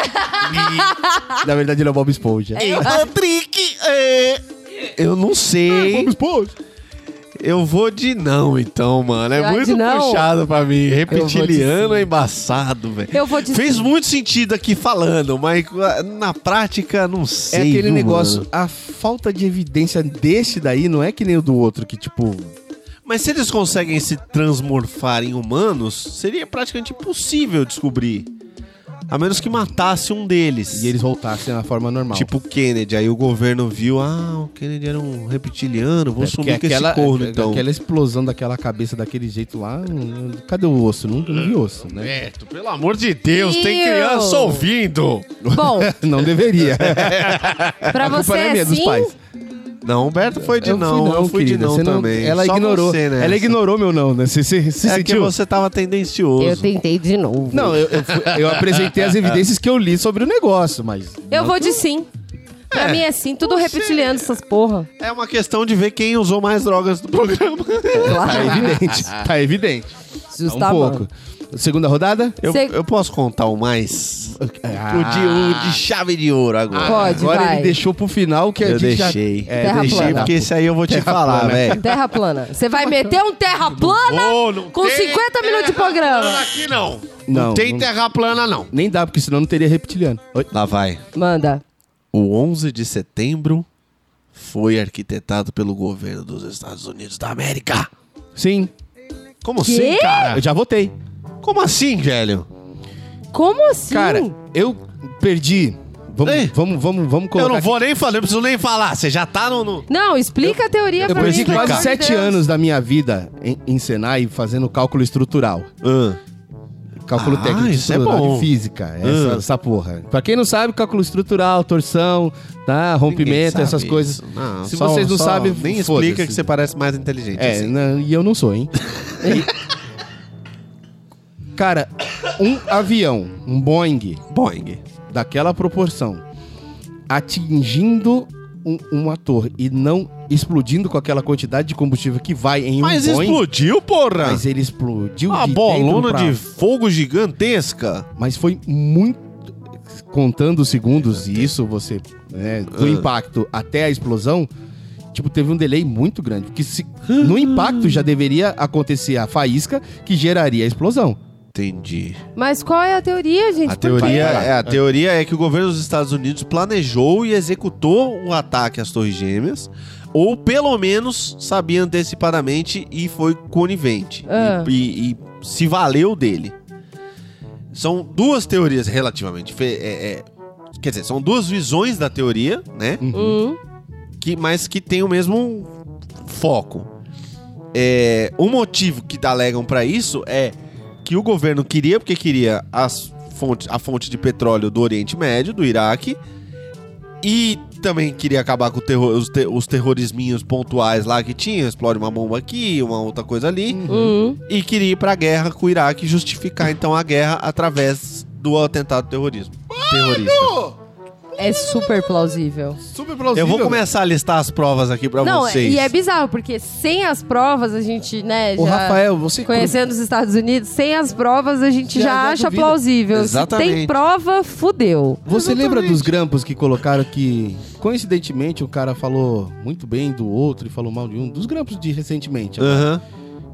Speaker 6: Na verdade, ele é o Bob Esponja.
Speaker 4: Ei, Patrick, é, Eu não
Speaker 6: Ah,
Speaker 4: sei.
Speaker 6: Esponja.
Speaker 4: Eu vou de não, então, mano. É
Speaker 3: Vai de
Speaker 4: muito
Speaker 3: não?
Speaker 4: puxado pra mim.
Speaker 3: vou de
Speaker 4: Reptiliano é embaçado, velho.
Speaker 3: Eu vou de
Speaker 4: Fez muito sentido aqui falando, mas ah, na prática não
Speaker 6: É
Speaker 4: sei.
Speaker 6: aquele
Speaker 4: viu,
Speaker 6: negócio,
Speaker 4: mano?
Speaker 6: a falta de evidência desse daí não é que nem o do outro, que tipo.
Speaker 4: Mas se eles conseguem se transmorfar em humanos, seria praticamente impossível descobrir. A menos que matasse um deles.
Speaker 6: E eles voltassem na forma normal.
Speaker 4: Tipo o Kennedy. Aí o governo viu, ah, o Kennedy era um reptiliano, vou
Speaker 6: É, porque
Speaker 4: sumir com esse corno, então.
Speaker 6: aquela é, explosão daquela cabeça daquele jeito lá. não- não- Cadê o osso? Não, não vi osso, né?
Speaker 4: Humberto, pelo amor de Deus, tem
Speaker 3: Meu.
Speaker 4: criança ouvindo.
Speaker 3: Bom,
Speaker 6: Não deveria.
Speaker 4: É.
Speaker 3: pra
Speaker 6: a culpa
Speaker 3: você
Speaker 6: não é
Speaker 3: é
Speaker 6: minha, dos
Speaker 3: sim?
Speaker 6: pais.
Speaker 4: Não, Humberto foi de não, eu fui
Speaker 6: querida,
Speaker 4: de
Speaker 6: você
Speaker 4: não também.
Speaker 6: Ela
Speaker 4: Só
Speaker 6: ignorou.
Speaker 4: você, né?
Speaker 6: Ela ignorou meu não, né? Você, você, você
Speaker 4: É que
Speaker 6: sentiu?
Speaker 4: você tava tendencioso.
Speaker 3: Eu tentei de novo.
Speaker 6: Não, eu, eu fui- eu apresentei as evidências que eu li sobre o negócio, mas.
Speaker 3: Eu vou de sim. Pra
Speaker 4: É,
Speaker 3: mim é sim, tudo reptiliano essas porra.
Speaker 4: É uma questão de ver quem usou mais drogas do programa.
Speaker 6: Tá
Speaker 3: Claro.
Speaker 6: evidente. Tá evidente. Tá um
Speaker 3: Justamente.
Speaker 6: pouco. Segunda rodada? Ah,
Speaker 4: Eu,
Speaker 3: Cê-
Speaker 4: eu posso contar o mais? Ah, O, de, o
Speaker 6: um
Speaker 4: de chave de ouro agora.
Speaker 3: Pode,
Speaker 6: Agora
Speaker 3: vai.
Speaker 6: ele deixou pro final que a
Speaker 4: Eu
Speaker 6: gente já-
Speaker 4: deixei.
Speaker 6: É,
Speaker 3: Terra
Speaker 6: deixei.
Speaker 3: plana.
Speaker 4: Porque esse aí eu vou te falar, velho.
Speaker 3: Terra plana. Você vai meter um terra plana
Speaker 4: Ô, não
Speaker 3: com
Speaker 4: tem
Speaker 3: 50 minutos de
Speaker 4: terra plana
Speaker 3: programa?
Speaker 4: Aqui não. Não,
Speaker 6: Não,
Speaker 4: tem
Speaker 6: não-
Speaker 4: terra plana, não.
Speaker 6: Nem dá, porque senão não teria reptiliano. Oi?
Speaker 4: Lá vai.
Speaker 3: Manda.
Speaker 4: O 11 de setembro foi arquitetado pelo governo dos Estados Unidos da América.
Speaker 6: Sim,
Speaker 4: Como
Speaker 3: Quê?
Speaker 4: assim, cara?
Speaker 6: eu já votei.
Speaker 4: Como assim, velho?
Speaker 3: Como assim?
Speaker 6: Cara, eu perdi. Vamos,
Speaker 4: Ei.
Speaker 6: vamos, vamos, vamos colocar.
Speaker 4: Eu não vou nem falar, eu preciso nem falar. Você já tá no... no-
Speaker 3: não, explica a teoria pra mim.
Speaker 6: Depois de
Speaker 3: pelo
Speaker 6: quase
Speaker 3: amor
Speaker 6: sete
Speaker 3: Deus.
Speaker 6: anos da minha vida em, em Senai fazendo cálculo estrutural.
Speaker 4: Ah.
Speaker 6: Cálculo
Speaker 4: Ah,
Speaker 6: técnico
Speaker 4: isso é
Speaker 6: estrutural
Speaker 4: bom.
Speaker 6: de física. Essa,
Speaker 4: Ah.
Speaker 6: essa porra. Pra quem não sabe, cálculo estrutural, torção, tá? rompimento,
Speaker 4: Ninguém sabe
Speaker 6: essas coisas.
Speaker 4: isso. Não,
Speaker 6: Se
Speaker 4: só-
Speaker 6: vocês não
Speaker 4: só
Speaker 6: sabem,
Speaker 4: nem
Speaker 6: foda-se.
Speaker 4: explica que você parece mais inteligente.
Speaker 6: É,
Speaker 4: assim.
Speaker 6: não, e eu não sou, hein? E- Cara, um avião, um Boeing
Speaker 4: Boeing.
Speaker 6: daquela proporção, atingindo um- uma torre e não explodindo com aquela quantidade de combustível que vai em um
Speaker 4: Mas
Speaker 6: Boeing,
Speaker 4: explodiu, porra!
Speaker 6: mas ele explodiu
Speaker 4: Uma
Speaker 6: de dentro
Speaker 4: bolona
Speaker 6: pra-
Speaker 4: de um fogo gigantesca.
Speaker 6: mas foi muito contando os segundos e isso você né, do
Speaker 4: Ah.
Speaker 6: impacto até a explosão tipo teve um delay muito grande porque se- no impacto já deveria acontecer a faísca que geraria a explosão
Speaker 4: Entendi.
Speaker 3: Mas qual é a teoria, gente? Por
Speaker 4: A
Speaker 3: quê?
Speaker 4: teoria,
Speaker 6: vai lá.
Speaker 4: é, a teoria é que o governo dos Estados Unidos planejou e executou o ataque às Torres Gêmeas, ou pelo menos sabia antecipadamente e foi conivente.
Speaker 3: Ah.
Speaker 4: E, e- e se valeu dele. São duas teorias relativamente. fe- é- é- quer dizer, são duas visões da teoria, né?
Speaker 3: Hum.
Speaker 4: que, mas que tem o mesmo foco. É, o motivo que alegam para isso é que o governo queria, porque queria as fontes, a fonte de petróleo do Oriente Médio, do Iraque, e também queria acabar com o terror- os, te- os terrorisminhos pontuais lá que tinha, explode uma bomba aqui, uma outra coisa ali,
Speaker 3: Hum.
Speaker 4: e queria ir pra guerra com o Iraque e justificar então a guerra através do atentado terrorismo. Terrorista.
Speaker 3: É super plausível.
Speaker 6: Ah, Super plausível.
Speaker 4: Eu vou começar a listar as provas aqui pra
Speaker 3: Não, é-
Speaker 4: vocês.
Speaker 3: e é bizarro, porque sem as provas a gente, né,
Speaker 6: Ô,
Speaker 3: já
Speaker 6: Rafael, você...
Speaker 3: conhecendo os Estados Unidos, sem as provas a gente
Speaker 6: Já-
Speaker 3: já,
Speaker 6: já
Speaker 3: acha
Speaker 6: duvida.
Speaker 3: plausível. Se
Speaker 4: Exatamente.
Speaker 3: tem prova, fudeu.
Speaker 6: Você lembra dos grampos que colocaram que, coincidentemente, o cara falou muito bem do outro e falou mal de um? Dos grampos de recentemente.
Speaker 4: Aham.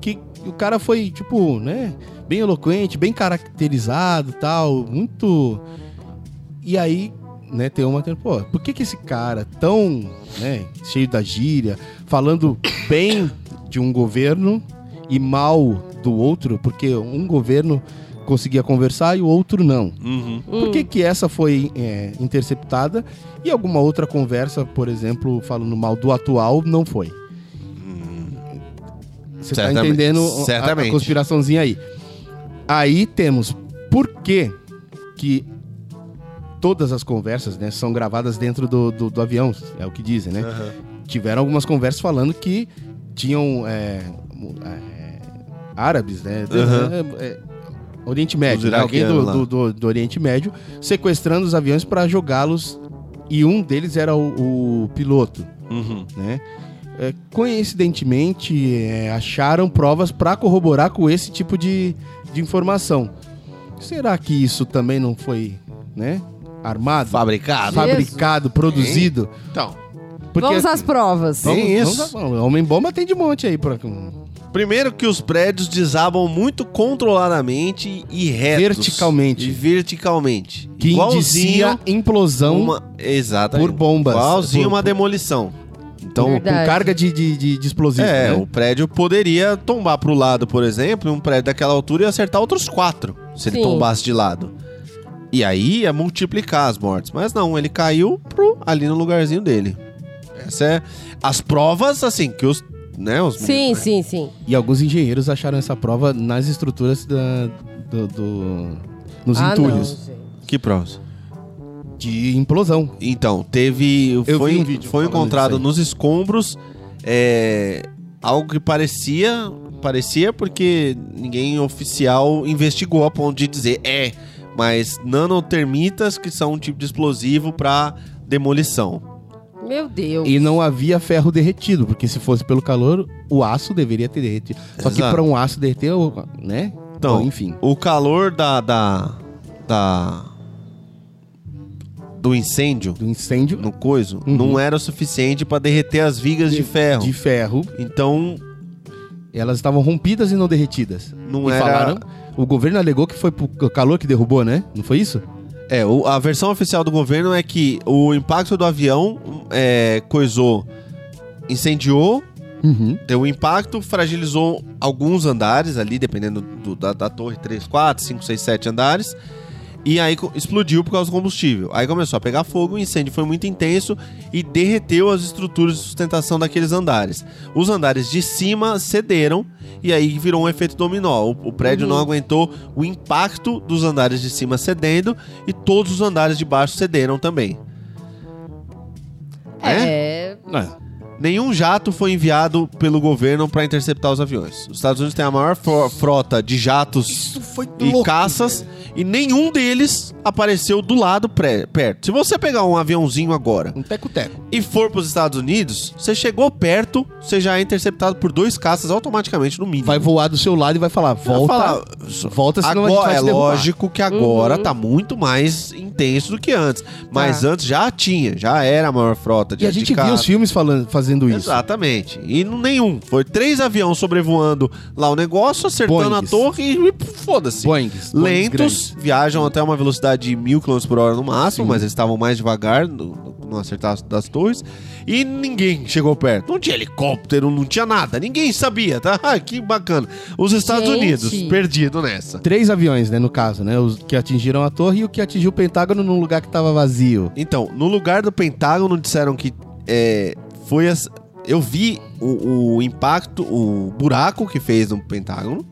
Speaker 6: Que o cara foi, tipo, né? Bem eloquente, bem caracterizado tal, muito. E aí, né, tem uma. tem- Pô, por que, que esse cara tão, né, cheio da gíria, falando bem de um governo e mal do outro? Porque um governo conseguia conversar e o outro não.
Speaker 4: Uhum.
Speaker 6: Por que, que essa foi é, interceptada e alguma outra conversa, por exemplo, falando mal do atual, não foi?
Speaker 4: Hum.
Speaker 6: Você tá
Speaker 4: Certamente,
Speaker 6: entendendo a- A,
Speaker 4: certamente.
Speaker 6: conspiraçãozinha aí. Aí temos por que que todas as conversas né, são gravadas dentro do, do, do avião, é o que dizem, né?
Speaker 4: Aham.
Speaker 6: Tiveram algumas conversas falando que tinham é, mu- é, árabes, né?
Speaker 4: Aham.
Speaker 6: É, é, Oriente Médio,
Speaker 4: Os
Speaker 6: né? alguém do,
Speaker 4: iraquianos lá.
Speaker 6: do- do- do Oriente Médio, sequestrando os aviões para jogá-los e um deles era o, o piloto,
Speaker 4: Uhum.
Speaker 6: né? É, coincidentemente, é, acharam provas para corroborar com esse tipo de, de informação. Será que isso também não foi, né? Armado,
Speaker 4: Fabricado.
Speaker 3: Fa-
Speaker 6: fabricado, produzido?
Speaker 4: Então,
Speaker 6: Porque,
Speaker 3: Vamos
Speaker 6: assim,
Speaker 3: às provas.
Speaker 4: Sim. Tem
Speaker 6: vamos-
Speaker 4: isso.
Speaker 6: vamos- homem bomba tem de monte aí pra
Speaker 4: primeiro que os prédios desabam muito controladamente e retos.
Speaker 6: Verticalmente.
Speaker 4: E verticalmente.
Speaker 6: que
Speaker 4: Igualzinho
Speaker 6: indicia implosão
Speaker 4: uma... Exatamente.
Speaker 6: por bombas.
Speaker 4: Igualzinho
Speaker 6: Por-
Speaker 4: uma demolição.
Speaker 6: Então,
Speaker 4: Então,
Speaker 3: Verdade.
Speaker 6: com carga de, de, de- de explosivo,
Speaker 4: é,
Speaker 6: né?
Speaker 4: o prédio poderia tombar pro lado, por exemplo, e um prédio daquela altura e acertar outros quatro, se ele
Speaker 3: Sim.
Speaker 4: tombasse de lado. E aí ia multiplicar as mortes. Mas não, ele caiu pro, ali no lugarzinho dele. Essa é as provas, assim, que os... Né, os
Speaker 3: Sim, sim, sim.
Speaker 6: E alguns engenheiros acharam essa prova nas estruturas da, do, do- nos
Speaker 3: Ah, não,
Speaker 6: entulhos
Speaker 3: gente.
Speaker 4: Que provas?
Speaker 6: de implosão.
Speaker 4: Então, teve.
Speaker 6: Eu
Speaker 4: foi
Speaker 6: vi um vídeo
Speaker 4: foi
Speaker 6: falando
Speaker 4: encontrado
Speaker 6: disso aí.
Speaker 4: nos escombros é, algo que parecia. Parecia porque ninguém oficial investigou a ponto de dizer é, mas nanotermitas que são um tipo de explosivo para demolição.
Speaker 3: Meu Deus.
Speaker 4: né?
Speaker 6: E não havia ferro derretido, porque se fosse pelo calor, o aço deveria ter derretido. Só que
Speaker 4: Exato.
Speaker 6: para um aço derreter, o- né?
Speaker 4: Então,
Speaker 6: enfim.
Speaker 4: O calor da. da. da- do incêndio
Speaker 6: Do incêndio
Speaker 4: no coiso
Speaker 6: Uhum.
Speaker 4: não era o suficiente para derreter as vigas de, ferro.
Speaker 6: de ferro,
Speaker 4: Então,
Speaker 6: elas estavam rompidas e não derretidas.
Speaker 4: não
Speaker 6: e
Speaker 4: era.
Speaker 6: falaram. O governo alegou que foi o calor que derrubou, né? Não foi isso?
Speaker 4: É, o- a versão oficial do governo é que o impacto do avião é, coisou, incendiou,
Speaker 6: Uhum.
Speaker 4: deu um impacto, fragilizou alguns andares ali, dependendo do- da, da torre, 3, 4, 5, 6, 7 andares. E aí co- explodiu por causa do combustível. Aí começou a pegar fogo, o incêndio foi muito intenso e derreteu as estruturas de sustentação daqueles andares. Os andares de cima cederam e aí virou um efeito dominó. O, o prédio não aguentou o impacto dos andares de cima cedendo e todos os andares de baixo cederam também.
Speaker 3: É.
Speaker 4: Nenhum jato foi enviado pelo governo para interceptar os aviões. Os Estados Unidos têm a maior fro- frota de jatos
Speaker 6: foi
Speaker 4: e caças e nenhum deles apareceu do lado pré- perto. Se você pegar um aviãozinho agora
Speaker 6: Um teco-teco.
Speaker 4: e for para os Estados Unidos, você chegou perto, você já é interceptado por dois caças automaticamente no mínimo.
Speaker 6: Vai voar do seu lado e vai falar,
Speaker 4: Eu ia
Speaker 6: volta,
Speaker 4: falar,
Speaker 6: volta, senão a gente
Speaker 4: agora
Speaker 6: vai
Speaker 4: é
Speaker 6: te derrubar. Uhum.
Speaker 4: lógico que agora tá muito mais intenso do que antes, mas antes já tinha, já era a maior frota de
Speaker 6: Tá. E a gente
Speaker 4: de
Speaker 6: viu os
Speaker 4: caça.
Speaker 6: filmes falando, fazendo isso.
Speaker 4: Exatamente. E não- nenhum. Foi três aviões sobrevoando lá o negócio, acertando
Speaker 6: Boings.
Speaker 4: a torre e, e foda-se.
Speaker 6: Boings. Boings
Speaker 4: Lentos,
Speaker 6: grandes.
Speaker 4: viajam até uma velocidade de mil km por hora no máximo, mas eles estavam mais devagar no, no- não acertar as- das torres. E ninguém chegou perto. Não tinha helicóptero, não tinha nada. Ninguém sabia, tá? Ah, que bacana. Os Estados
Speaker 3: Gente.
Speaker 4: Unidos, perdido nessa.
Speaker 6: Três aviões, né, no caso, né? Os que atingiram a torre e o que atingiu o Pentágono num lugar que tava vazio.
Speaker 4: Então, no lugar do Pentágono disseram que é, foi as, eu vi o, o impacto, o buraco que fez no Pentágono.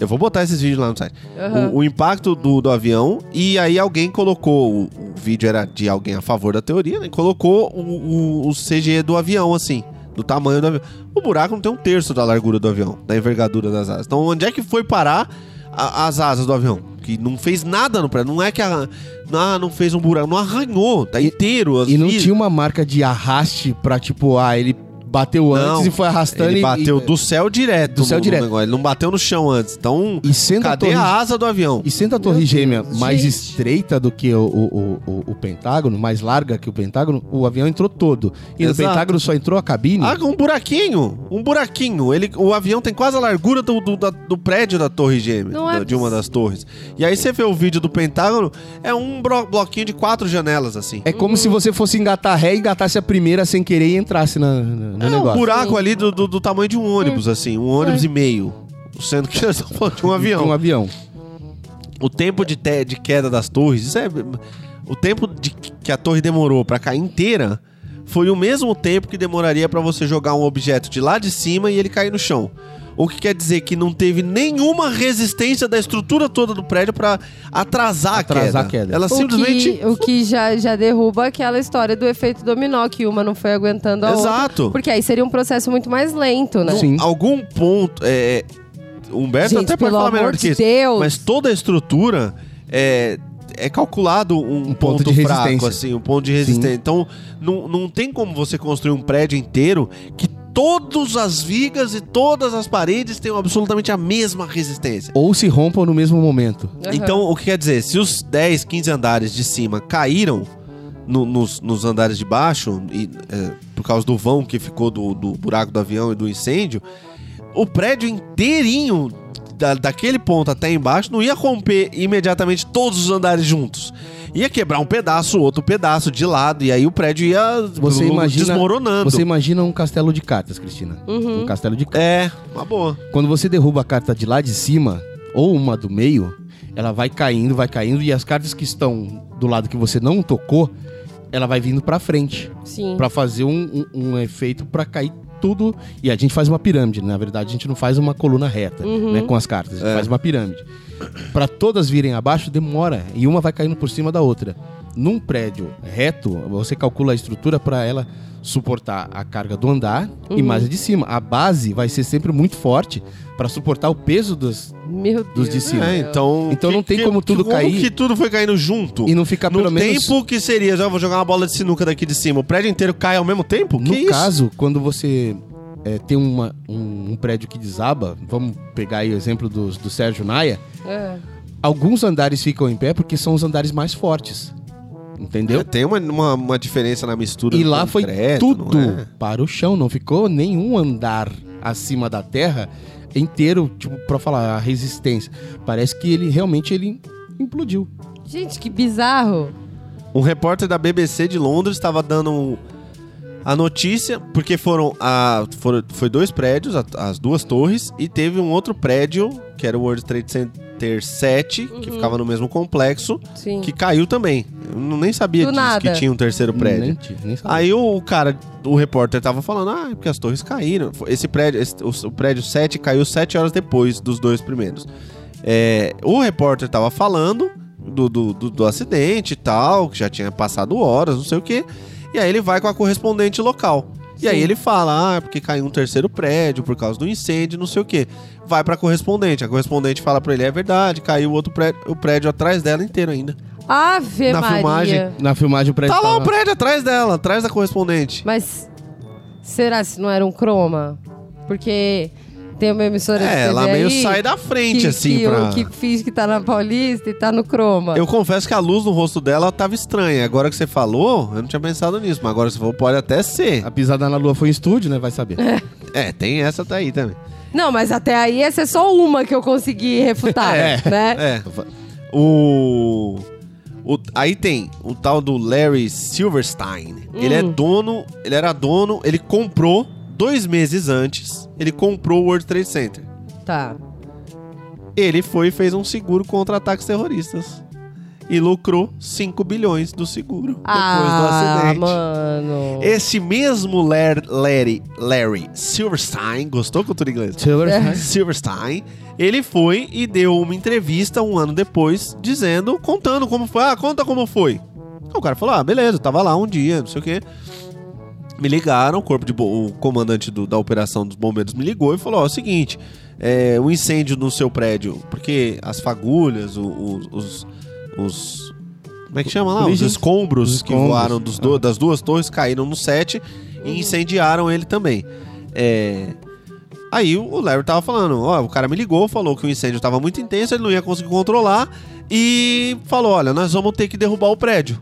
Speaker 4: Eu vou botar esses vídeos lá no site.
Speaker 3: Aham.
Speaker 4: O, o impacto do, do avião e aí alguém colocou o, o vídeo era de alguém a favor da teoria, né? Colocou o, o, o CGE do avião assim, do tamanho do avião. O buraco não tem um terço da largura do avião, da envergadura das asas. Então onde é que foi parar a- as asas do avião? Que não fez nada no prédio. Não é que a, ah, não fez um buraco, não arranhou, tá inteiro. as
Speaker 6: E não
Speaker 4: vias.
Speaker 6: tinha uma marca de arraste pra, tipo, ah, ele bateu
Speaker 4: Não,
Speaker 6: antes e foi arrastando
Speaker 4: Ele
Speaker 6: e-
Speaker 4: bateu
Speaker 6: e,
Speaker 4: do céu direto.
Speaker 6: né? Do céu
Speaker 4: no- no
Speaker 6: direto.
Speaker 4: negócio. Ele não bateu no chão antes. Então,
Speaker 6: E sendo a
Speaker 4: cadê
Speaker 6: torre,
Speaker 4: a asa do avião?
Speaker 6: e sendo a torre gêmea mais
Speaker 3: gente.
Speaker 6: estreita do que o, o- o- o- o Pentágono, mais larga que o Pentágono, o avião entrou todo. E no
Speaker 4: Exato.
Speaker 6: Pentágono só entrou a cabine.
Speaker 4: Ah, um buraquinho. Um buraquinho. Ele, o avião tem quase a largura do, do, da- do prédio da torre gêmea.
Speaker 3: Não é
Speaker 4: da- de uma das torres. E aí você vê o vídeo do Pentágono, é um bro- bloquinho de quatro janelas, assim.
Speaker 6: É como se você fosse engatar ré, engatasse a primeira sem querer e entrasse na- na- no
Speaker 4: É um
Speaker 6: negócio.
Speaker 4: buraco ali do, do, do tamanho de um
Speaker 3: É.
Speaker 4: ônibus, assim. Um ônibus e meio. Sendo que eles estão falando de um
Speaker 6: Um
Speaker 4: avião.
Speaker 6: avião.
Speaker 4: O tempo de, te- de queda das torres, isso é. O tempo de- que a torre demorou pra cair inteira foi o mesmo tempo que demoraria pra você jogar um objeto de lá de cima e ele cair no chão. O que quer dizer que não teve nenhuma resistência da estrutura toda do prédio pra atrasar, a,
Speaker 6: Atrasar
Speaker 4: queda.
Speaker 6: a queda.
Speaker 4: Ela simplesmente.
Speaker 3: O que, o que já, já derruba aquela história do efeito dominó, que uma não foi aguentando a outra.
Speaker 4: Exato.
Speaker 3: Porque aí seria um processo muito mais lento, né?
Speaker 6: Sim.
Speaker 4: Algum ponto. É, Humberto
Speaker 3: Gente,
Speaker 4: até pode
Speaker 3: pelo
Speaker 4: falar
Speaker 3: amor
Speaker 4: melhor do que
Speaker 3: de
Speaker 4: isso.
Speaker 3: Deus.
Speaker 4: Mas toda a estrutura é, é calculado um,
Speaker 6: Um ponto
Speaker 4: ponto,
Speaker 6: de
Speaker 4: fraco,
Speaker 6: resistência.
Speaker 4: assim, um ponto de resistência. Então, não, não tem como você construir um prédio inteiro que todas as vigas e todas as paredes tenham absolutamente a mesma resistência.
Speaker 6: Ou se rompam no mesmo momento.
Speaker 3: Aham.
Speaker 4: Então, o que quer dizer? Se os 10, 15 andares de cima caíram no- nos, nos andares de baixo, e, é, por causa do vão que ficou do, do buraco do avião e do incêndio, o prédio inteirinho, da- daquele ponto até embaixo, não ia romper imediatamente todos os andares juntos. Ia quebrar um pedaço, outro pedaço de lado, e aí o prédio ia
Speaker 6: Você imagina-
Speaker 4: desmoronando.
Speaker 6: Você imagina um castelo de cartas, Cristina.
Speaker 3: Uhum.
Speaker 6: Um castelo de cartas.
Speaker 4: É, uma boa.
Speaker 6: Quando você derruba a carta de lá de cima, ou uma do meio, ela vai caindo, vai caindo, e as cartas que estão do lado que você não tocou, ela vai vindo pra frente.
Speaker 3: Sim.
Speaker 6: Pra fazer um, um- um efeito pra cair tudo. E a gente faz uma pirâmide, né? na verdade, a gente não faz uma coluna reta
Speaker 3: Uhum.
Speaker 6: né, com as cartas, a gente
Speaker 4: É.
Speaker 6: faz uma pirâmide. Pra todas virem abaixo, demora. E uma vai caindo por cima da outra. Num prédio reto, você calcula a estrutura pra ela suportar a carga do andar e
Speaker 4: Uhum.
Speaker 6: mais a de cima. A base vai ser sempre muito forte pra suportar o peso dos.
Speaker 3: Meu
Speaker 6: Dos
Speaker 3: Deus.
Speaker 6: de cima.
Speaker 4: É, então.
Speaker 6: Então não tem como tudo cair.
Speaker 4: que tudo foi caindo junto?
Speaker 6: E não ficar
Speaker 4: no
Speaker 6: Tá pelo menos.
Speaker 4: tempo que seria, já vou jogar uma bola de sinuca daqui de cima, o prédio inteiro cai ao mesmo tempo?
Speaker 6: No
Speaker 4: que isso?
Speaker 6: caso, quando você é, tem uma- um, um prédio que desaba, vamos pegar aí o exemplo dos- do Sérgio Naia,
Speaker 3: É.
Speaker 6: alguns andares ficam em pé porque são os andares mais fortes. Entendeu?
Speaker 4: É, Tem uma, uma, uma diferença na mistura
Speaker 6: E
Speaker 4: do
Speaker 6: lá foi
Speaker 4: concreto, não
Speaker 6: tudo
Speaker 4: é?
Speaker 6: para o chão, não ficou nenhum andar acima da terra inteiro, tipo, pra falar a resistência. Parece que ele realmente ele implodiu.
Speaker 3: Gente, que bizarro.
Speaker 4: Um repórter da BBC de Londres estava dando um- a notícia, porque foram, a, foram foi dois prédios, a- as duas torres, e teve um outro prédio, que era o World Trade Center 7, que
Speaker 3: Uhum.
Speaker 4: ficava no mesmo complexo,
Speaker 3: Sim.
Speaker 4: que caiu também. Eu não- nem sabia
Speaker 3: Do
Speaker 4: disso, que
Speaker 3: nada.
Speaker 4: tinha um terceiro prédio.
Speaker 6: Nem, ti- nem sabia.
Speaker 4: Aí o cara, o repórter tava falando, ah, é porque as torres caíram. Esse prédio, esse- o, o prédio 7 caiu 7 horas depois dos dois primeiros. É, o repórter tava falando do, do, do- do acidente e tal, que já tinha passado horas, não sei o quê. E aí ele vai com a correspondente local. E aí
Speaker 3: Sim.
Speaker 4: ele fala, ah, é porque caiu um terceiro prédio por causa do incêndio, não sei o quê. Vai pra correspondente. A correspondente fala pra ele, é verdade, caiu outro prédio, o prédio atrás dela inteiro ainda.
Speaker 3: Ave
Speaker 4: Na
Speaker 3: Maria.
Speaker 4: filmagem.
Speaker 6: Na filmagem o prédio
Speaker 4: Tá lá o
Speaker 6: tava-
Speaker 4: prédio atrás dela, atrás da correspondente.
Speaker 3: Mas será se não era um croma? Porque tem uma emissora de
Speaker 4: É,
Speaker 3: TV
Speaker 4: ela meio
Speaker 3: aí
Speaker 4: sai da frente,
Speaker 3: que,
Speaker 4: assim,
Speaker 3: que,
Speaker 4: pra...
Speaker 3: o- que finge que tá na Paulista e tá no croma.
Speaker 4: Eu confesso que a luz no rosto dela tava estranha. Agora que você falou, eu não tinha pensado nisso. Mas agora que você falou, pode até ser.
Speaker 6: A pisada na lua foi em estúdio, né? Vai saber.
Speaker 4: É, tem essa daí também.
Speaker 3: Não, mas até aí essa é né? só uma que eu consegui refutar,
Speaker 4: É,
Speaker 3: né?
Speaker 4: É. O... O- aí tem o tal do Larry Silverstein. Ele
Speaker 3: Hum.
Speaker 4: é dono, ele era dono, ele comprou dois meses antes, ele comprou o World Trade Center.
Speaker 3: Tá.
Speaker 4: Ele foi e fez um seguro contra ataques terroristas. E lucrou 5 bilhões do seguro depois do
Speaker 3: ah,
Speaker 4: acidente.
Speaker 3: mano.
Speaker 4: Esse mesmo Lar- Larry, Larry Silverstein, gostou que eu tô em inglês? Silverstein, ele foi e deu uma entrevista um ano depois, dizendo, contando como foi. Ah, conta como foi. O cara falou: Ah, beleza, eu tava lá um dia, não sei o quê. Me ligaram, o corpo de bo- o comandante do- da operação dos bombeiros me ligou e falou: Ó, é o seguinte, é, o incêndio no seu prédio, porque as fagulhas, o- o- os, os- Como é que chama lá? Os
Speaker 6: Origens.
Speaker 4: escombros,
Speaker 6: Os
Speaker 4: que
Speaker 6: escombros,
Speaker 4: voaram dos do- das duas torres caíram no set e incendiaram ele também. É, Aí o Larry tava falando, ó, o cara me ligou, falou que o incêndio tava muito intenso, ele não ia conseguir controlar e falou, olha, nós vamos ter que derrubar o prédio.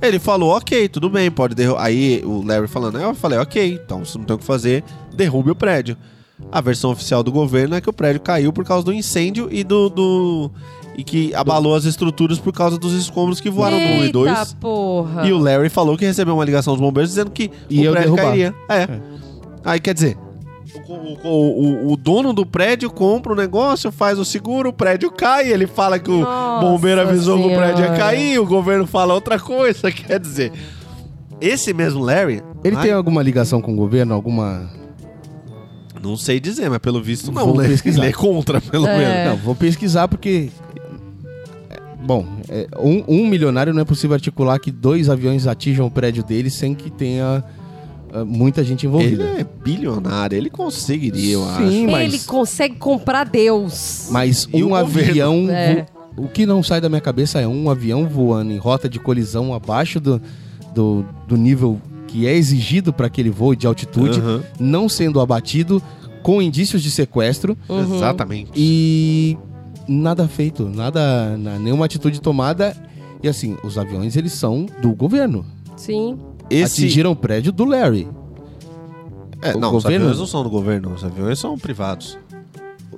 Speaker 4: Ele falou, ok, tudo bem, pode derrubar. Aí o Larry falando, aí eu falei, ok, então você não tem o que fazer, derrube o prédio. A versão oficial do governo é que o prédio caiu por causa do incêndio e do... do- e que abalou as estruturas por causa dos escombros que voaram do 1 e 2.
Speaker 3: Eita porra.
Speaker 4: E o Larry falou que recebeu uma ligação dos bombeiros dizendo que
Speaker 6: E
Speaker 4: o
Speaker 6: eu
Speaker 4: prédio
Speaker 6: derrubar.
Speaker 4: cairia. É. Aí quer dizer, o, o- o- o dono do prédio compra o negócio, faz o seguro, o prédio cai, ele fala que o
Speaker 3: Nossa
Speaker 4: bombeiro avisou que o prédio ia
Speaker 3: Senhora.
Speaker 4: cair, o governo fala outra coisa. Quer dizer, esse mesmo Larry.
Speaker 6: Ele
Speaker 4: ai,
Speaker 6: tem alguma ligação com o governo? Alguma.
Speaker 4: Não sei dizer, mas pelo visto não.
Speaker 6: Vou
Speaker 4: né?
Speaker 6: pesquisar.
Speaker 4: Ele é contra, pelo
Speaker 3: É.
Speaker 4: menos.
Speaker 6: Não, vou pesquisar porque. Bom, é, um, um milionário não é possível articular que dois aviões atinjam o prédio dele sem que tenha ah, muita gente
Speaker 4: Ele
Speaker 6: envolvida.
Speaker 4: é bilionário, ele conseguiria, eu acho.
Speaker 6: Sim,
Speaker 3: Ele
Speaker 6: mas,
Speaker 3: consegue comprar Deus.
Speaker 6: mas
Speaker 4: E o
Speaker 6: um avião. vo-
Speaker 3: É.
Speaker 6: O que não sai da minha cabeça é um avião voando em rota de colisão abaixo do, do, do nível que é exigido para aquele voo de altitude,
Speaker 4: Aham.
Speaker 6: não sendo abatido, com indícios de sequestro.
Speaker 3: Uhum.
Speaker 4: Exatamente.
Speaker 6: e nada feito, nada, na- nenhuma atitude tomada. E assim, os aviões eles são do governo.
Speaker 3: Sim.
Speaker 6: Atingiram o prédio do Larry.
Speaker 4: É,
Speaker 6: O
Speaker 4: não, os
Speaker 6: governo-
Speaker 4: aviões não são do governo, os aviões são privados.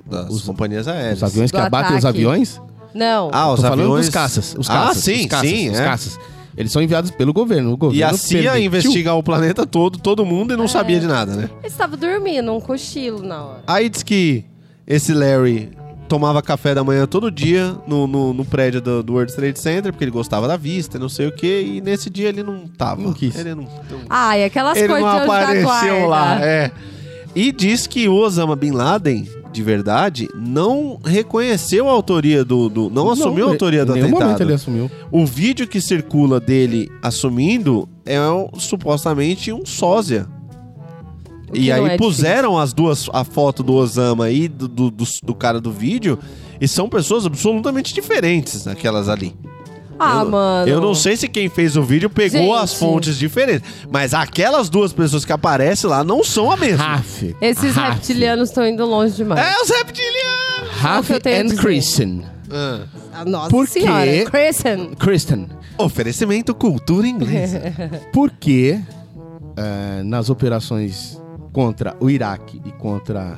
Speaker 4: Das
Speaker 6: Os-
Speaker 4: companhias aéreas.
Speaker 6: Os aviões
Speaker 3: Do
Speaker 6: que abatem os
Speaker 3: ataque.
Speaker 6: aviões?
Speaker 3: Não.
Speaker 4: É, Ah, os
Speaker 6: Tô
Speaker 4: aviões.
Speaker 6: falando dos caças. Os caças
Speaker 4: ah, sim,
Speaker 6: os caças,
Speaker 4: sim.
Speaker 6: os
Speaker 4: é.
Speaker 6: caças. Eles são enviados pelo governo. O
Speaker 4: E
Speaker 6: governo
Speaker 4: a CIA
Speaker 6: permitiu-
Speaker 4: investiga o planeta todo, todo mundo,
Speaker 3: É.
Speaker 4: e não sabia de nada, né?
Speaker 3: Ele estava dormindo, um cochilo na hora.
Speaker 4: Aí diz que esse Larry tomava café da manhã todo dia no, no, no prédio do, do World Trade Center, porque ele gostava da vista, não sei o quê, e nesse dia ele não tava.
Speaker 6: Não quis.
Speaker 4: Ele não, não-
Speaker 3: Ai, aquelas
Speaker 4: ele não
Speaker 3: coisas de anjo da guarda.
Speaker 4: apareceu lá, é. E diz que o Osama Bin Laden, de verdade, não reconheceu a autoria do... do- não, assumiu a autoria do
Speaker 6: é, Em nenhum momento
Speaker 4: atentado.
Speaker 6: ele assumiu.
Speaker 4: O vídeo que circula dele assumindo é um- supostamente um sósia.
Speaker 3: O que
Speaker 4: E
Speaker 3: não
Speaker 4: aí
Speaker 3: é
Speaker 4: puseram as duas a foto do Osama e do, do, do- do cara do vídeo e são pessoas absolutamente diferentes aquelas ali.
Speaker 3: difícil. Ah,
Speaker 4: eu,
Speaker 3: mano.
Speaker 4: Eu não sei se quem fez o vídeo pegou
Speaker 3: Gente.
Speaker 4: as fontes diferentes, mas aquelas duas pessoas que aparecem lá não são a mesma.
Speaker 6: Raf.
Speaker 3: Esses
Speaker 4: Ah,
Speaker 6: Raf,
Speaker 3: reptilianos estão indo longe demais.
Speaker 4: É os reptilianos!
Speaker 6: Raf
Speaker 3: Só que eu tenho a
Speaker 6: and
Speaker 3: dizer.
Speaker 6: Christian.
Speaker 3: Ah, Nossa
Speaker 6: Por quê?
Speaker 3: senhora. Crescent.
Speaker 6: Christian.
Speaker 4: Oferecimento cultura inglesa.
Speaker 6: Porque É, nas operações contra o Iraque e contra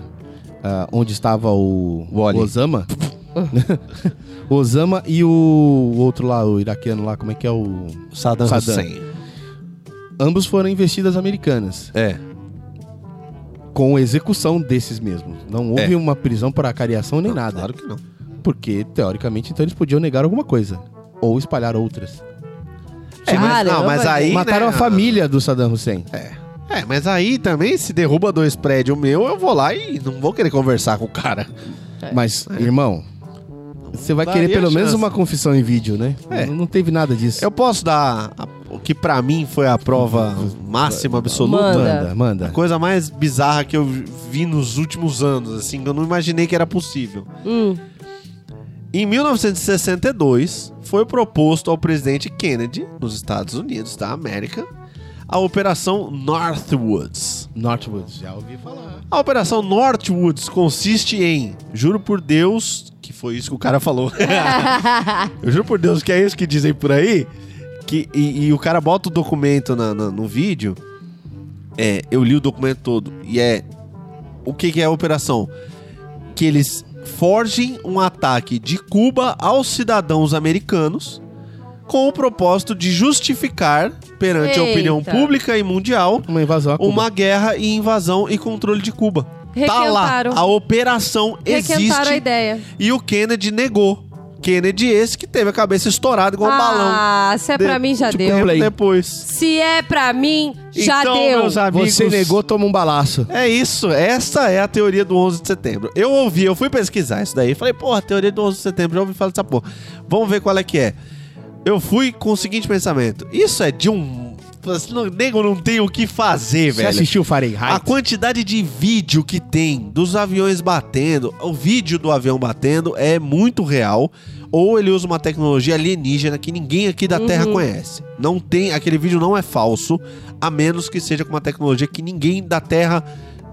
Speaker 6: ah, onde estava o,
Speaker 4: Wally.
Speaker 6: o Osama. o Osama e o outro lá, o iraquiano lá, como é que é o.
Speaker 4: Saddam
Speaker 6: Saddam.
Speaker 4: Hussein.
Speaker 6: Ambos foram investidas americanas,
Speaker 4: É.
Speaker 6: com execução desses mesmos. Não houve
Speaker 4: É.
Speaker 6: uma prisão por acariação nem
Speaker 4: Não,
Speaker 6: nada.
Speaker 4: Claro que não.
Speaker 6: Porque, teoricamente, então eles podiam negar alguma coisa. Ou espalhar outras.
Speaker 4: É, mas,
Speaker 3: Caramba,
Speaker 4: não, mas aí.
Speaker 6: Mataram
Speaker 4: né,
Speaker 6: a família do Saddam Hussein.
Speaker 4: É, mas aí também, se derruba dois prédios meu, eu vou lá e não vou querer conversar com o cara.
Speaker 3: É.
Speaker 6: Mas, irmão, você vai
Speaker 4: Daria
Speaker 6: querer pelo
Speaker 4: a
Speaker 6: menos
Speaker 4: chance.
Speaker 6: uma confissão em vídeo, né?
Speaker 4: É.
Speaker 6: Não, não teve nada disso.
Speaker 4: Eu posso dar a- o que pra mim foi a prova máxima absoluta?
Speaker 3: Manda.
Speaker 6: Manda,
Speaker 4: A
Speaker 6: manda.
Speaker 4: coisa mais bizarra que eu vi nos últimos anos, assim, que eu não imaginei que era possível.
Speaker 3: Hum.
Speaker 4: Em 1962, foi proposto ao presidente Kennedy, nos Estados Unidos da América, a Operação Northwoods.
Speaker 6: Northwoods, já ouvi falar.
Speaker 4: A operação Northwoods consiste em, juro por Deus, que foi isso que o cara falou. Eu juro por Deus que é isso que dizem por aí. Que, e, e o cara bota o documento na- na- no vídeo. É, eu li o documento todo. E é. O que, que é a operação? Que eles forgem um ataque de Cuba aos cidadãos americanos com o propósito de justificar perante a opinião
Speaker 3: Eita.
Speaker 4: pública e mundial
Speaker 6: Uma invasão a Cuba.
Speaker 4: uma guerra e invasão e controle de Cuba. Tá lá,
Speaker 3: Requentaram.
Speaker 4: a operação
Speaker 3: Requentaram a
Speaker 4: existe
Speaker 3: ideia.
Speaker 4: e o Kennedy negou. Kennedy esse que teve a cabeça estourada igual um balão.
Speaker 3: Ah, se é pra
Speaker 4: De-
Speaker 3: mim, já
Speaker 4: tipo,
Speaker 3: deu.
Speaker 4: tempo depois.
Speaker 3: Se é pra mim, já
Speaker 4: então,
Speaker 3: deu.
Speaker 4: meus amigos,
Speaker 6: Você negou, toma um balaço.
Speaker 4: É isso, essa é a teoria do 11 de setembro. Eu ouvi, eu fui pesquisar isso daí, falei, porra, teoria do 11 de setembro, eu ouvi falar dessa porra. Vamos ver qual é que é. Eu fui com o seguinte pensamento, isso é de um... Assim, não- Nego não tem o que fazer,
Speaker 6: Você
Speaker 4: velho.
Speaker 6: assistiu
Speaker 4: A
Speaker 6: Fahrenheit?
Speaker 4: quantidade de vídeo que tem dos aviões batendo, o vídeo do avião batendo é muito real, ou ele usa uma tecnologia alienígena que ninguém aqui da
Speaker 6: Uhum.
Speaker 4: Terra conhece. Não tem, aquele vídeo não é falso, a menos que seja com uma tecnologia que ninguém da Terra,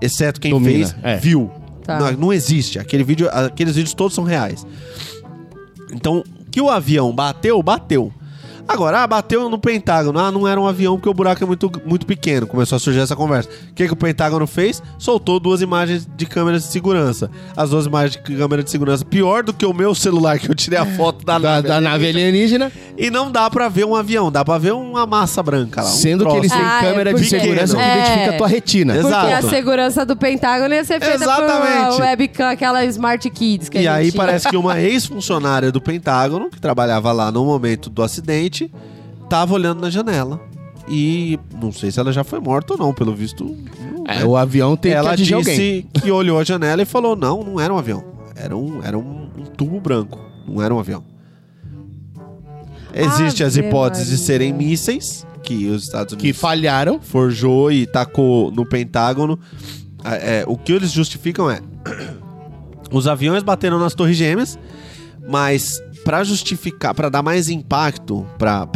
Speaker 4: exceto quem
Speaker 6: Domina,
Speaker 4: fez,
Speaker 6: é.
Speaker 4: viu.
Speaker 3: Tá.
Speaker 4: Não, não existe. Aquele vídeo, aqueles vídeos todos são reais. Então, que o avião bateu, bateu. Agora, ah, bateu no Pentágono. Ah, não era um avião porque o buraco é muito, muito pequeno. Começou a surgir essa conversa. O que, que o Pentágono fez? Soltou duas imagens de câmeras de segurança. As duas imagens de câmera de segurança, pior do que o meu celular, que eu tirei a foto da,
Speaker 6: Da,
Speaker 4: nave.
Speaker 6: da nave alienígena,
Speaker 4: E não dá pra ver um avião, dá pra ver uma massa branca lá. um
Speaker 6: sendo que
Speaker 4: troço.
Speaker 6: eles têm
Speaker 3: Ah, é
Speaker 6: câmera de
Speaker 4: porque-
Speaker 6: segurança que
Speaker 3: É.
Speaker 6: identifica a tua retina.
Speaker 4: Exato.
Speaker 3: Porque a segurança do Pentágono ia ser feita
Speaker 4: Exatamente.
Speaker 3: por uma webcam, aquela Smart Kids que a
Speaker 4: E
Speaker 3: gente
Speaker 4: aí
Speaker 3: tinha.
Speaker 4: parece que uma ex-funcionária do Pentágono, que trabalhava lá no momento do acidente, tava olhando na janela. E não sei se ela já foi morta ou não, pelo visto. não
Speaker 6: É,
Speaker 4: é.
Speaker 6: o avião tem que
Speaker 4: ela
Speaker 6: atingir
Speaker 4: disse
Speaker 6: alguém.
Speaker 4: que olhou a janela e falou: não, não era um avião. Era um, era um, um tubo branco. Não era um avião.
Speaker 6: Ah,
Speaker 4: Existem as
Speaker 3: Ave
Speaker 4: hipóteses de
Speaker 3: Maria.
Speaker 4: serem mísseis, que os Estados
Speaker 6: Que
Speaker 4: Unidos
Speaker 6: falharam.
Speaker 4: forjou e tacou no Pentágono. Ah, é, o que eles justificam é: os aviões bateram nas Torres Gêmeas, mas para justificar, para dar mais impacto para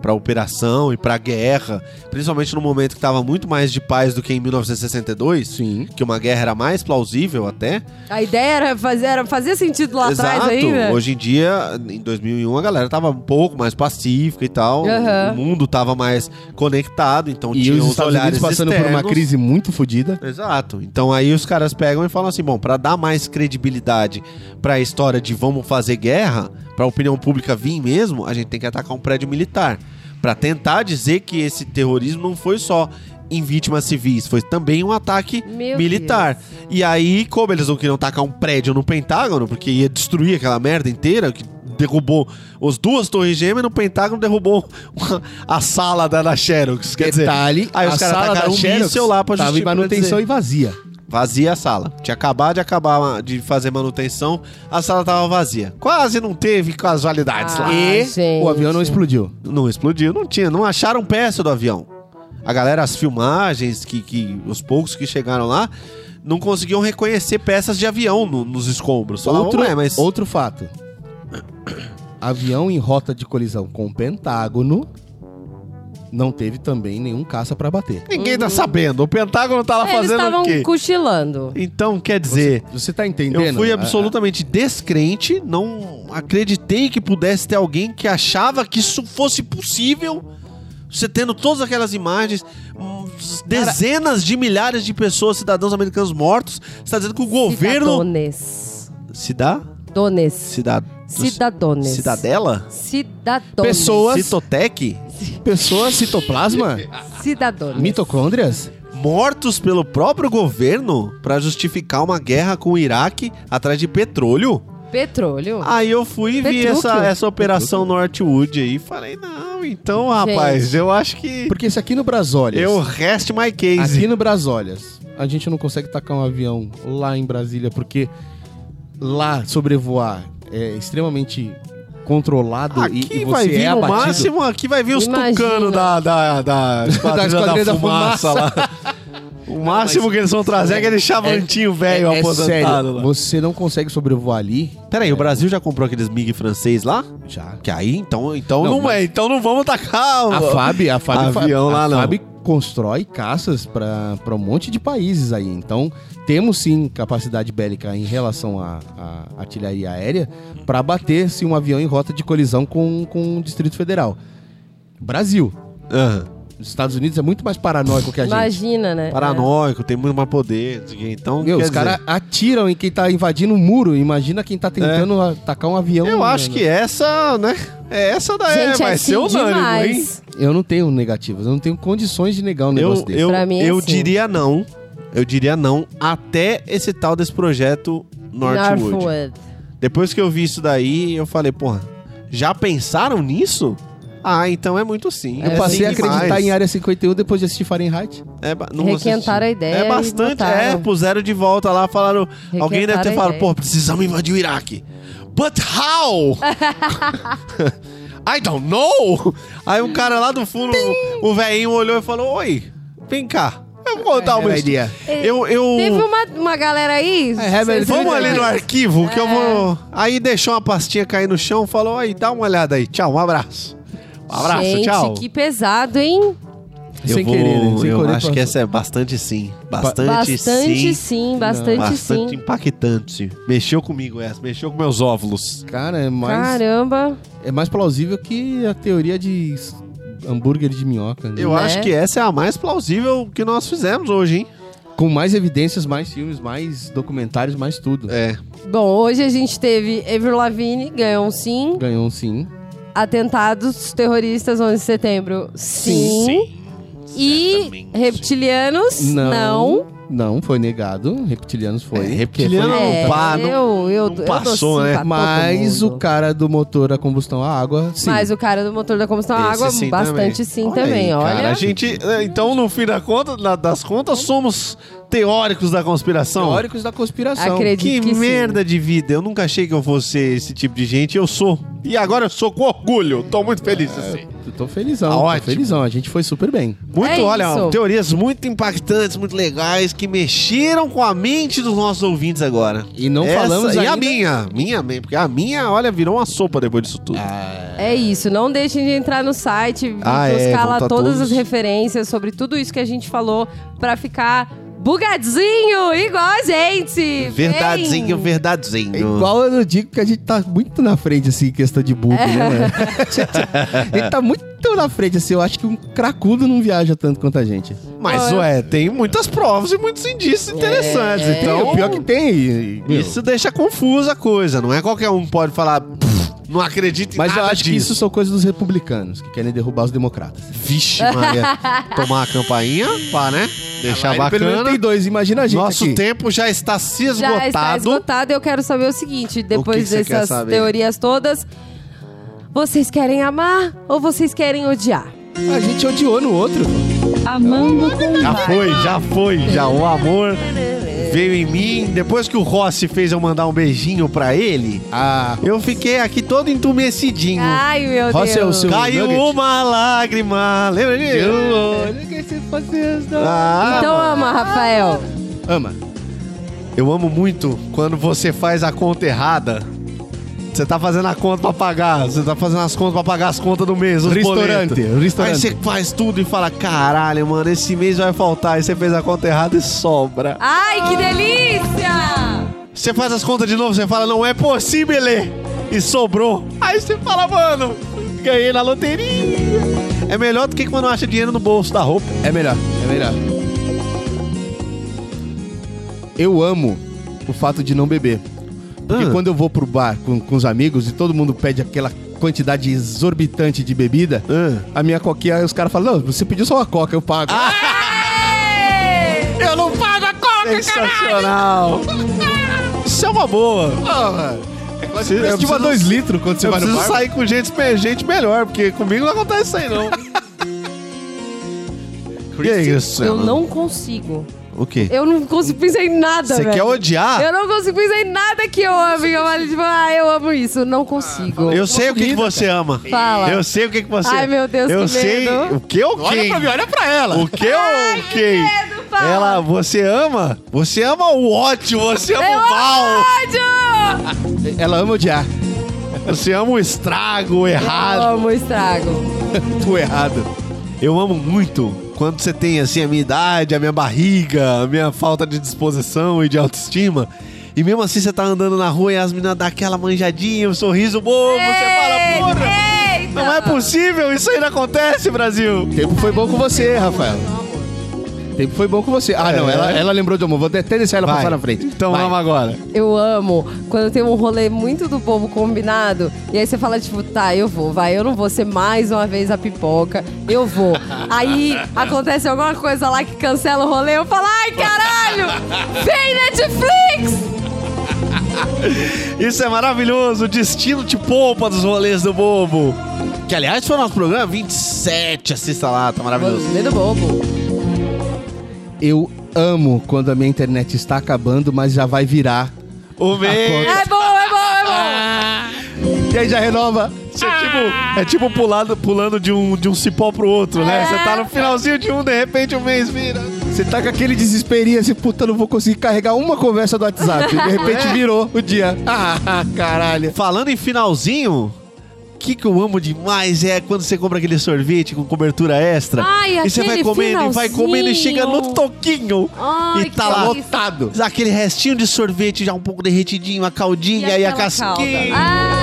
Speaker 4: para operação e para guerra, principalmente no momento que estava muito mais de paz do que em 1962,
Speaker 6: Sim.
Speaker 4: que uma guerra era mais plausível até.
Speaker 3: A ideia era fazer, era- fazia sentido lá atrás
Speaker 4: Exato.
Speaker 3: ainda.
Speaker 4: Hoje em dia, em 2001, a galera tava um pouco mais pacífica e tal.
Speaker 3: Aham.
Speaker 4: O mundo tava mais conectado, então
Speaker 6: E
Speaker 4: tinha
Speaker 6: os
Speaker 4: os
Speaker 6: Estados
Speaker 4: olhares
Speaker 6: Unidos passando por uma
Speaker 4: externos.
Speaker 6: crise muito fodida.
Speaker 4: Exato. Então aí os caras pegam e falam assim, bom, pra dar mais credibilidade pra história de vamos fazer guerra, pra opinião pública vir mesmo, a gente tem que atacar um prédio militar Pra tentar dizer que esse terrorismo não foi só em vítimas civis, foi também um ataque
Speaker 3: Meu
Speaker 4: militar. E aí, como eles não queriam tacar um prédio no Pentágono, porque ia destruir aquela merda inteira que derrubou as duas torres gêmeas, no Pentágono derrubou uma- a sala da, da Xerox. Quer dizer,
Speaker 6: Detalhe,
Speaker 4: aí os
Speaker 6: a
Speaker 4: caras
Speaker 6: sala da
Speaker 4: tacaram um
Speaker 6: Xerox
Speaker 4: míssil lá pra
Speaker 6: tava em
Speaker 4: justificar-
Speaker 6: manutenção e vazia.
Speaker 4: Vazia a sala. Tinha acabado de acabar de fazer manutenção, a sala tava vazia. Quase não teve casualidades
Speaker 3: Ah,
Speaker 4: lá.
Speaker 6: e
Speaker 3: gente.
Speaker 6: o avião não explodiu.
Speaker 4: Não explodiu, não tinha, não acharam peça do avião. A galera, as filmagens, que, que os poucos que chegaram lá, não conseguiam reconhecer peças de avião no- nos escombros. Falavam,
Speaker 6: Outro,
Speaker 4: "Ué, um mas
Speaker 6: outro fato. Avião em rota de colisão com o Pentágono não teve também nenhum caça pra bater.
Speaker 4: ninguém tá sabendo. O Pentágono tá lá
Speaker 3: Eles
Speaker 4: fazendo
Speaker 3: estavam
Speaker 4: o quê?
Speaker 3: cochilando.
Speaker 4: Então, quer dizer,
Speaker 6: Você tá entendendo?
Speaker 4: eu fui
Speaker 6: A-
Speaker 4: absolutamente descrente, não acreditei que pudesse ter alguém que achava que isso fosse possível. Você tendo todas aquelas imagens, hum, dezenas de milhares de pessoas, cidadãos americanos mortos, você está dizendo que o governo.
Speaker 3: Cidadones.
Speaker 4: Cidad...
Speaker 3: Dones.
Speaker 4: Cidad...
Speaker 3: Cidadones.
Speaker 4: Cidadela?
Speaker 3: Cidadones.
Speaker 6: Pessoa- Duas-
Speaker 4: Citotec?
Speaker 6: a- Pessoas, citoplasma,
Speaker 3: Cidadones.
Speaker 6: mitocôndrias.
Speaker 4: Mortos pelo próprio governo para justificar uma guerra com o Iraque atrás de petróleo?
Speaker 3: Petróleo.
Speaker 4: Aí eu fui e vi
Speaker 3: Petrúquio.
Speaker 4: essa, essa operação Northwood aí. Falei, não, então, rapaz, eu acho que.
Speaker 6: Porque isso aqui no Brasólias.
Speaker 4: Eu rest my
Speaker 6: Aqui
Speaker 4: case.
Speaker 6: no Brasólias, a gente não consegue tacar um avião lá em Brasília, porque lá sobrevoar é extremamente controlado e-
Speaker 4: Aqui
Speaker 6: e, você
Speaker 4: vai vir
Speaker 6: é
Speaker 4: no
Speaker 6: abatido.
Speaker 4: máximo, aqui vai vir os
Speaker 3: Imagina.
Speaker 4: tucanos da, da, da, Esquadrilha
Speaker 6: Esquadrilha
Speaker 4: da
Speaker 6: da
Speaker 4: fumaça, lá. O máximo que eles vão trazer é aquele chavantinho
Speaker 6: É,
Speaker 4: velho
Speaker 6: é
Speaker 4: aposentado
Speaker 6: sério,
Speaker 4: lá.
Speaker 6: você não consegue sobrevoar ali
Speaker 4: Peraí, o Brasil já comprou aqueles MiG francês lá?
Speaker 6: já.
Speaker 4: Que aí, então, então
Speaker 6: Não,
Speaker 4: não, é. Então não vamos tacar.
Speaker 6: A
Speaker 4: o-
Speaker 6: FAB, a FAB,
Speaker 4: Avião
Speaker 6: a
Speaker 4: lá não.
Speaker 6: FAB constrói caças para um monte de países aí. Então, temos sim capacidade bélica em relação à à artilharia aérea para bater se um avião em rota de colisão com, com o Distrito Federal. Brasil.
Speaker 4: Aham.
Speaker 6: Nos Estados Unidos é muito mais paranoico que a gente.
Speaker 3: Imagina, né?
Speaker 4: Paranoico, tem muito mais poder. não sei o quê. Então,
Speaker 6: Meu,
Speaker 4: quer
Speaker 6: os
Speaker 4: dizer,
Speaker 6: caras atiram em quem tá invadindo um muro. Imagina quem tá tentando atacar um avião.
Speaker 4: É. Eu acho
Speaker 6: mano.
Speaker 4: que essa, né? É essa daí
Speaker 3: Gente,
Speaker 4: vai
Speaker 3: é
Speaker 4: ser
Speaker 3: assim
Speaker 4: unânime, hein?
Speaker 3: demais.
Speaker 6: Eu não tenho negativas, eu não tenho condições de negar um negócio
Speaker 4: Eu,
Speaker 6: desse.
Speaker 4: eu,
Speaker 3: Pra mim é
Speaker 4: eu
Speaker 3: assim.
Speaker 4: diria não. Eu diria não até esse tal desse projeto Northwood.
Speaker 3: Northwood.
Speaker 4: Depois que eu vi isso daí, eu falei, porra, já pensaram nisso? Ah, então é muito sim.
Speaker 6: Eu
Speaker 4: É
Speaker 6: passei
Speaker 4: sim
Speaker 6: a acreditar
Speaker 4: demais.
Speaker 6: em Área 51 depois de assistir Fahrenheit.
Speaker 4: É, ba- não assisti.
Speaker 3: Requentaram a ideia.
Speaker 4: É
Speaker 3: e
Speaker 4: bastante,
Speaker 3: botaram.
Speaker 4: é, puseram de volta lá, falaram. alguém deve
Speaker 3: a
Speaker 4: ter falado,
Speaker 3: ideia.
Speaker 4: pô, precisamos invadir o Iraque. But how? I don't know! Aí um cara lá do fundo, o velhinho olhou e falou: Oi, vem cá, eu vou
Speaker 3: É,
Speaker 4: contar uma
Speaker 6: Era
Speaker 4: ideia.
Speaker 6: ideia.
Speaker 4: Eu, eu...
Speaker 3: Teve um É. uma, uma galera aí.
Speaker 6: have a-
Speaker 4: Um- É, Vamos ali no arquivo que eu
Speaker 3: É.
Speaker 4: vou. Aí deixou uma pastinha cair no chão, falou: Aí, dá uma olhada aí. Tchau, um abraço. Um abraço,
Speaker 3: Gente,
Speaker 4: tchau.
Speaker 3: que pesado, hein?
Speaker 4: Eu
Speaker 6: Sem
Speaker 4: vou-
Speaker 6: querer, né? Sem
Speaker 4: eu
Speaker 6: querer,
Speaker 4: acho
Speaker 6: passou.
Speaker 4: que essa é bastante sim. Bastante,
Speaker 3: Bastante
Speaker 4: sim.
Speaker 3: sim, bastante,
Speaker 4: Bastante
Speaker 3: sim.
Speaker 4: impactante. Mexeu comigo essa, mexeu com meus óvulos.
Speaker 6: Cara, é mais,
Speaker 3: Caramba.
Speaker 6: é mais plausível que a teoria de s- hambúrguer de minhoca. né?
Speaker 4: Eu
Speaker 3: Né?
Speaker 4: acho que essa é a mais plausível que nós fizemos hoje, hein?
Speaker 6: Com mais evidências, mais filmes, mais documentários, mais tudo.
Speaker 4: É.
Speaker 3: Bom, hoje a gente teve Avril Lavigne, ganhou um sim.
Speaker 6: Ganhou um sim.
Speaker 3: Atentados terroristas 11 de setembro, sim. E
Speaker 4: certamente.
Speaker 3: reptilianos, não.
Speaker 6: Não. Não, foi negado. Reptilianos foi.
Speaker 4: É, reptiliano
Speaker 6: Porque
Speaker 4: não pá, não-
Speaker 3: eu, eu,
Speaker 4: não
Speaker 3: eu
Speaker 4: passou,
Speaker 3: dou sim
Speaker 4: né?
Speaker 3: pra Tá todo
Speaker 6: Mas
Speaker 3: mundo.
Speaker 6: o cara do motor a combustão à água, sim.
Speaker 3: Mas o cara do motor da combustão à
Speaker 4: Esse
Speaker 3: água,
Speaker 4: sim
Speaker 3: bastante
Speaker 4: também.
Speaker 3: sim
Speaker 4: Olha
Speaker 3: também,
Speaker 4: aí,
Speaker 3: olha.
Speaker 4: cara, a gente, é, então, no fim da conta, na- das contas, somos teóricos da conspiração.
Speaker 6: Teóricos da conspiração.
Speaker 3: Acredito
Speaker 4: Que,
Speaker 3: que, sim.
Speaker 4: merda de vida. Eu nunca achei que eu fosse esse tipo de gente. Eu sou. E agora eu sou com orgulho. Tô muito feliz
Speaker 3: É.
Speaker 4: assim.
Speaker 6: Eu Tô felizão,
Speaker 4: Tá
Speaker 6: tô
Speaker 4: ótimo.
Speaker 6: felizão. A gente foi super bem.
Speaker 4: Muito,
Speaker 3: É
Speaker 4: olha,
Speaker 3: isso.
Speaker 4: teorias muito impactantes, muito legais, que mexeram com a mente dos nossos ouvintes agora.
Speaker 6: E não
Speaker 4: Essa-
Speaker 6: falamos
Speaker 4: E
Speaker 6: ainda...
Speaker 4: a minha, minha, minha, porque a minha, olha, virou uma sopa depois disso tudo.
Speaker 6: Ah.
Speaker 3: É isso, não deixem de entrar no site,
Speaker 4: Ah, é,
Speaker 3: buscar lá
Speaker 4: vão tá
Speaker 3: todas as
Speaker 4: todos.
Speaker 3: referências sobre tudo isso que a gente falou pra ficar bugadinho, igual a gente.
Speaker 4: verdadezinho,
Speaker 3: Vem.
Speaker 4: verdadezinho.
Speaker 6: É Igual eu digo que a gente tá muito na frente, assim, em questão de bug, né, mano? A gente tá muito na frente, assim. Eu acho que um cracudo não viaja tanto quanto a gente.
Speaker 4: Mas, ué, tem muitas provas e muitos indícios interessantes.
Speaker 6: Tem,
Speaker 4: Então,
Speaker 6: o pior que tem. e- É. meu.
Speaker 4: isso deixa confusa a coisa. Não é qualquer um que pode falar, "Pff, não acredito em
Speaker 6: Mas eu
Speaker 4: nada
Speaker 6: acho que
Speaker 4: disso."
Speaker 6: isso são coisas dos republicanos, que querem derrubar os democratas.
Speaker 4: Vixe, Maria. Tomar a campainha, pá, né? Deixar
Speaker 6: Aí, pelo menos
Speaker 4: bacana.
Speaker 6: tem dois, imagina a gente
Speaker 4: Nosso
Speaker 6: aqui.
Speaker 4: tempo já está se esgotado.
Speaker 3: Já está esgotado. Eu quero saber o seguinte: depois
Speaker 4: que você quer
Speaker 3: dessas
Speaker 4: saber?
Speaker 3: teorias todas, vocês querem amar ou vocês querem odiar?
Speaker 4: Hum.
Speaker 6: A gente odiou no outro.
Speaker 1: Amando com
Speaker 4: Já
Speaker 1: vai.
Speaker 4: foi, já foi, já. O amor veio em mim. Depois que o Rossi fez eu mandar um beijinho pra ele,
Speaker 6: Ah,
Speaker 4: eu fiquei aqui todo entumecidinho.
Speaker 3: Ai, meu
Speaker 6: Roça é o
Speaker 3: Deus.
Speaker 6: seu-
Speaker 4: Caiu
Speaker 6: nugget.
Speaker 4: uma lágrima. Lembra disso? Ah,
Speaker 3: Então
Speaker 4: mano.
Speaker 3: ama, Rafael.
Speaker 6: ama.
Speaker 4: Eu amo muito quando você faz a conta errada. Você tá fazendo a conta pra pagar, você tá fazendo as contas pra pagar as contas do mês, os
Speaker 6: Restaurante,
Speaker 4: boletos.
Speaker 6: restaurante.
Speaker 4: Aí você faz tudo e fala, caralho, mano, esse mês vai faltar. Aí você fez a conta errada e sobra.
Speaker 3: Ai, que delícia!
Speaker 4: Você faz as contas de novo, você fala, não é possível! E sobrou. Aí você fala, mano, ganhei na loteria. É melhor do que quando acha dinheiro no bolso da roupa.
Speaker 6: É melhor, é melhor. Eu amo o fato de não beber. Porque
Speaker 4: Ah.
Speaker 6: quando eu vou pro bar com, com os amigos e todo mundo pede aquela quantidade exorbitante de bebida,
Speaker 4: Ah.
Speaker 6: a minha coquinha, aí os caras falam, não, você pediu só uma coca, eu pago.
Speaker 4: Eu não pago a coca, Sensacional. Isso é uma boa.
Speaker 6: é
Speaker 4: Você- eu
Speaker 6: Estima
Speaker 4: preciso-
Speaker 6: dois litros quando você
Speaker 4: eu
Speaker 6: vai no
Speaker 4: preciso
Speaker 6: bar.
Speaker 4: sair com gente, pe- gente melhor, porque comigo não acontece isso aí, não. e aí, Cristiano?
Speaker 3: Eu não consigo.
Speaker 4: O quê?
Speaker 3: Eu não consigo pensar em nada,
Speaker 4: Você
Speaker 3: velho.
Speaker 4: quer odiar?
Speaker 3: Eu não consigo pensar em nada que eu amo. Eu falo, tipo, ah, eu amo isso. Não consigo.
Speaker 4: Eu, sei o que, que você ama.
Speaker 3: Fala.
Speaker 4: Eu sei o que, que você
Speaker 3: Ai, meu Deus,
Speaker 4: eu
Speaker 3: que
Speaker 4: sei
Speaker 3: medo.
Speaker 4: o que eu quem.
Speaker 6: Olha pra mim, olha pra ela.
Speaker 4: O que eu quem.
Speaker 3: medo, fala.
Speaker 4: Ela, você ama? Você ama o ódio, você ama o Ah, mal.
Speaker 3: Ódio!
Speaker 6: Ela ama odiar.
Speaker 4: Você ama o estrago, o
Speaker 3: Eu
Speaker 4: errado.
Speaker 3: amo estrago.
Speaker 6: Tô errado.
Speaker 4: Eu amo muito quando você tem assim a minha idade, a minha barriga, a minha falta de disposição e de autoestima. E mesmo assim você tá andando na rua e as meninas dão aquela manjadinha, um sorriso bobo, você fala, porra!
Speaker 3: Ei, Eita!
Speaker 4: Não é possível, isso ainda acontece, Brasil.
Speaker 6: O tempo foi bom com você, Rafael. O tempo foi bom com você. Ah, não,
Speaker 4: É.
Speaker 6: ela, ela lembrou do amor. Vou até deixar ela
Speaker 4: Vai.
Speaker 6: passar na frente.
Speaker 4: Então
Speaker 6: Vai.
Speaker 4: vamos agora.
Speaker 3: Eu amo quando tem um rolê muito do povo combinado e aí você fala, tipo, tá, eu vou, vai, eu não vou ser mais uma vez a pipoca, eu vou. aí acontece alguma coisa lá que cancela o rolê, eu falo, ai caralho, vem Netflix!
Speaker 4: Isso é maravilhoso, o destino te poupa dos rolês do bobo. Que aliás foi o nosso programa 27, assista lá, tá maravilhoso.
Speaker 3: Rolê do bobo.
Speaker 6: Eu amo quando a minha internet está acabando, mas já vai virar.
Speaker 4: O mês.
Speaker 3: É bom, é bom, é bom.
Speaker 6: E aí já renova.
Speaker 4: Isso é tipo, é tipo pulado, pulando de um, de um cipó pro outro, né? Você tá no finalzinho de um, de repente o mês vira.
Speaker 6: Você tá com aquele desesperinho assim, puta, não vou conseguir carregar uma conversa do WhatsApp. De repente virou o dia. Ah, caralho.
Speaker 4: Falando em finalzinho, o que, que eu amo demais é quando você compra aquele sorvete com cobertura extra.
Speaker 3: Ai,
Speaker 4: e você vai
Speaker 3: aquele
Speaker 4: comendo e vai comendo e chega no
Speaker 3: finalzinho.
Speaker 4: toquinho.
Speaker 3: Ai,
Speaker 4: e tá
Speaker 3: que
Speaker 4: lá
Speaker 3: delícia.
Speaker 4: lotado. Aquele restinho de sorvete já um pouco derretidinho, a caldinha e, a
Speaker 3: aquela
Speaker 4: casquinha.
Speaker 3: calda? Ah,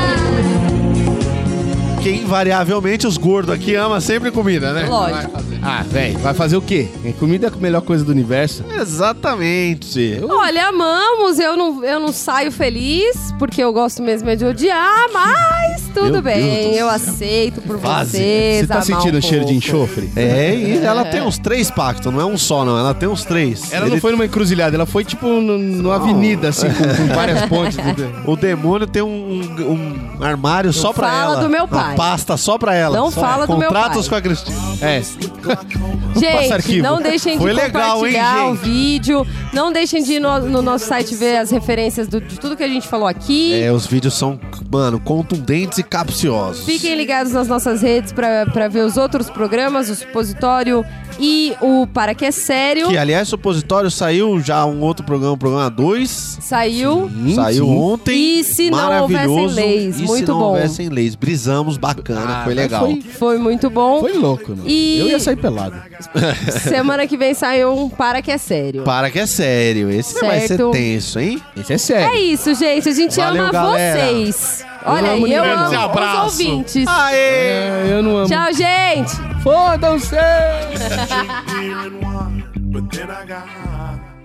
Speaker 4: Que invariavelmente os gordos aqui amam sempre comida, né?
Speaker 3: É, lógico.
Speaker 6: Ah, velho, vai fazer o quê? Comida é a melhor coisa do universo.
Speaker 4: Exatamente.
Speaker 6: Uh.
Speaker 3: Olha, amamos, eu não, eu não saio feliz, porque eu gosto mesmo é de odiar, mas tudo
Speaker 6: Meu Deus
Speaker 3: bem,
Speaker 6: do
Speaker 3: eu
Speaker 6: céu.
Speaker 3: aceito por
Speaker 4: Fase.
Speaker 3: vocês.
Speaker 6: Você tá
Speaker 3: amar
Speaker 6: sentindo
Speaker 3: um
Speaker 6: o cheiro de
Speaker 3: pouco.
Speaker 6: enxofre?
Speaker 4: É, e ela tem uns três pactos, não é um só, não. Ela tem uns três.
Speaker 6: Ela não
Speaker 4: Ele-
Speaker 6: foi numa encruzilhada, ela foi tipo n- numa avenida, assim, com, com várias pontes. né?
Speaker 4: O demônio tem um, um- um armário só pra
Speaker 3: fala
Speaker 4: ela.
Speaker 3: do meu pai.
Speaker 4: Uma pasta só pra ela.
Speaker 3: Não
Speaker 4: Só-
Speaker 3: fala do meu
Speaker 4: Contratos
Speaker 3: pai.
Speaker 4: com a Cristina.
Speaker 6: É. Passa
Speaker 3: Gente,
Speaker 6: arquivo.
Speaker 3: não deixem de
Speaker 4: Foi legal, hein,
Speaker 3: compartilhar o
Speaker 4: gente?
Speaker 3: vídeo. Não deixem de ir no, no nosso site ver as referências do- de tudo que a gente falou aqui.
Speaker 4: É, os vídeos são, mano, contundentes e capciosos.
Speaker 3: Fiquem ligados nas nossas redes pra pra ver os outros programas, o supositório e o Para Que É Sério.
Speaker 4: Que, aliás, supositório saiu já um outro programa, o programa 2.
Speaker 3: Saiu.
Speaker 4: Saiu
Speaker 6: sim.
Speaker 4: ontem.
Speaker 3: E se não
Speaker 4: Maravilhoso.
Speaker 3: houvessem leis?
Speaker 4: E se
Speaker 3: Muito
Speaker 4: não
Speaker 3: bom. Ah,
Speaker 4: houvessem leis? Brisamos, bacana, foi legal.
Speaker 6: Foi,
Speaker 3: Foi muito bom.
Speaker 6: foi louco, mano.
Speaker 3: E-
Speaker 6: Eu ia sair pelado.
Speaker 3: Semana que vem saiu um Para Que É Sério.
Speaker 4: Para que é sério, esse vai ser
Speaker 3: Certo.
Speaker 4: tenso, hein?
Speaker 6: Esse é sério.
Speaker 3: É isso, gente. A gente
Speaker 4: Valeu,
Speaker 3: ama
Speaker 4: galera.
Speaker 3: vocês. Olha
Speaker 6: amo
Speaker 3: aí, eu
Speaker 6: ninguém.
Speaker 3: amo
Speaker 6: Esse
Speaker 3: os ouvintes.
Speaker 4: Aê!
Speaker 6: É, eu não amo.
Speaker 3: Tchau, gente!
Speaker 6: Fodam-se!
Speaker 7: But then I got high.